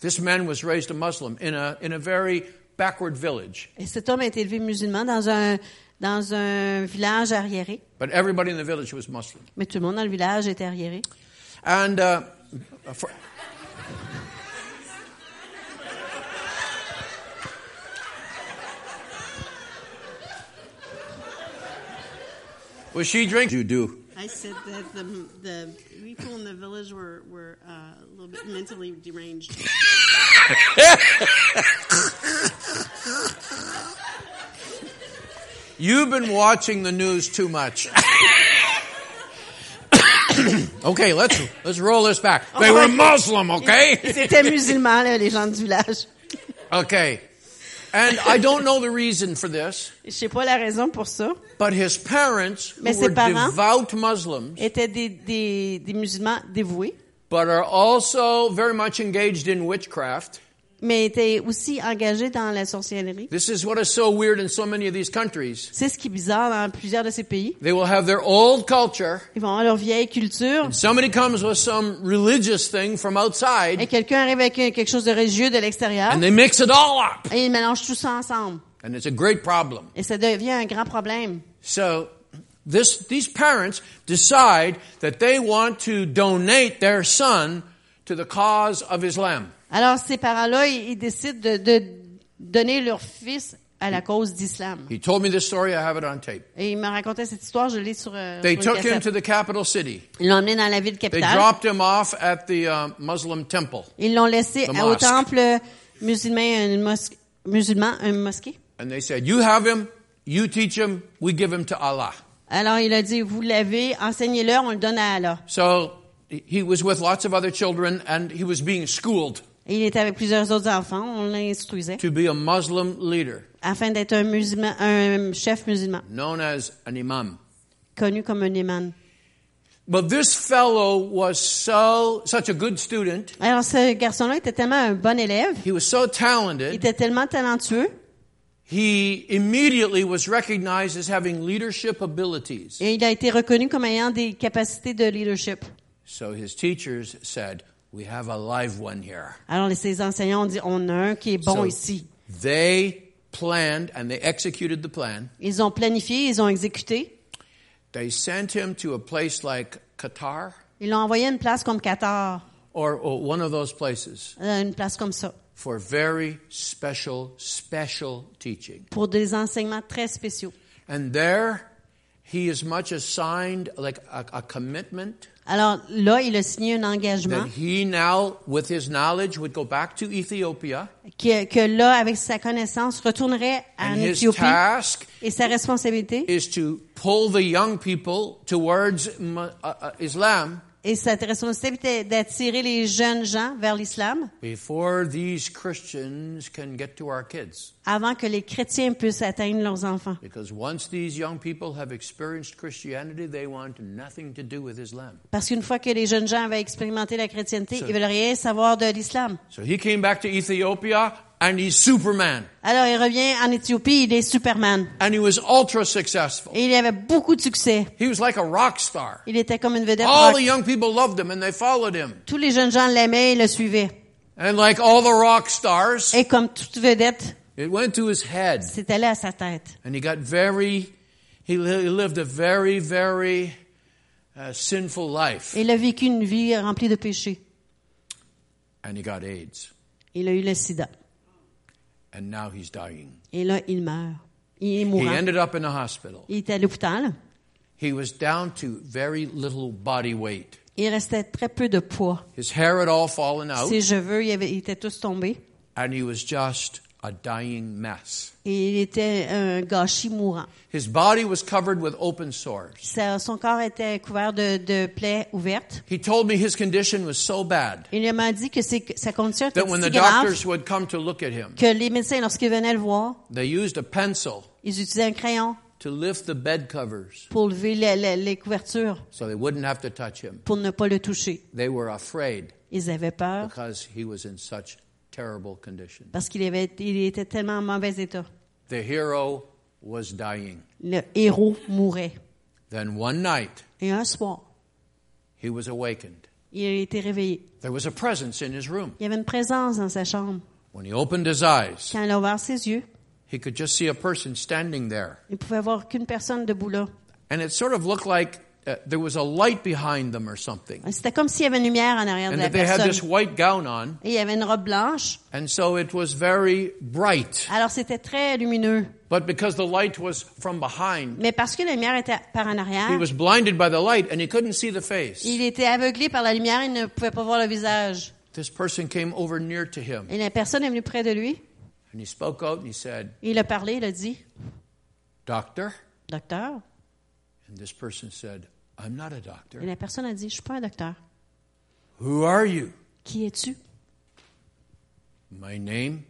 Speaker 2: This man was raised a Muslim in a, in a very backward village,
Speaker 1: Et cet homme a été élevé musulman dans un, dans un village arriéré.
Speaker 2: but everybody in the village was Muslim.
Speaker 1: Mais tout le monde dans le village était arriéré.
Speaker 2: And uh, for- was she drinking? You do.
Speaker 3: I said that the, the people in the village were, were uh, a little bit mentally deranged.
Speaker 2: You've been watching the news too much. [COUGHS] okay, let's let's roll this back. They were Muslim, okay?
Speaker 1: C'était musulman, là, les gens du village.
Speaker 2: Okay. And I don't know the reason for this,
Speaker 1: Je sais pas la raison pour ça.
Speaker 2: but his parents, who
Speaker 1: Mais ses
Speaker 2: were
Speaker 1: parents-
Speaker 2: devout Muslims,
Speaker 1: Étaient des, des, des musulmans dévoués,
Speaker 2: but are also very much engaged in witchcraft.
Speaker 1: mais étaient aussi engagés dans la sorcellerie.
Speaker 2: This is what is so weird in so many of these countries.
Speaker 1: C'est ce qui est bizarre dans plusieurs de ces pays.
Speaker 2: They will have their old culture.
Speaker 1: Ils vont avoir leur vieille culture.
Speaker 2: Somebody comes with some religious thing from
Speaker 1: Et
Speaker 2: outside,
Speaker 1: quelqu'un arrive avec un- quelque chose de religieux de l'extérieur
Speaker 2: and they mix it all up.
Speaker 1: et ils mélangent tout ça ensemble.
Speaker 2: And it's a great problem.
Speaker 1: Et ça devient un grand problème.
Speaker 2: So this, these parents decide that they want to donate their son to the cause of Islam.
Speaker 1: Alors, ces parents-là, ils, ils décident de, de donner leur fils à la cause d'Islam.
Speaker 2: He told me this story. I have it on tape.
Speaker 1: Et il me racontait cette histoire, je l'ai sur, euh,
Speaker 2: They
Speaker 1: sur une
Speaker 2: took him
Speaker 1: cassette.
Speaker 2: to the capital city.
Speaker 1: Ils l'ont emmené dans la ville
Speaker 2: They
Speaker 1: capitale.
Speaker 2: dropped him off at the uh, Muslim temple,
Speaker 1: Ils l'ont laissé
Speaker 2: The
Speaker 1: à- au
Speaker 2: mosque.
Speaker 1: temple musulman, une mosquée, musulman, une mosquée.
Speaker 2: and they said, "You have him. You teach him. We give him to Allah."
Speaker 1: Alors, il a dit, vous l'avez, enseignez-leur, on le donne à Allah.
Speaker 2: So he was with lots of other children, and he was being schooled
Speaker 1: Et il était avec plusieurs autres enfants, on l'instruisait,
Speaker 2: to be a Muslim leader,
Speaker 1: afin d'être un musulman, un chef musulman,
Speaker 2: known as an imam.
Speaker 1: connu comme un imam.
Speaker 2: But this fellow was so such a good student.
Speaker 1: Alors, ce garçon-là était tellement un bon élève,
Speaker 2: He was so
Speaker 1: il
Speaker 2: talented,
Speaker 1: était tellement talentueux,
Speaker 2: he immediately was recognized as having leadership abilities.
Speaker 1: et il a été reconnu comme ayant des capacités de leadership.
Speaker 2: So his teachers said, We have a live one here.
Speaker 1: Alors, les- ses enseignants ont dit, on a un qui est bon
Speaker 2: So
Speaker 1: ici.
Speaker 2: They planned and they executed the plan.
Speaker 1: Ils ont planifié, ils ont exécuté.
Speaker 2: They sent him to a place like Qatar
Speaker 1: Ils l'ont envoyé à une place comme Qatar,
Speaker 2: or, or one of those places
Speaker 1: euh, une place comme ça,
Speaker 2: for very special, special teaching.
Speaker 1: pour des enseignements très spéciaux.
Speaker 2: And there, he as much as signed like a, a commitment
Speaker 1: Alors là, il a signé un engagement
Speaker 2: that he now, with his knowledge, would go back to Ethiopia.
Speaker 1: que, que là, avec sa connaissance, retournerait en
Speaker 2: And his
Speaker 1: Éthiopie.
Speaker 2: task
Speaker 1: Et sa responsabilité,
Speaker 2: is to pull the young people towards mu- uh, uh, Islam
Speaker 1: et sa responsabilité était d'attirer les jeunes gens vers l'islam
Speaker 2: before these Christians can get to our kids.
Speaker 1: avant que les chrétiens puissent atteindre leurs enfants.
Speaker 2: Because once these young people have experienced Christianity, they want nothing to do with Islam.
Speaker 1: Parce qu'une fois que les jeunes gens avaient expérimenté la chrétienté, ils veulent rien savoir de l'islam.
Speaker 2: So he came back to Ethiopia and he's Superman.
Speaker 1: Alors il revient en Éthiopie, il est Superman.
Speaker 2: And he was ultra successful.
Speaker 1: Et il avait beaucoup de succès.
Speaker 2: He was like a rock star.
Speaker 1: Il était comme une vedette.
Speaker 2: All
Speaker 1: rock.
Speaker 2: the young people loved him and they followed him.
Speaker 1: Tous les jeunes gens l'aimaient et le suivaient.
Speaker 2: And like all the rock stars,
Speaker 1: Et comme toute vedette,
Speaker 2: it went to his head.
Speaker 1: c'est allé à sa tête.
Speaker 2: And he got very, he li- he lived a very, very uh, sinful life.
Speaker 1: Et Il a vécu une vie remplie de péchés.
Speaker 2: And he got AIDS.
Speaker 1: Il a eu le sida.
Speaker 2: And now he's dying.
Speaker 1: Et là, il meurt. Il est
Speaker 2: He
Speaker 1: mourant.
Speaker 2: ended up in a hospital.
Speaker 1: Il était à l'hôpital.
Speaker 2: He was down to very little body weight.
Speaker 1: Il restait très peu de poids.
Speaker 2: His hair had all fallen out,
Speaker 1: Ses cheveux, il avait, ils étaient tous tombés.
Speaker 2: and he was just a dying mess.
Speaker 1: et il était un gâchis mourant.
Speaker 2: His body was covered with open sores.
Speaker 1: Sa- son corps était couvert de, de plaies ouvertes.
Speaker 2: He told me his condition was so bad
Speaker 1: Il m'a dit que c'est- sa condition était
Speaker 2: that when
Speaker 1: si
Speaker 2: the
Speaker 1: grave
Speaker 2: doctors would come to look at him,
Speaker 1: que les médecins, lorsqu'ils venaient le voir,
Speaker 2: they used a pencil
Speaker 1: ils utilisaient un crayon
Speaker 2: to lift the bed covers
Speaker 1: pour lever les, les- les couvertures
Speaker 2: so they wouldn't have to touch him.
Speaker 1: pour ne pas le toucher.
Speaker 2: They were afraid
Speaker 1: Ils avaient peur
Speaker 2: because he was in such terrible condition.
Speaker 1: parce qu'il avait, il était tellement en mauvais état.
Speaker 2: The hero was dying.
Speaker 1: Le héros mourait.
Speaker 2: Then one night,
Speaker 1: Et un soir,
Speaker 2: he was awakened.
Speaker 1: il a été réveillé.
Speaker 2: There was a presence in his room.
Speaker 1: Il y avait une présence dans sa chambre.
Speaker 2: When he opened his eyes,
Speaker 1: Quand il a ouvert ses yeux,
Speaker 2: he could just see a person standing there.
Speaker 1: il pouvait voir qu'une personne debout là.
Speaker 2: And it sort of looked like uh, there was a light behind them or something.
Speaker 1: C'était comme s'il y avait une lumière en arrière de
Speaker 2: And
Speaker 1: la
Speaker 2: that they had this
Speaker 1: personne.
Speaker 2: white gown on.
Speaker 1: Et il y avait une robe blanche.
Speaker 2: And so it was very bright.
Speaker 1: Alors c'était très lumineux.
Speaker 2: But because the light was from behind,
Speaker 1: Mais parce que la lumière était par en
Speaker 2: he
Speaker 1: arrière,
Speaker 2: was blinded by the light and he couldn't see the face.
Speaker 1: il était aveuglé par la lumière, il ne pouvait pas voir le visage.
Speaker 2: This person came over near to him
Speaker 1: Et la personne est venue près de lui.
Speaker 2: and he spoke out and he said,
Speaker 1: Et il a parlé, il a dit,
Speaker 2: Doctor?
Speaker 1: docteur.
Speaker 2: And this person said, I'm not a
Speaker 1: Et
Speaker 2: doctor.
Speaker 1: la personne a dit, je suis pas un docteur.
Speaker 2: Who are you?
Speaker 1: Qui es-tu?
Speaker 2: My name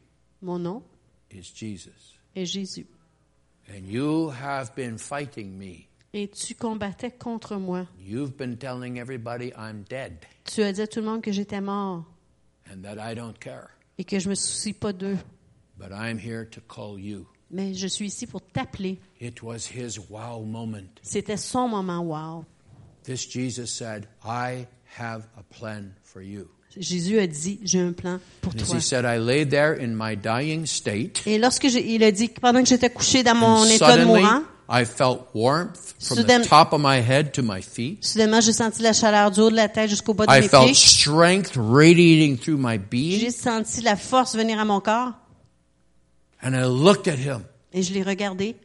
Speaker 1: Mon nom
Speaker 2: is Jesus.
Speaker 1: est Jésus.
Speaker 2: And you have been fighting me.
Speaker 1: Et tu combattais contre moi.
Speaker 2: You've been telling everybody I'm dead
Speaker 1: Tu as dit à tout le monde que j'étais mort
Speaker 2: and that I don't care.
Speaker 1: et que je me soucie pas d'eux.
Speaker 2: But I'm here to call you.
Speaker 1: Mais je suis ici pour t'appeler.
Speaker 2: It was his wow moment.
Speaker 1: C'était son moment wow.
Speaker 2: This Jesus said, I have a plan for you.
Speaker 1: Jésus a dit, j'ai un plan pour
Speaker 2: And as
Speaker 1: toi.
Speaker 2: he said, I lay there in my dying state.
Speaker 1: Et lorsque j'ai- il a dit, que pendant que j'étais couché dans mon
Speaker 2: and
Speaker 1: état de
Speaker 2: suddenly,
Speaker 1: mourant,
Speaker 2: I felt warmth from the
Speaker 1: Soudain-
Speaker 2: top of my head to my feet.
Speaker 1: soudainement, j'ai senti la chaleur du haut de la tête jusqu'au bas de
Speaker 2: I
Speaker 1: mes
Speaker 2: felt
Speaker 1: pieds.
Speaker 2: strength radiating through my being.
Speaker 1: J'ai senti la force venir à mon corps
Speaker 2: And I looked at him
Speaker 1: et je l'ai regardé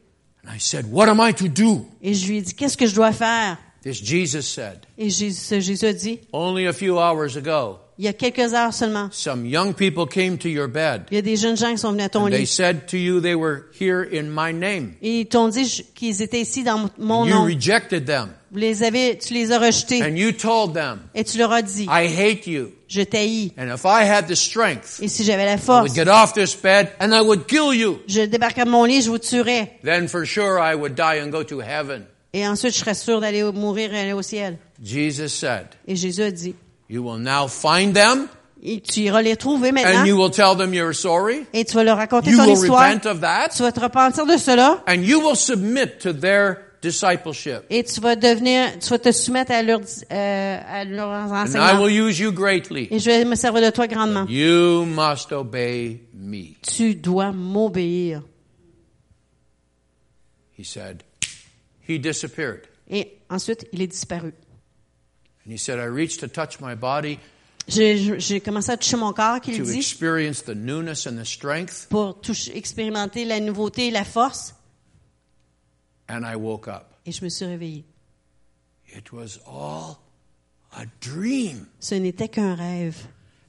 Speaker 2: and I said, What am I to do?
Speaker 1: et je lui ai dit, qu'est-ce que je dois faire?
Speaker 2: This Jesus said,
Speaker 1: Et Jésus, ce Jésus a dit,
Speaker 2: Only a few hours ago,
Speaker 1: il y a quelques heures seulement,
Speaker 2: some young people came to your bed.
Speaker 1: il y a des jeunes gens qui sont venus à ton
Speaker 2: And they
Speaker 1: lit.
Speaker 2: said to you they were here in my name.
Speaker 1: Et ils t'ont dit je- qu'ils étaient ici dans mon
Speaker 2: You
Speaker 1: nom.
Speaker 2: rejected them.
Speaker 1: Vous les avez, tu les as rejetés
Speaker 2: And you told them,
Speaker 1: et tu leur as dit,
Speaker 2: I hate you.
Speaker 1: je t'haïs.
Speaker 2: And if I had the strength,
Speaker 1: Et si j'avais la
Speaker 2: I
Speaker 1: force,
Speaker 2: would get off this bed and I would kill you.
Speaker 1: je débarquais de mon lit, je vous tuerais.
Speaker 2: Then for sure I would die and go to heaven.
Speaker 1: Et ensuite, je serais sûr d'aller au- mourir et aller au ciel.
Speaker 2: Jesus said,
Speaker 1: Et Jésus a dit,
Speaker 2: You will now find them
Speaker 1: Et tu iras les trouver maintenant
Speaker 2: and you will tell them you're sorry.
Speaker 1: et tu vas leur raconter
Speaker 2: You
Speaker 1: ton
Speaker 2: will
Speaker 1: histoire.
Speaker 2: repent of that
Speaker 1: Tu vas te repentir de cela
Speaker 2: and you will submit to their discipleship.
Speaker 1: et tu vas devenir, tu vas te soumettre à leur, euh, à leur
Speaker 2: And I
Speaker 1: enseignement.
Speaker 2: will use you greatly.
Speaker 1: Et je vais me servir de toi grandement.
Speaker 2: You must obey me.
Speaker 1: Tu dois m'obéir.
Speaker 2: He said, He disappeared.
Speaker 1: Et ensuite, il est disparu.
Speaker 2: And he said, I reached to touch my body
Speaker 1: J'ai- J'ai j'ai commencé à toucher mon corps, qu'il
Speaker 2: to
Speaker 1: dit,
Speaker 2: experience the newness and the strength,
Speaker 1: pour toucher, expérimenter la nouveauté et la force.
Speaker 2: and I woke up.
Speaker 1: Et je me suis réveillée.
Speaker 2: It was all a dream.
Speaker 1: Ce n'était qu'un rêve.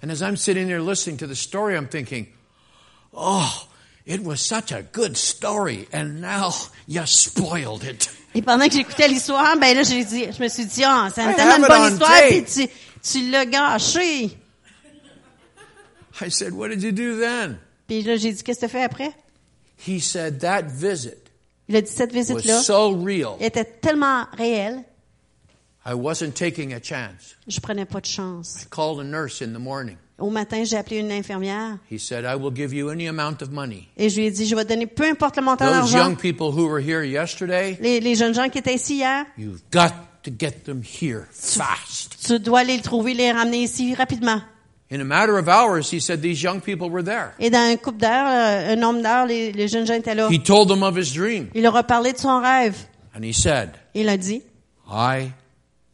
Speaker 2: And as I'm sitting there listening to the story, I'm thinking, oh, it was such a good story, and now you spoiled it. [LAUGHS]
Speaker 1: Et pendant que j'écoutais l'histoire, ben là, j'ai dit, je me suis dit, ah, c'est
Speaker 2: I
Speaker 1: tellement
Speaker 2: have
Speaker 1: une
Speaker 2: it on
Speaker 1: bonne histoire,
Speaker 2: tape.
Speaker 1: puis tu, tu l'as gâchée.
Speaker 2: I said, What did you do then?
Speaker 1: Puis là, j'ai dit, qu'est-ce que tu fait après?
Speaker 2: He said, That visit
Speaker 1: Il a dit, cette
Speaker 2: was
Speaker 1: visite-là
Speaker 2: so real,
Speaker 1: était tellement réelle,
Speaker 2: I wasn't taking a chance.
Speaker 1: je prenais pas de chance.
Speaker 2: Called a nurse in the morning.
Speaker 1: Au matin, j'ai appelé une infirmière
Speaker 2: He said, I will give you any amount of money.
Speaker 1: et je lui ai dit, je vais te donner peu importe le montant
Speaker 2: Those
Speaker 1: d'argent.
Speaker 2: young people who were here yesterday,
Speaker 1: Les, les jeunes gens qui étaient ici hier,
Speaker 2: You've got to get them here fast.
Speaker 1: tu dois aller le trouver, les ramener ici rapidement.
Speaker 2: In a matter of hours, he said these young people were there.
Speaker 1: Et dans un couple d'heures, euh, un nombre d'heures, les, les jeunes gens étaient là.
Speaker 2: He told them of his dream.
Speaker 1: Il leur a parlé de son rêve.
Speaker 2: And he said,
Speaker 1: Il a dit,
Speaker 2: I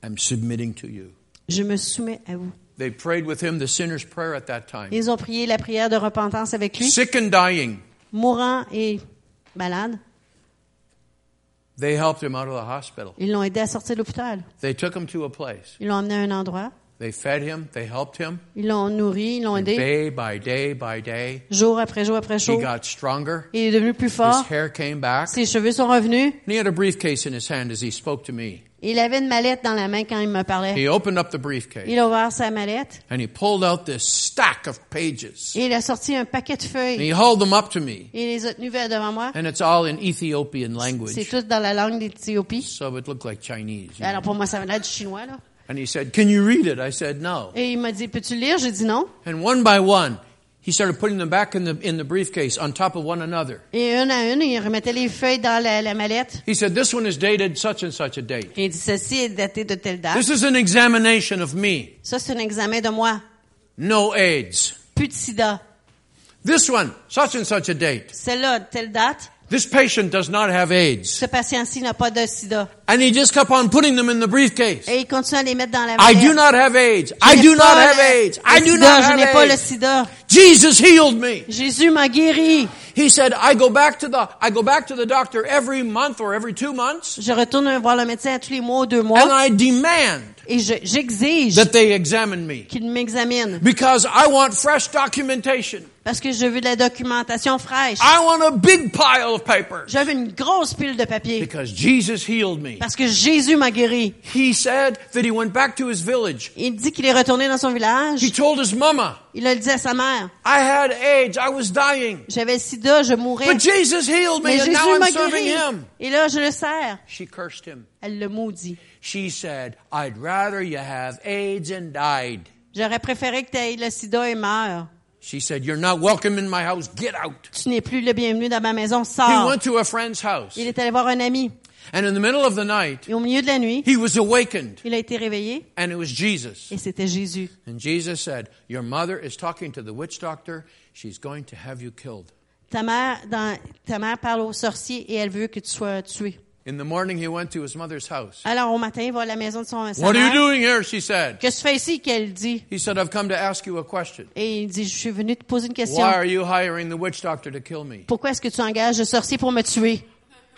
Speaker 2: am submitting to you.
Speaker 1: je me soumets à vous.
Speaker 2: They prayed with him the sinner's prayer at that time.
Speaker 1: Ils ont prié la prière de repentance avec lui,
Speaker 2: Sick and dying,
Speaker 1: mourant et malade.
Speaker 2: they helped him out of the hospital.
Speaker 1: Ils l'ont aidé à sortir de l'hôpital.
Speaker 2: They took him to a place
Speaker 1: Ils l'ont emmené à un endroit
Speaker 2: They fed him, they helped him.
Speaker 1: Ils l'ont nourri, ils l'ont aidé
Speaker 2: Day by day by day,
Speaker 1: jour après jour après
Speaker 2: he
Speaker 1: jour.
Speaker 2: got stronger.
Speaker 1: Il est devenu plus
Speaker 2: His
Speaker 1: fort.
Speaker 2: hair came back.
Speaker 1: Ses cheveux sont revenus.
Speaker 2: And he had a briefcase in his hand as he spoke to me.
Speaker 1: Il avait une mallette dans la main quand il me parlait.
Speaker 2: He opened up the briefcase
Speaker 1: Il a ouvert sa mallette
Speaker 2: and he pulled out this stack of pages.
Speaker 1: et il a sorti un paquet de
Speaker 2: And
Speaker 1: feuilles.
Speaker 2: he held them up to me.
Speaker 1: Il les a tenues vers devant moi.
Speaker 2: And it's all in Ethiopian
Speaker 1: C'est
Speaker 2: language.
Speaker 1: tout dans la langue d'Éthiopie.
Speaker 2: So it looked like Chinese. you know.
Speaker 1: Alors pour moi, ça venait du chinois, là.
Speaker 2: And he said, Can you read it? I said, No.
Speaker 1: Et il m'a dit, peux-tu lire? J'ai dit non.
Speaker 2: And one by one, he started putting them back in the, in the briefcase on top of one another.
Speaker 1: Et une à une, il remettait les feuilles dans la, la mallette.
Speaker 2: He said, This one is dated such and such a date.
Speaker 1: Et il dit, ceci est daté de telle date.
Speaker 2: This is an examination of me.
Speaker 1: Ça, c'est un examen de moi.
Speaker 2: No AIDS.
Speaker 1: Plus de sida.
Speaker 2: This one, such and such a date.
Speaker 1: Celle-là, telle date.
Speaker 2: This patient does not have AIDS.
Speaker 1: Ce patient-ci n'a pas de sida.
Speaker 2: And he just kept on putting them in the briefcase.
Speaker 1: Et il continue à les mettre dans la
Speaker 2: I
Speaker 1: mallette.
Speaker 2: do not have AIDS.
Speaker 1: Je
Speaker 2: I
Speaker 1: n'ai
Speaker 2: do not
Speaker 1: pas
Speaker 2: have
Speaker 1: le-
Speaker 2: AIDS.
Speaker 1: le
Speaker 2: I do
Speaker 1: sida,
Speaker 2: not
Speaker 1: Je n'ai
Speaker 2: have
Speaker 1: pas le
Speaker 2: AIDS.
Speaker 1: sida.
Speaker 2: Jesus healed me.
Speaker 1: Jésus m'a guéri.
Speaker 2: He said, I go back to the, I go back to the doctor every month or every two months
Speaker 1: Je retourne voir le médecin à tous les mois ou deux
Speaker 2: and
Speaker 1: mois
Speaker 2: I demand
Speaker 1: et je- j'exige
Speaker 2: that they examine me
Speaker 1: qu'il m'examine
Speaker 2: because I want fresh documentation.
Speaker 1: parce que je veux de la documentation fraîche.
Speaker 2: I want a big pile of papers
Speaker 1: Je veux une grosse pile de papier
Speaker 2: because Jesus healed me.
Speaker 1: parce que Jésus m'a guéri.
Speaker 2: He said that he went back to his village.
Speaker 1: Il dit qu'il est retourné dans son
Speaker 2: He
Speaker 1: village.
Speaker 2: told his mama,
Speaker 1: Il a dit à sa mère,
Speaker 2: I had AIDS. I was dying,
Speaker 1: j'avais le sida, je mourais,
Speaker 2: but Jesus healed
Speaker 1: mais
Speaker 2: me and
Speaker 1: Jésus
Speaker 2: now
Speaker 1: m'a
Speaker 2: I'm serving
Speaker 1: guéri.
Speaker 2: him.
Speaker 1: Et là, je le sers.
Speaker 2: She cursed him.
Speaker 1: Elle le maudit.
Speaker 2: She said, I'd rather you have AIDS and died.
Speaker 1: J'aurais préféré que tu aies le sida et meure.
Speaker 2: She said, You're not welcome in my house. Get out.
Speaker 1: Tu n'es plus le bienvenu dans ma maison,
Speaker 2: He
Speaker 1: sors.
Speaker 2: went to a friend's house.
Speaker 1: Il est allé voir un ami.
Speaker 2: And in the middle of the night,
Speaker 1: Et au milieu de la nuit,
Speaker 2: he was awakened.
Speaker 1: il a été réveillé
Speaker 2: And it was Jesus.
Speaker 1: et c'était Jésus.
Speaker 2: And Jesus said, Your mother is talking to the witch doctor. She's going to have you killed.
Speaker 1: Ta mère, dans, ta mère parle au sorcier et elle veut que tu sois tué.
Speaker 2: In the morning, he went to his mother's house.
Speaker 1: Alors au matin, il va à la maison de son sa
Speaker 2: What are you
Speaker 1: mère.
Speaker 2: doing here? She said.
Speaker 1: Que se fait ici qu'elle dit
Speaker 2: He said, I've come to ask you a question.
Speaker 1: Et il dit, je suis venu te poser une question.
Speaker 2: Why are you hiring the witch doctor to kill me?
Speaker 1: Pourquoi est-ce que tu engages le sorcier pour me tuer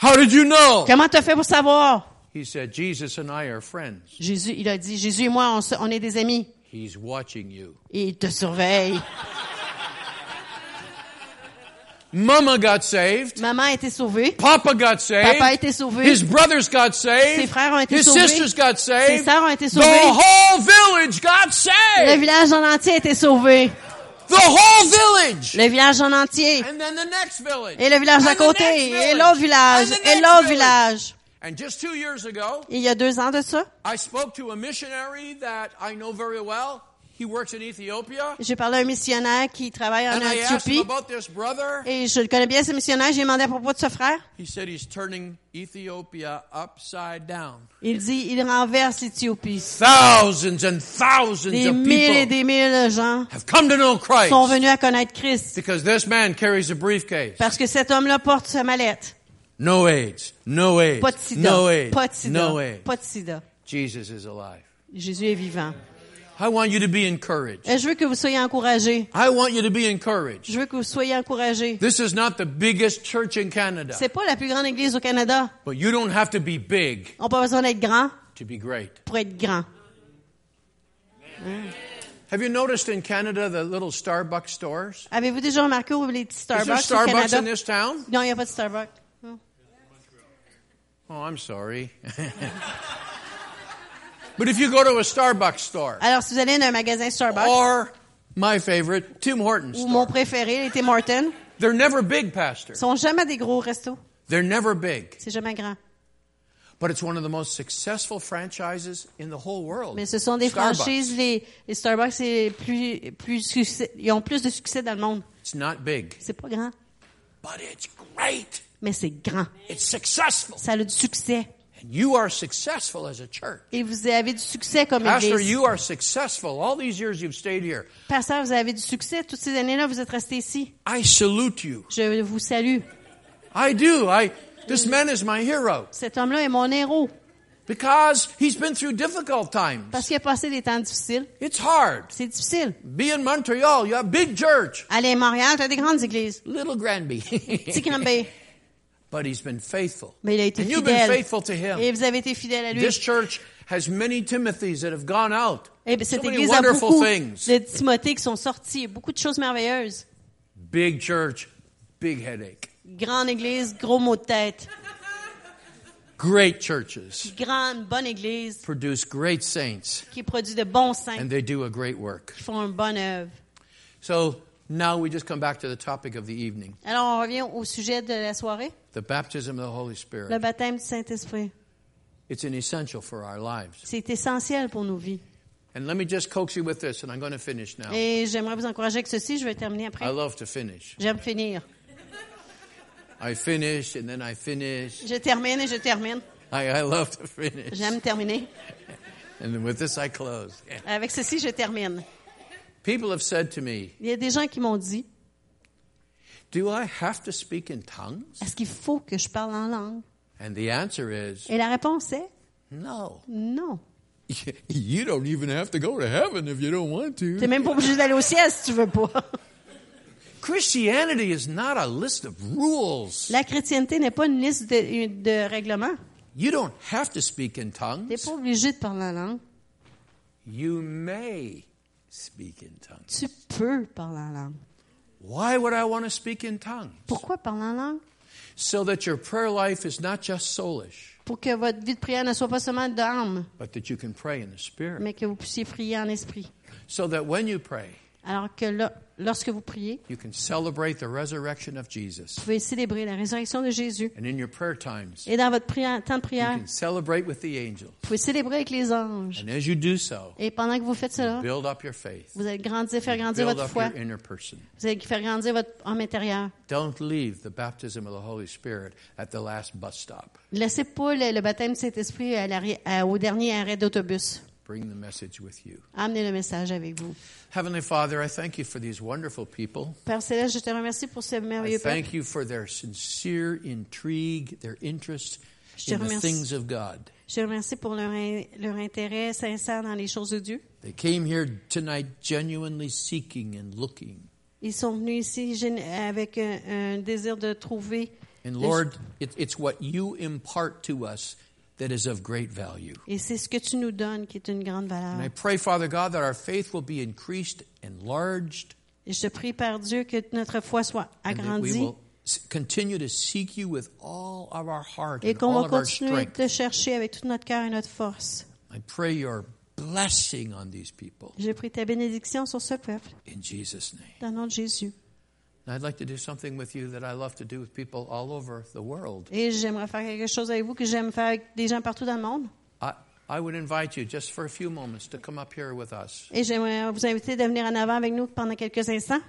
Speaker 2: How did you know?
Speaker 1: Comment t'as fait pour savoir
Speaker 2: He said, Jesus and I are friends.
Speaker 1: Jésus, il a dit, Jésus et moi, on, se- on est des amis.
Speaker 2: He's watching you.
Speaker 1: Et il te surveille.
Speaker 2: Mama got saved.
Speaker 1: Maman a été sauvée.
Speaker 2: Papa got saved.
Speaker 1: Papa a été sauvé.
Speaker 2: His brothers got saved.
Speaker 1: Ses frères ont été
Speaker 2: His
Speaker 1: sauvés.
Speaker 2: sisters got saved.
Speaker 1: Ses sœurs ont été
Speaker 2: the
Speaker 1: sauvées.
Speaker 2: whole village got
Speaker 1: Le
Speaker 2: saved.
Speaker 1: village en entier a été sauvé.
Speaker 2: The whole village.
Speaker 1: Le village en entier.
Speaker 2: And then the next village.
Speaker 1: Et le village d'à
Speaker 2: And the next
Speaker 1: côté.
Speaker 2: village.
Speaker 1: Et l'autre village.
Speaker 2: And the
Speaker 1: Et
Speaker 2: next
Speaker 1: l'autre
Speaker 2: village.
Speaker 1: village.
Speaker 2: And just two years ago,
Speaker 1: Et il y a deux ans de ça,
Speaker 2: I spoke to a missionary that I know very well. He works in Ethiopia.
Speaker 1: j'ai parlé à un missionnaire qui travaille en
Speaker 2: And I asked
Speaker 1: Éthiopie.
Speaker 2: him about this brother.
Speaker 1: Et je le connais bien, ce missionnaire. J'ai demandé à propos de ce frère.
Speaker 2: He said he's turning Ethiopia upside down.
Speaker 1: Il dit, il renverse l'Éthiopie.
Speaker 2: Thousands and thousands
Speaker 1: Des
Speaker 2: of
Speaker 1: mille et
Speaker 2: people
Speaker 1: des mille de gens
Speaker 2: have come to know Christ
Speaker 1: sont venus à connaître Christ.
Speaker 2: because this man carries a briefcase.
Speaker 1: Parce que cet homme-là porte sa mallette.
Speaker 2: No AIDS. No AIDS.
Speaker 1: Pas de sida.
Speaker 2: No AIDS.
Speaker 1: Pas de sida.
Speaker 2: No AIDS.
Speaker 1: Pas de sida.
Speaker 2: Jesus is alive.
Speaker 1: Jésus est vivant.
Speaker 2: I want you to be encouraged.
Speaker 1: Et je veux que vous soyez encouragés.
Speaker 2: I want you to be encouraged.
Speaker 1: Je veux que vous soyez encouragés.
Speaker 2: This is not the biggest church in Canada,
Speaker 1: C'est pas la plus grande église au Canada.
Speaker 2: but you don't have to be big
Speaker 1: On n'a pas besoin d'être grand
Speaker 2: to be great.
Speaker 1: pour être grand.
Speaker 2: Have you noticed in Canada the little Starbucks stores?
Speaker 1: Avez-vous déjà remarqué où les petits
Speaker 2: Is there
Speaker 1: Starbucks au
Speaker 2: Starbucks
Speaker 1: Canada?
Speaker 2: in this town?
Speaker 1: Non, il n'y a pas de Starbucks. Non.
Speaker 2: Oh, I'm sorry. [LAUGHS] but if you go to a Starbucks store,
Speaker 1: Alors, si vous allez dans un magasin Starbucks,
Speaker 2: or my favorite, Tim Hortons,
Speaker 1: ou mon préféré, les Tim Hortons,
Speaker 2: they're never big, Pastor.
Speaker 1: sont jamais des gros restos.
Speaker 2: They're never big.
Speaker 1: C'est jamais grand.
Speaker 2: But it's one of the most successful franchises in the whole world.
Speaker 1: Mais ce sont des
Speaker 2: Starbucks.
Speaker 1: franchises, les, les Starbucks, c'est plus, plus succès- ils ont plus de succès dans le monde.
Speaker 2: It's not big,
Speaker 1: C'est pas grand,
Speaker 2: but it's great.
Speaker 1: mais c'est grand.
Speaker 2: It's successful.
Speaker 1: Ça a du succès.
Speaker 2: And you are successful as a church.
Speaker 1: Et vous avez du succès comme
Speaker 2: Pastor,
Speaker 1: église.
Speaker 2: you are successful. All these years you've stayed here.
Speaker 1: Pasteur, vous avez du succès. Toutes ces années-là, vous êtes resté ici.
Speaker 2: I salute you.
Speaker 1: Je vous salue.
Speaker 2: I do. I this man is my hero
Speaker 1: Cet homme-là est mon héros
Speaker 2: because he's been through difficult times.
Speaker 1: parce qu'il a passé des temps difficiles.
Speaker 2: It's hard.
Speaker 1: C'est difficile.
Speaker 2: Be in Montreal, you have big church.
Speaker 1: Allez, à Montréal, t'as des grandes
Speaker 2: [LAUGHS]
Speaker 1: églises.
Speaker 2: Little Granby.
Speaker 1: Petit Granby.
Speaker 2: but he's been faithful.
Speaker 1: Mais il a été
Speaker 2: and you've been
Speaker 1: fidèle.
Speaker 2: faithful to
Speaker 1: Et
Speaker 2: him.
Speaker 1: vous avez été fidèle à lui.
Speaker 2: This church has many Timothys that have gone out.
Speaker 1: Eh bien, cette
Speaker 2: so many
Speaker 1: église a
Speaker 2: wonderful
Speaker 1: beaucoup
Speaker 2: things.
Speaker 1: de Timothée qui sont sortis, beaucoup de choses merveilleuses.
Speaker 2: Big church, big headache.
Speaker 1: Grande église, gros mot de tête.
Speaker 2: Great churches
Speaker 1: Grande, bonne église
Speaker 2: produce great saints
Speaker 1: qui produit de bons saints
Speaker 2: and they do a great work.
Speaker 1: qui font une bonne œuvre.
Speaker 2: So now we just come back to the topic of the evening
Speaker 1: Alors, on revient au sujet de la soirée,
Speaker 2: the baptism of the Holy
Speaker 1: le
Speaker 2: Spirit.
Speaker 1: baptême du Saint-Esprit.
Speaker 2: It's an essential for our lives.
Speaker 1: C'est essentiel pour nos vies.
Speaker 2: And let me just coax you with this, and I'm going to finish now.
Speaker 1: Et j'aimerais vous encourager avec ceci, je vais terminer
Speaker 2: I
Speaker 1: après.
Speaker 2: love to finish.
Speaker 1: J'aime finir.
Speaker 2: I finish and then I finish.
Speaker 1: Je termine et je termine.
Speaker 2: I, I love to finish.
Speaker 1: J'aime terminer.
Speaker 2: And then with this, I close.
Speaker 1: Avec ceci, je termine.
Speaker 2: People have said to me,
Speaker 1: Il y a des gens qui m'ont dit,
Speaker 2: Do I have to speak in tongues?
Speaker 1: est-ce qu'il faut que je parle en langue?
Speaker 2: And the answer is
Speaker 1: Et la réponse est
Speaker 2: no. [LAUGHS]
Speaker 1: non.
Speaker 2: You don't even have to go to heaven if you don't want
Speaker 1: T'es
Speaker 2: to.
Speaker 1: même pas obligé d'aller au ciel si tu veux pas.
Speaker 2: Christianity is not a list of rules.
Speaker 1: [LAUGHS] La chrétienté n'est pas une liste de, de règlements.
Speaker 2: You don't have to speak in
Speaker 1: T'es
Speaker 2: tongues.
Speaker 1: pas obligé de parler en langue.
Speaker 2: You may speak in tongues.
Speaker 1: Tu peux parler en langue.
Speaker 2: Why would I want to speak in tongues?
Speaker 1: Pourquoi parler en langue?
Speaker 2: So that your prayer life is not just soulish,
Speaker 1: Pour que votre vie de prière ne soit pas seulement d'âme,
Speaker 2: but that you can pray in the Spirit.
Speaker 1: mais que vous puissiez prier en esprit.
Speaker 2: so that when you pray,
Speaker 1: Alors que là, lorsque vous priez,
Speaker 2: you can celebrate the resurrection of Jesus.
Speaker 1: vous pouvez célébrer la résurrection de Jésus.
Speaker 2: And in your prayer times, you
Speaker 1: Et dans votre prière, temps de prière,
Speaker 2: can celebrate with the angels.
Speaker 1: vous pouvez célébrer avec les anges.
Speaker 2: And as you do so,
Speaker 1: Et pendant que vous faites cela,
Speaker 2: build up your faith,
Speaker 1: vous allez grandir, faire grandir
Speaker 2: build
Speaker 1: votre
Speaker 2: up
Speaker 1: foi.
Speaker 2: your inner person.
Speaker 1: Vous allez faire grandir votre homme intérieur.
Speaker 2: Don't leave the baptism of the Holy Spirit at the last bus stop.
Speaker 1: Laissez pas le, le baptême du Saint-Esprit à l'arri- à- au dernier arrêt d'autobus.
Speaker 2: Bring the message with you.
Speaker 1: Amenez le message avec vous.
Speaker 2: Heavenly Father, I thank you for these wonderful people.
Speaker 1: Père Céleste, je te remercie pour ce
Speaker 2: I
Speaker 1: merveilleux peuple.
Speaker 2: thank you for their sincere intrigue, their interest
Speaker 1: Je te
Speaker 2: in the
Speaker 1: remercie.
Speaker 2: things of God.
Speaker 1: Je te remercie pour leur, in- leur intérêt sincère dans les choses de Dieu.
Speaker 2: They came here tonight genuinely seeking and looking.
Speaker 1: Ils sont venus ici gén- avec un, un désir de trouver.
Speaker 2: And
Speaker 1: le-
Speaker 2: Lord, it, it's what you impart to us that is of great value.
Speaker 1: et c'est ce que tu nous donnes qui est une grande
Speaker 2: And I
Speaker 1: valeur.
Speaker 2: pray, Father God, that our faith will be increased, enlarged,
Speaker 1: Et je te prie, Père Dieu, que notre foi soit
Speaker 2: and that we
Speaker 1: agrandie
Speaker 2: will s- continue to seek you with all of our heart
Speaker 1: et
Speaker 2: and
Speaker 1: qu'on va
Speaker 2: all of our
Speaker 1: continuer de
Speaker 2: strength.
Speaker 1: te chercher avec tout notre cœur et notre force.
Speaker 2: I pray your blessing on these people
Speaker 1: Je prie ta bénédiction sur ce peuple,
Speaker 2: in Jesus' name.
Speaker 1: dans le nom de Jésus.
Speaker 2: And I'd like to do something with you that I love to do with people all over the world.
Speaker 1: Et j'aimerais faire quelque chose avec vous que j'aime faire avec des gens partout dans le monde.
Speaker 2: I, I would invite you just for a few moments to come up here with us.
Speaker 1: Et j'aimerais vous inviter de venir en avant avec nous pendant quelques instants.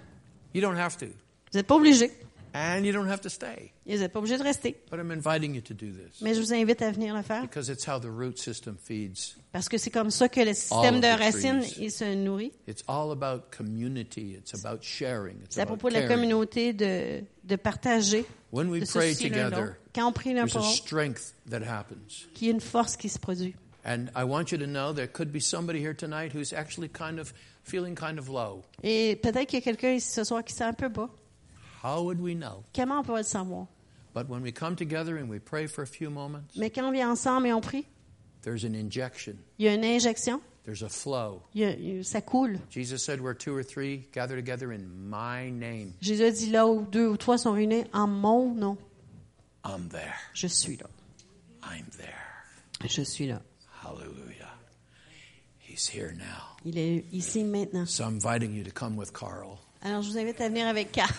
Speaker 2: You don't have to,
Speaker 1: Vous n'êtes pas obligés.
Speaker 2: and you don't have to stay,
Speaker 1: Et vous n'êtes pas obligés de rester.
Speaker 2: but I'm inviting you to do this.
Speaker 1: Mais je vous invite à venir le faire
Speaker 2: Because it's how the root system feeds.
Speaker 1: parce que c'est comme ça que le système de
Speaker 2: All of Oh, the
Speaker 1: racines
Speaker 2: trees.
Speaker 1: il se nourrit.
Speaker 2: It's all about community. It's about sharing. It's
Speaker 1: C'est à
Speaker 2: about
Speaker 1: propos de la
Speaker 2: caring.
Speaker 1: communauté de, de partager,
Speaker 2: When we
Speaker 1: de
Speaker 2: pray
Speaker 1: s'associer l'un
Speaker 2: together,
Speaker 1: l'autre. Quand on prie l'un
Speaker 2: there's a
Speaker 1: pour l'autre,
Speaker 2: strength that happens.
Speaker 1: qu'il y a une force qui se produit.
Speaker 2: And I want you to know there could be somebody here tonight who's actually kind of feeling kind of low.
Speaker 1: Et peut-être qu'il y a quelqu'un ici ce soir qui sent un peu bas.
Speaker 2: How would we know?
Speaker 1: Comment on peut le savoir?
Speaker 2: But when we come together and we pray for a few moments,
Speaker 1: Mais quand on vient ensemble et on prie,
Speaker 2: there's an injection.
Speaker 1: il y a une injection,
Speaker 2: There's a flow.
Speaker 1: il y a- il- ça coule.
Speaker 2: Jesus said, "Where two or three gather together in my name,
Speaker 1: Jésus a dit là où deux ou trois sont réunis en mon nom,
Speaker 2: I'm there.
Speaker 1: je suis là.
Speaker 2: I'm there."
Speaker 1: Je suis là.
Speaker 2: Hallelujah. He's here now.
Speaker 1: Il est ici maintenant.
Speaker 2: So I'm inviting you to come with Carl.
Speaker 1: Alors je vous invite à venir avec Carl.